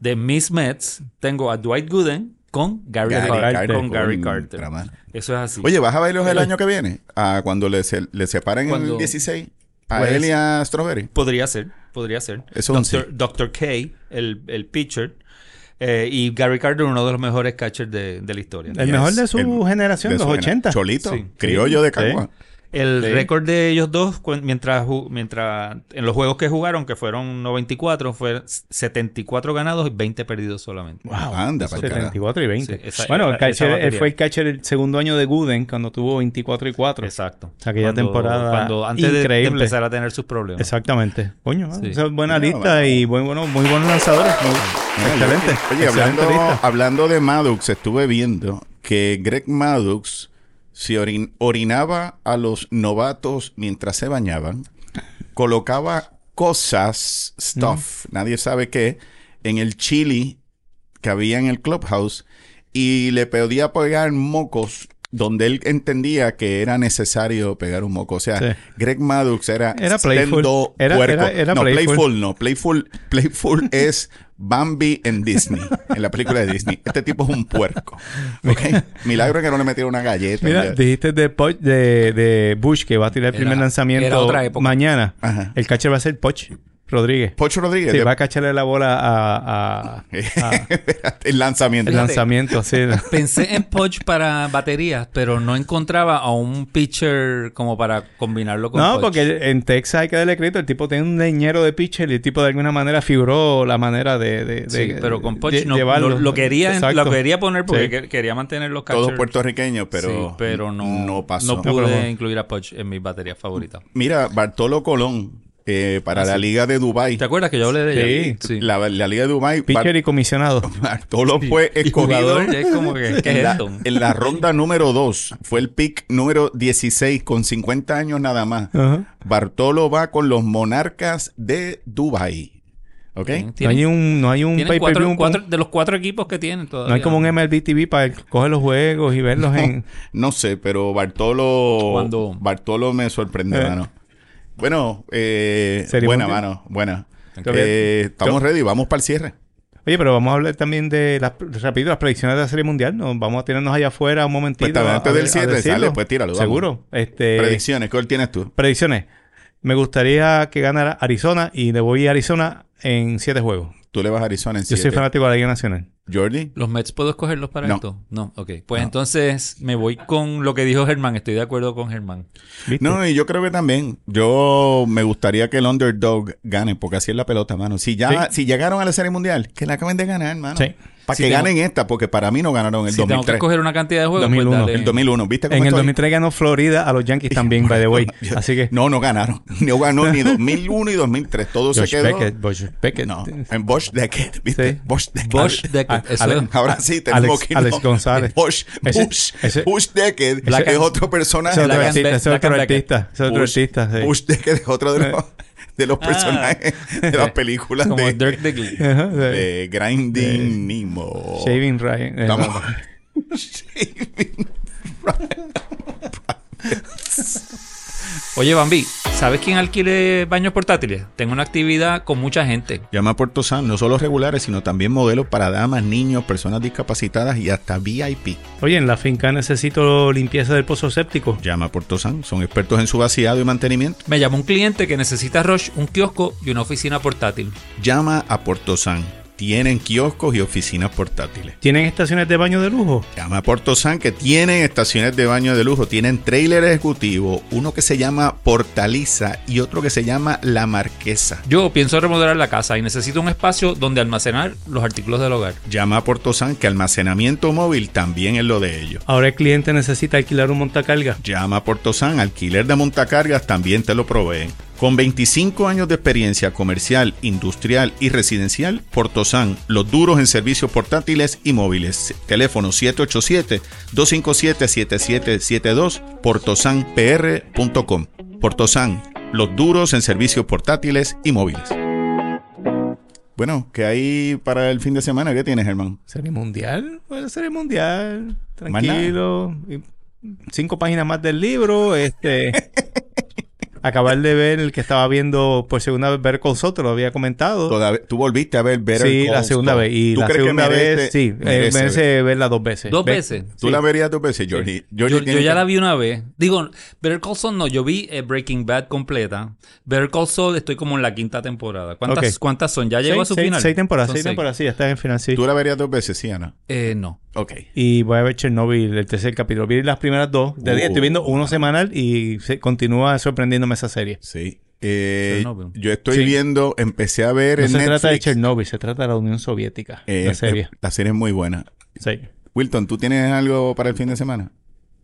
Speaker 3: de Miss Mets. Tengo a Dwight Gooden con Gary,
Speaker 1: Gary
Speaker 3: Carter,
Speaker 1: Carter
Speaker 3: Con Gary
Speaker 1: con
Speaker 3: Carter.
Speaker 1: Tramar.
Speaker 3: Eso es así.
Speaker 1: Oye, ¿vas a verlos el año que viene? Ah, cuando le, se- le separen
Speaker 3: Cuando-
Speaker 1: el 16 a
Speaker 3: Pues-
Speaker 1: él y a Strawberry.
Speaker 3: Podría ser, podría ser.
Speaker 1: Eso es un
Speaker 3: Dr. Dr. K, el, el pitcher, eh, y Gary Carter, uno de los mejores catchers de, de la historia.
Speaker 2: El mejor de su generación,
Speaker 1: de
Speaker 2: los
Speaker 1: su gener-
Speaker 2: 80.
Speaker 1: Cholito,
Speaker 3: Sí.
Speaker 1: criollo de Cagua.
Speaker 2: Sí.
Speaker 3: El
Speaker 2: Sí.
Speaker 3: récord de ellos dos, cu- mientras, ju- mientras en los juegos que jugaron, que fueron 94, fue 74 ganados y 20 perdidos solamente.
Speaker 2: Wow.
Speaker 1: Anda, pa'l carajo.
Speaker 2: 74 y 20.
Speaker 3: Sí, esa-
Speaker 2: bueno, el
Speaker 3: esa-
Speaker 2: catcher-
Speaker 3: esa
Speaker 2: él
Speaker 3: batería.
Speaker 2: fue el catcher el segundo año de Gooden cuando tuvo 24 y 4.
Speaker 3: Exacto.
Speaker 2: sea, aquella temporada
Speaker 3: cuando antes de- De,
Speaker 2: increíble.
Speaker 3: empezar a tener sus problemas.
Speaker 2: Exactamente. Coño,
Speaker 3: Sí.
Speaker 2: esa es
Speaker 1: Bueno,
Speaker 2: buena lista
Speaker 1: bueno.
Speaker 2: y muy, bueno, muy buenos lanzadores. Muy-
Speaker 1: Mira,
Speaker 2: excelente.
Speaker 1: yo- Oye,
Speaker 2: excelente
Speaker 1: hablando,
Speaker 2: lista.
Speaker 1: hablando de Maddox, estuve viendo que Greg Maddox se orin- orinaba a los novatos mientras se bañaban, colocaba cosas, stuff, nadie sabe qué, en el chili que había en el clubhouse y le podía pegar mocos donde él entendía que era necesario pegar un moco. O sea,
Speaker 2: Sí.
Speaker 1: Greg Maddox era,
Speaker 2: Era playful.
Speaker 1: sendo
Speaker 2: Era-
Speaker 1: puerco.
Speaker 2: era- era
Speaker 1: no,
Speaker 2: playful.
Speaker 1: playful no. Playful, playful es Bambi en Disney, en la película de Disney. Este tipo es un puerco. ¿ok? Milagro que no le metieron una galleta.
Speaker 2: Mira,
Speaker 1: Ya.
Speaker 2: dijiste de, Poch- de, de Bush que va a tirar el
Speaker 3: Era-
Speaker 2: primer
Speaker 3: era
Speaker 2: lanzamiento
Speaker 3: otra época.
Speaker 2: mañana.
Speaker 1: Ajá.
Speaker 2: El catcher va a ser Poch Rodríguez.
Speaker 1: Pocho Rodríguez,
Speaker 2: Sí,
Speaker 1: de-
Speaker 2: va a cacharle la bola a, a- a-
Speaker 1: el lanzamiento.
Speaker 2: el lanzamiento. Sí.
Speaker 3: Pensé en Podge para baterías, pero no encontraba a un pitcher como para combinarlo con
Speaker 2: No,
Speaker 3: Podge.
Speaker 2: porque en Texas hay que darle crédito. El tipo tiene un leñero de pitcher y el tipo de alguna manera figuró la manera de, de, de-
Speaker 3: Sí, pero con Podge
Speaker 2: de-
Speaker 3: no,
Speaker 2: llevarlo.
Speaker 3: lo, lo quería,
Speaker 2: Exacto.
Speaker 3: lo quería poner porque
Speaker 2: Sí.
Speaker 3: que- quería mantener los catchers.
Speaker 1: Todos puertorriqueños, pero,
Speaker 3: Sí, pero no,
Speaker 1: pasó.
Speaker 2: No,
Speaker 3: no pude
Speaker 2: pero-
Speaker 3: incluir a Podge en mi batería favorita.
Speaker 1: Mira, Bartolo Colón, eh, para la Liga de Dubái.
Speaker 3: Ah, ¿Te acuerdas que yo hablé de ella? Sí.
Speaker 1: La, la Liga de Dubái, Bar-
Speaker 2: Pitcher y comisionado.
Speaker 1: Bartolo fue escogido
Speaker 3: jugador es como que ¿qué
Speaker 1: En
Speaker 3: es
Speaker 1: la,
Speaker 3: esto?
Speaker 1: en la ronda número 2 fue el pick número 16 con 50 años nada más.
Speaker 2: Ajá.
Speaker 1: Bartolo va con los monarcas de Dubai. ¿Ok?
Speaker 2: No hay
Speaker 3: Tienen-
Speaker 2: un, no hay un
Speaker 3: tienen
Speaker 2: pay per
Speaker 3: cuatro-
Speaker 2: view.
Speaker 3: cuatro- de los cuatro equipos que tienen todavía.
Speaker 2: No hay como un MLB TV para coger los juegos y verlos en.
Speaker 1: No sé, pero Bartolo
Speaker 3: Cuando-
Speaker 1: Bartolo me sorprendió,
Speaker 2: Eh.
Speaker 1: mano. Bueno, eh,
Speaker 2: Sería
Speaker 1: buena,
Speaker 2: un-
Speaker 1: mano, buena.
Speaker 2: Creo
Speaker 1: Eh, estamos ready, vamos para el cierre.
Speaker 2: Oye, pero vamos a hablar también de las, rápido, las predicciones de la Serie Mundial. Nos vamos a tirarnos allá afuera un momentito.
Speaker 1: Pues está,
Speaker 2: a-
Speaker 1: antes
Speaker 2: a-
Speaker 1: del
Speaker 2: a
Speaker 1: cierre,
Speaker 2: decirlo.
Speaker 1: sale, pues tíralo, vamos.
Speaker 2: Seguro. Este,
Speaker 1: Predicciones, ¿cuál tienes tú?
Speaker 2: predicciones. Me gustaría que ganara Arizona y le voy a Arizona en siete juegos.
Speaker 1: Tú le vas a Arizona en
Speaker 2: Yo soy
Speaker 1: siete.
Speaker 2: fanático de la Liga Nacional.
Speaker 1: Jordi.
Speaker 3: ¿Los Mets puedo escogerlos para
Speaker 1: No.
Speaker 3: esto? No, ok. Pues entonces me voy con lo que dijo Germán. Estoy de acuerdo con Germán.
Speaker 2: ¿Viste?
Speaker 1: No, y yo creo que también. Yo me gustaría que el underdog gane, porque así es la pelota, mano. Si ya si llegaron a la Serie Mundial, que la acaben de ganar, mano.
Speaker 2: Sí.
Speaker 1: Para
Speaker 3: Si
Speaker 1: que
Speaker 3: tengo-
Speaker 1: ganen esta, porque para mí no ganaron el
Speaker 3: si tengo que
Speaker 1: 2003.
Speaker 3: escoger una cantidad de juegos,
Speaker 2: 2001.
Speaker 3: pues dale.
Speaker 1: El 2001, ¿viste cómo
Speaker 2: en el
Speaker 1: estoy?
Speaker 2: 2003 ganó Florida a los Yankees también, by the way. Así que.
Speaker 1: No, no ganaron. No ganó ni 2001 y 2003. Todo se
Speaker 2: Josh
Speaker 1: quedó.
Speaker 2: Beckett, Josh Beckett.
Speaker 1: No, en Bosch Deckett, ¿viste?
Speaker 2: Sí.
Speaker 1: Bosch Deckett.
Speaker 3: Bosch Deckett,
Speaker 2: Ale-
Speaker 3: eso
Speaker 2: Ah, Ale-
Speaker 3: es.
Speaker 1: Ahora sí tenemos
Speaker 2: Alex-
Speaker 1: que
Speaker 2: Alex González.
Speaker 1: Bosch,
Speaker 2: Ese-
Speaker 1: Bush,
Speaker 2: ese-
Speaker 1: Bush Deckett,
Speaker 2: Black
Speaker 1: que es
Speaker 2: and-
Speaker 1: otro personaje.
Speaker 2: Ese es otro
Speaker 3: Black and
Speaker 2: artista, ese
Speaker 3: Be-
Speaker 2: es
Speaker 3: Black
Speaker 2: otro
Speaker 3: and Beckett.
Speaker 2: artista. ese es otro
Speaker 1: Bush,
Speaker 2: artista, sí.
Speaker 1: Bush Deckett es otro de los, de los
Speaker 2: Ah.
Speaker 1: personajes de las películas
Speaker 3: Como
Speaker 1: de,
Speaker 3: Dirk Diggly.
Speaker 2: Ajá,
Speaker 1: de
Speaker 2: de-
Speaker 1: Grinding Nemo.
Speaker 2: Shaving Ryan. eh,
Speaker 1: Estamos-
Speaker 2: no.
Speaker 3: Oye, Bambi, ¿sabes quién alquile baños portátiles? Tengo una actividad con mucha gente.
Speaker 1: Llama a Puerto San, no solo regulares, sino también modelos para damas, niños, personas discapacitadas y hasta VIP.
Speaker 2: Oye, en la finca necesito limpieza del pozo séptico.
Speaker 1: Llama a Puerto San, son expertos en su vaciado y mantenimiento.
Speaker 3: Me llamó un cliente que necesita Roche, un kiosco y una oficina portátil.
Speaker 1: Llama a Puerto San, tienen kioscos y oficinas portátiles.
Speaker 2: ¿Tienen estaciones de baño de lujo?
Speaker 1: Llama a Porto San que tienen estaciones de baño de lujo, tienen trailer ejecutivo, uno que se llama Portaliza y otro que se llama La Marquesa.
Speaker 3: Yo pienso remodelar la casa y necesito un espacio donde almacenar los artículos del hogar.
Speaker 1: Llama a Porto San que almacenamiento móvil también es lo de ellos.
Speaker 2: Ahora el cliente necesita alquilar un montacarga.
Speaker 1: Llama a Porto San, alquiler de montacargas también te lo proveen. Con 25 años de experiencia comercial, industrial y residencial, Porto San, los duros en servicios portátiles y móviles. Teléfono 787-257-7772, portosanpr.com. Porto San, los duros en servicios portátiles y móviles. Bueno, ¿qué hay para el fin de semana? ¿Qué tienes, Germán?
Speaker 2: Serie mundial, bueno, serie mundial,
Speaker 1: Más nada.
Speaker 2: tranquilo. Y Cinco páginas más del libro, este. acabar de ver el que estaba viendo por segunda vez Better Call Saul, te lo había comentado.
Speaker 1: Todavía- tú volviste a ver Better
Speaker 2: sí,
Speaker 1: Call
Speaker 2: la segunda
Speaker 1: Saul.
Speaker 2: vez. Y
Speaker 1: ¿Tú
Speaker 2: la
Speaker 1: crees que
Speaker 2: segunda
Speaker 1: merece-
Speaker 2: vez, sí, eh,
Speaker 1: merece
Speaker 2: merece,
Speaker 1: ver?
Speaker 2: verla dos veces.
Speaker 3: Dos
Speaker 2: Ve-
Speaker 3: veces.
Speaker 1: ¿Tú la verías dos veces, Jordi? Jordi
Speaker 3: Yo,
Speaker 1: tiene
Speaker 3: yo ya
Speaker 1: que-
Speaker 3: la vi una vez. Digo, Better Call Saul no, yo vi eh, Breaking Bad completa. Better Call Saul estoy como en la quinta temporada. ¿Cuántas,
Speaker 2: Ok.
Speaker 3: cuántas son? ¿Ya
Speaker 2: Seis,
Speaker 3: llegó a su
Speaker 2: seis-
Speaker 3: final?
Speaker 2: seis temporadas,
Speaker 3: Son
Speaker 2: seis temporadas, sí, ya está en final, sí.
Speaker 1: ¿Tú la verías dos veces, sí, Ana?
Speaker 3: Eh, no.
Speaker 1: Ok.
Speaker 2: Y voy a ver Chernobyl, el tercer capítulo. Vi las primeras dos. De
Speaker 1: Uh.
Speaker 2: diez. Estoy viendo uno semanal y se- continúa sorprendiéndome esa serie.
Speaker 1: Sí. Eh,
Speaker 3: Chernobyl.
Speaker 1: yo estoy
Speaker 2: Sí.
Speaker 1: viendo, empecé a ver
Speaker 2: No
Speaker 1: en
Speaker 2: se trata de
Speaker 1: Netflix,
Speaker 2: Chernobyl, se trata de la Unión Soviética,
Speaker 1: eh,
Speaker 2: la serie.
Speaker 1: eh, la serie es muy buena.
Speaker 2: Sí.
Speaker 1: Wilton, ¿tú tienes algo para el fin de semana?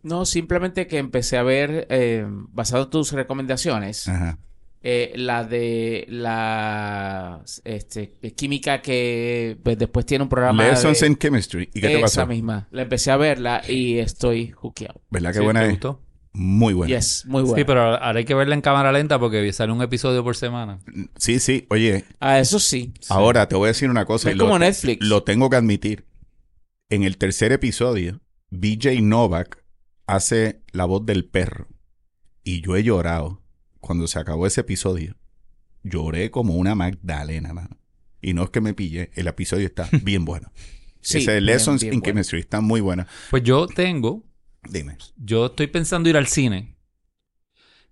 Speaker 4: No, simplemente que empecé a ver, eh, basado en tus recomendaciones,
Speaker 1: Ajá.
Speaker 4: eh, la de la este, química que pues, después tiene un programa
Speaker 1: Lessons
Speaker 4: de...
Speaker 1: in Chemistry. ¿Y qué te
Speaker 4: Esa
Speaker 1: pasó?
Speaker 4: misma. La empecé a verla y estoy hookeado.
Speaker 1: ¿Verdad Ah, qué
Speaker 3: Sí,
Speaker 1: buena
Speaker 3: ¿te
Speaker 1: es?
Speaker 3: gustó?
Speaker 1: Muy buena.
Speaker 4: Yes, muy bueno.
Speaker 3: Sí, pero ahora hay que verla en cámara lenta porque sale un episodio por semana.
Speaker 1: Sí, sí. Oye,
Speaker 4: Ah, eso sí.
Speaker 1: ahora te voy a decir una cosa. y
Speaker 4: es
Speaker 1: lo-
Speaker 4: como Netflix.
Speaker 1: Lo tengo que admitir. En el tercer episodio, BJ Novak hace la voz del perro. Y yo he llorado. Cuando se acabó ese episodio, lloré como una Magdalena, mano. Y no es que me pillé, el episodio está bien bueno.
Speaker 4: Sí,
Speaker 1: Ese de
Speaker 4: bien,
Speaker 1: Lessons
Speaker 4: bien
Speaker 1: in
Speaker 4: bueno.
Speaker 1: Chemistry está muy buena.
Speaker 3: Pues yo tengo,
Speaker 1: Dime.
Speaker 3: yo estoy pensando ir al cine.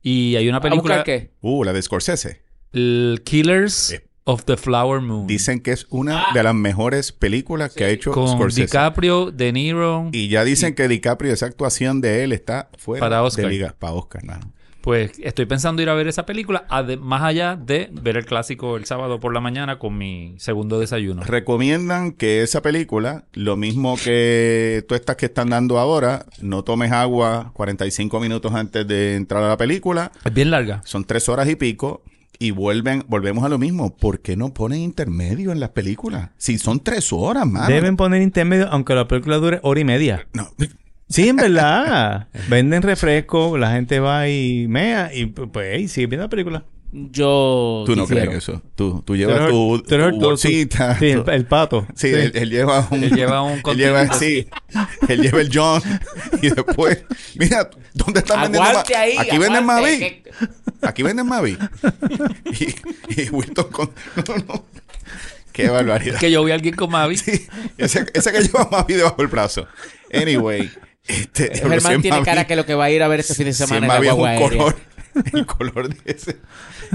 Speaker 3: Y hay una
Speaker 4: ¿A buscar
Speaker 3: película,
Speaker 4: qué?
Speaker 1: Uh, la de Scorsese.
Speaker 3: el Killers
Speaker 1: Eh.
Speaker 3: of the Flower
Speaker 4: Mm.
Speaker 3: Moon.
Speaker 1: Dicen que es una
Speaker 4: Ah.
Speaker 1: de las mejores películas que ha hecho
Speaker 3: con
Speaker 1: Scorsese.
Speaker 3: DiCaprio, De Niro.
Speaker 1: y ya dicen que DiCaprio, esa actuación de él está fuera
Speaker 3: Para Oscar.
Speaker 1: de liga. Para Oscar, mano.
Speaker 3: Pues estoy pensando ir a ver esa película, ade- más allá de ver el clásico el sábado por la mañana con mi segundo desayuno.
Speaker 1: recomiendan que esa película, lo mismo que tú estas que están dando ahora, no tomes agua 45 minutos antes de entrar a la película,
Speaker 3: Es bien larga.
Speaker 1: son tres horas y pico, y vuelven, volvemos a lo mismo. ¿Por qué no ponen intermedio en las películas? Si son tres horas, más
Speaker 2: Deben poner intermedio, aunque la película dure hora y media. Sí, en verdad. Venden refresco, la gente va y mea y pu- pues y sigue viendo la película.
Speaker 4: Yo.
Speaker 1: Tú no
Speaker 4: difiero.
Speaker 1: crees eso. Tú, tú
Speaker 2: Tú eres
Speaker 1: llevas
Speaker 2: el-
Speaker 1: tu,
Speaker 2: tú eres el-
Speaker 1: tu
Speaker 2: tú-
Speaker 1: bolsita.
Speaker 2: Sí, el,
Speaker 1: tu-
Speaker 2: el pato.
Speaker 1: Sí, Él, él lleva un...
Speaker 3: Él lleva un
Speaker 1: él lleva,
Speaker 3: contenedor.
Speaker 1: sí, él lleva el John y después, mira, ¿dónde están vendiendo más?
Speaker 4: Aguante ahí.
Speaker 1: Aquí venden más
Speaker 4: aguante,
Speaker 1: Mavi.
Speaker 4: que-
Speaker 1: Aquí venden Mavi. y, y Wilton con. No, no. Qué barbaridad.
Speaker 3: Es que yo vi a alguien con Mavi.
Speaker 1: Ese, ese que lleva Mavi debajo del brazo. Anyway. Este, diablo, si
Speaker 4: Eh, Germán
Speaker 1: es
Speaker 4: tiene
Speaker 1: Mavi-
Speaker 4: cara que lo que va a ir a ver este fin de
Speaker 1: si es
Speaker 4: semana
Speaker 1: Mavi
Speaker 4: es
Speaker 1: es
Speaker 4: la
Speaker 1: un
Speaker 4: guagua aérea.
Speaker 1: color. El color de ese.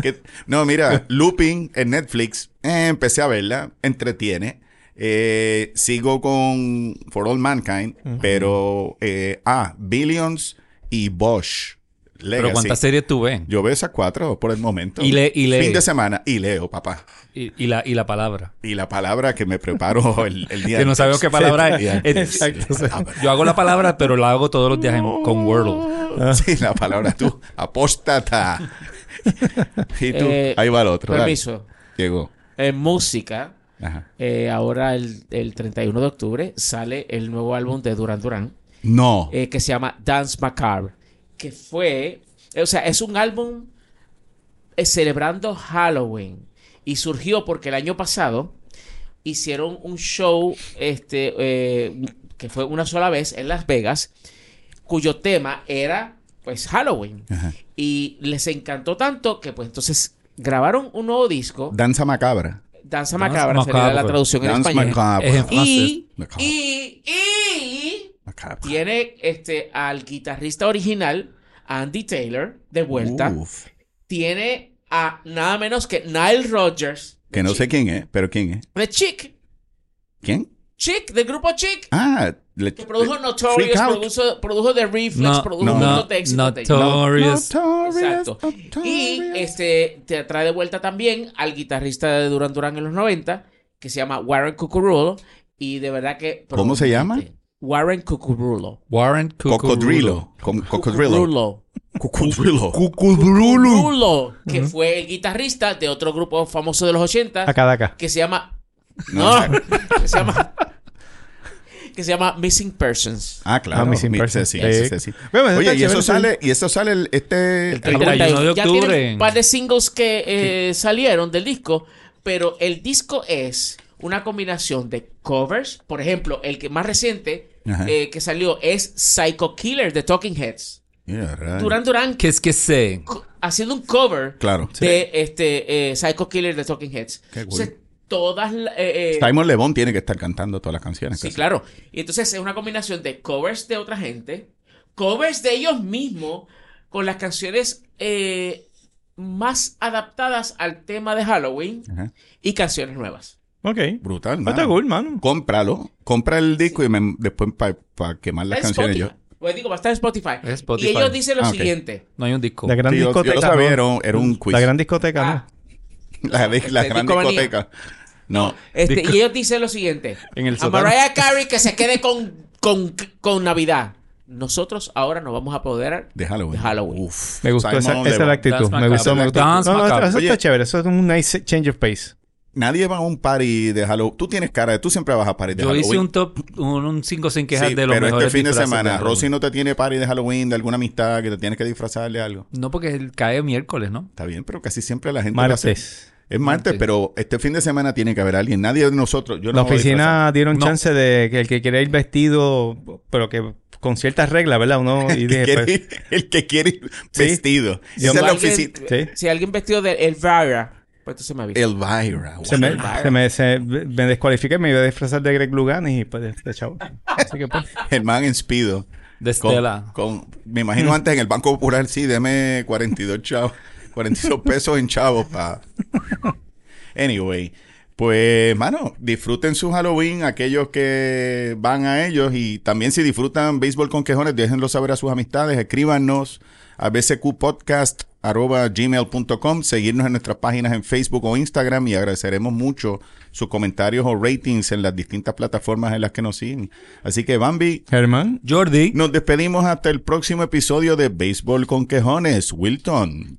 Speaker 1: que- no, mira, Looping en Netflix. eh, empecé a verla. Entretiene. Eh, sigo con For All Mankind. Pero. eh, ah, Billions y Bosch. Legacy.
Speaker 3: Pero ¿cuántas series tú ves?
Speaker 1: Yo veo esas cuatro por el momento.
Speaker 3: Y le- y le-
Speaker 1: Fin de semana. Y leo, papá.
Speaker 3: Y, y la, y la palabra.
Speaker 1: Y la palabra que me preparo el, el día
Speaker 3: Que no sabemos qué palabra
Speaker 1: Sí,
Speaker 3: es. Es-
Speaker 2: Exacto.
Speaker 1: Ah,
Speaker 3: Yo hago la palabra, pero la hago todos los días en- con Wordle.
Speaker 1: palabra. Sí, la palabra tú. Apóstata. y tú.
Speaker 4: Eh,
Speaker 1: Ahí va el otro. dale.
Speaker 4: Permiso.
Speaker 1: Llegó.
Speaker 4: En música,
Speaker 1: Ajá.
Speaker 4: eh, ahora el, el 31 de octubre sale el nuevo álbum de Duran Duran.
Speaker 1: No.
Speaker 4: eh, que se llama Dance Macabre, que fue, eh, o sea, es un álbum eh, celebrando Halloween. Y surgió porque el año pasado hicieron un show este, eh, que fue una sola vez en Las Vegas, cuyo tema era pues Halloween.
Speaker 1: Ajá.
Speaker 4: Y les encantó tanto que pues entonces grabaron un nuevo disco,
Speaker 1: Danza macabra.
Speaker 3: Danza
Speaker 4: Danza Macabra, sería la
Speaker 3: Macabra.
Speaker 4: traducción en
Speaker 1: pues. Danza
Speaker 4: español.
Speaker 1: macabra.
Speaker 3: Es en-
Speaker 4: Y,
Speaker 1: Macabra.
Speaker 4: y, y
Speaker 1: Macabra.
Speaker 4: tiene este al guitarrista original, Andy Taylor, de vuelta.
Speaker 1: Uf.
Speaker 4: Tiene a nada menos que Nile Rodgers.
Speaker 1: Que no sé quién es, pero quién es.
Speaker 4: De Chick.
Speaker 1: ¿Quién?
Speaker 4: Chick, del grupo Chick.
Speaker 1: Ah, le-
Speaker 4: Que produjo Notorious,
Speaker 1: Freak Out.
Speaker 4: produjo, produjo The Reflex,
Speaker 3: No,
Speaker 4: produjo
Speaker 1: no,
Speaker 4: un montón de éxitos de ellos.
Speaker 3: Notorious.
Speaker 4: Exacto. Y este te trae de vuelta también al guitarrista de Duran Duran en los 90, que se llama Warren Cucurulo. Y de verdad que.
Speaker 1: ¿Cómo se llama?
Speaker 4: Warren Cucurulo.
Speaker 3: Warren Cocodrilo.
Speaker 1: Cocodrilo. Com- Cocodrilo. Cocodrilo.
Speaker 4: Cucurulo. Que fue el guitarrista de otro grupo famoso de los 80
Speaker 2: Acá, de acá.
Speaker 4: que se llama.
Speaker 1: No.
Speaker 4: No. que se llama. Que se llama Missing Persons.
Speaker 1: Ah, claro.
Speaker 2: Ah, Missing
Speaker 1: Missing
Speaker 2: Person.
Speaker 1: Person,
Speaker 2: Sí.
Speaker 1: sí, sí, sí.
Speaker 2: Bueno, eso
Speaker 1: Oye,
Speaker 2: está
Speaker 1: y eso
Speaker 2: chévere,
Speaker 1: sale, y eso sale el- este
Speaker 3: El 31 de
Speaker 4: Ya
Speaker 3: octubre.
Speaker 4: tienen un par de singles que eh, salieron del disco, pero el disco es una combinación de covers. Por ejemplo, el que más reciente
Speaker 1: Ajá.
Speaker 4: eh, que salió es Psycho Killer de Talking Heads.
Speaker 1: Yeah, right.
Speaker 4: Duran Duran
Speaker 3: ¿Qué es que sé?
Speaker 4: co- haciendo un cover
Speaker 1: Claro.
Speaker 4: de este eh, Psycho Killer de Talking Heads.
Speaker 1: Qué
Speaker 4: Entonces,
Speaker 1: cool.
Speaker 4: todas la- eh, eh,
Speaker 1: Simon Lebon tiene que estar cantando todas las canciones.
Speaker 4: Sí,
Speaker 1: casi.
Speaker 4: claro. Y entonces es una combinación de covers de otra gente, covers de ellos mismos, con las canciones eh, más adaptadas al tema de Halloween
Speaker 1: Ajá.
Speaker 4: y canciones nuevas.
Speaker 2: Ok.
Speaker 1: Brutal,
Speaker 2: Está
Speaker 1: mano.
Speaker 2: cool, mano.
Speaker 1: Cómpralo, compra el disco y me- después para quemar las
Speaker 4: Está en
Speaker 1: canciones yo.
Speaker 4: Spotify. Pues digo, va a estar en Spotify.
Speaker 3: Es Spotify.
Speaker 4: Y ellos dicen lo
Speaker 1: Ah, ok.
Speaker 4: siguiente.
Speaker 3: No hay un disco.
Speaker 2: La gran
Speaker 1: Sí, yo- yo lo
Speaker 2: discoteca.
Speaker 1: sabía,
Speaker 2: ¿no?
Speaker 1: era un- era un quiz.
Speaker 2: La gran discoteca,
Speaker 4: Ah,
Speaker 2: ¿no?
Speaker 1: La, de- la
Speaker 4: Este,
Speaker 1: gran
Speaker 4: discomanía.
Speaker 1: discoteca. No.
Speaker 4: este,
Speaker 3: Disco-
Speaker 4: y ellos dicen lo siguiente.
Speaker 3: En el
Speaker 4: a
Speaker 3: sótano.
Speaker 4: Mariah Carey que se quede con, con, con Navidad. Nosotros ahora nos vamos a apoderar
Speaker 1: De Halloween.
Speaker 4: De Halloween.
Speaker 1: Uf,
Speaker 2: Me gustó
Speaker 1: Simon
Speaker 2: esa,
Speaker 1: Le
Speaker 2: esa es
Speaker 1: Bon.
Speaker 2: la actitud.
Speaker 3: Dance
Speaker 2: Me gustó, me gustó.
Speaker 3: Dance
Speaker 2: No, no,
Speaker 3: Macabre.
Speaker 2: eso
Speaker 1: Oye.
Speaker 2: está chévere. Eso es un nice change of pace.
Speaker 1: Nadie va a un party de Halloween. Tú tienes cara de... Tú siempre vas a party de
Speaker 3: Yo
Speaker 1: Halloween.
Speaker 3: hice un top, un, un cinco sin quejas
Speaker 1: Sí,
Speaker 3: de los
Speaker 1: pero
Speaker 3: mejores
Speaker 1: este fin de
Speaker 3: disfraces
Speaker 1: semana,
Speaker 3: Halloween.
Speaker 1: Rosy no te tiene party de Halloween, de alguna amistad que te tienes que disfrazar de algo.
Speaker 3: No, porque él cae miércoles, ¿no?
Speaker 1: Está bien, pero casi siempre la gente... lo hace.
Speaker 2: Martes.
Speaker 1: Es martes,
Speaker 3: Martes.
Speaker 1: pero este fin de semana tiene que haber alguien. Nadie de nosotros. Yo no
Speaker 2: La
Speaker 1: me voy a disfrazar.
Speaker 2: oficina dieron
Speaker 3: No.
Speaker 2: chance de que el que quiera ir vestido, pero que con ciertas reglas, ¿verdad? Uno y
Speaker 1: El que,
Speaker 2: dije,
Speaker 1: quiere
Speaker 2: pues,
Speaker 1: ir, el que quiere ir
Speaker 2: Sí.
Speaker 1: vestido. Esa
Speaker 2: Yo-
Speaker 1: es la
Speaker 4: alguien-
Speaker 1: oficina.
Speaker 2: Sí.
Speaker 4: Si alguien vestido de Elvira, pues entonces me avisa.
Speaker 1: Elvira.
Speaker 2: se me, se me, se- me descualifiqué, me iba a disfrazar de Greg Luganis y pues de, de chavo. Así que pues.
Speaker 1: El man en Speedo.
Speaker 3: De
Speaker 1: Con-
Speaker 3: Estela.
Speaker 1: con- me imagino antes en el Banco Popular, sí, deme 42 chavos, 42 pesos en chavos pa. Anyway, pues, mano, disfruten su Halloween, aquellos que van a ellos y también si disfrutan béisbol con quejones, déjenlo saber a sus amistades, escríbanos a bcqpodcast.gmail.com, seguirnos en nuestras páginas en Facebook o Instagram y agradeceremos mucho sus comentarios o ratings en las distintas plataformas en las que nos siguen. Así que, Bambi,
Speaker 2: Germán.
Speaker 3: Jordi.
Speaker 1: nos despedimos hasta el próximo episodio de Béisbol con Quejones. Wilton.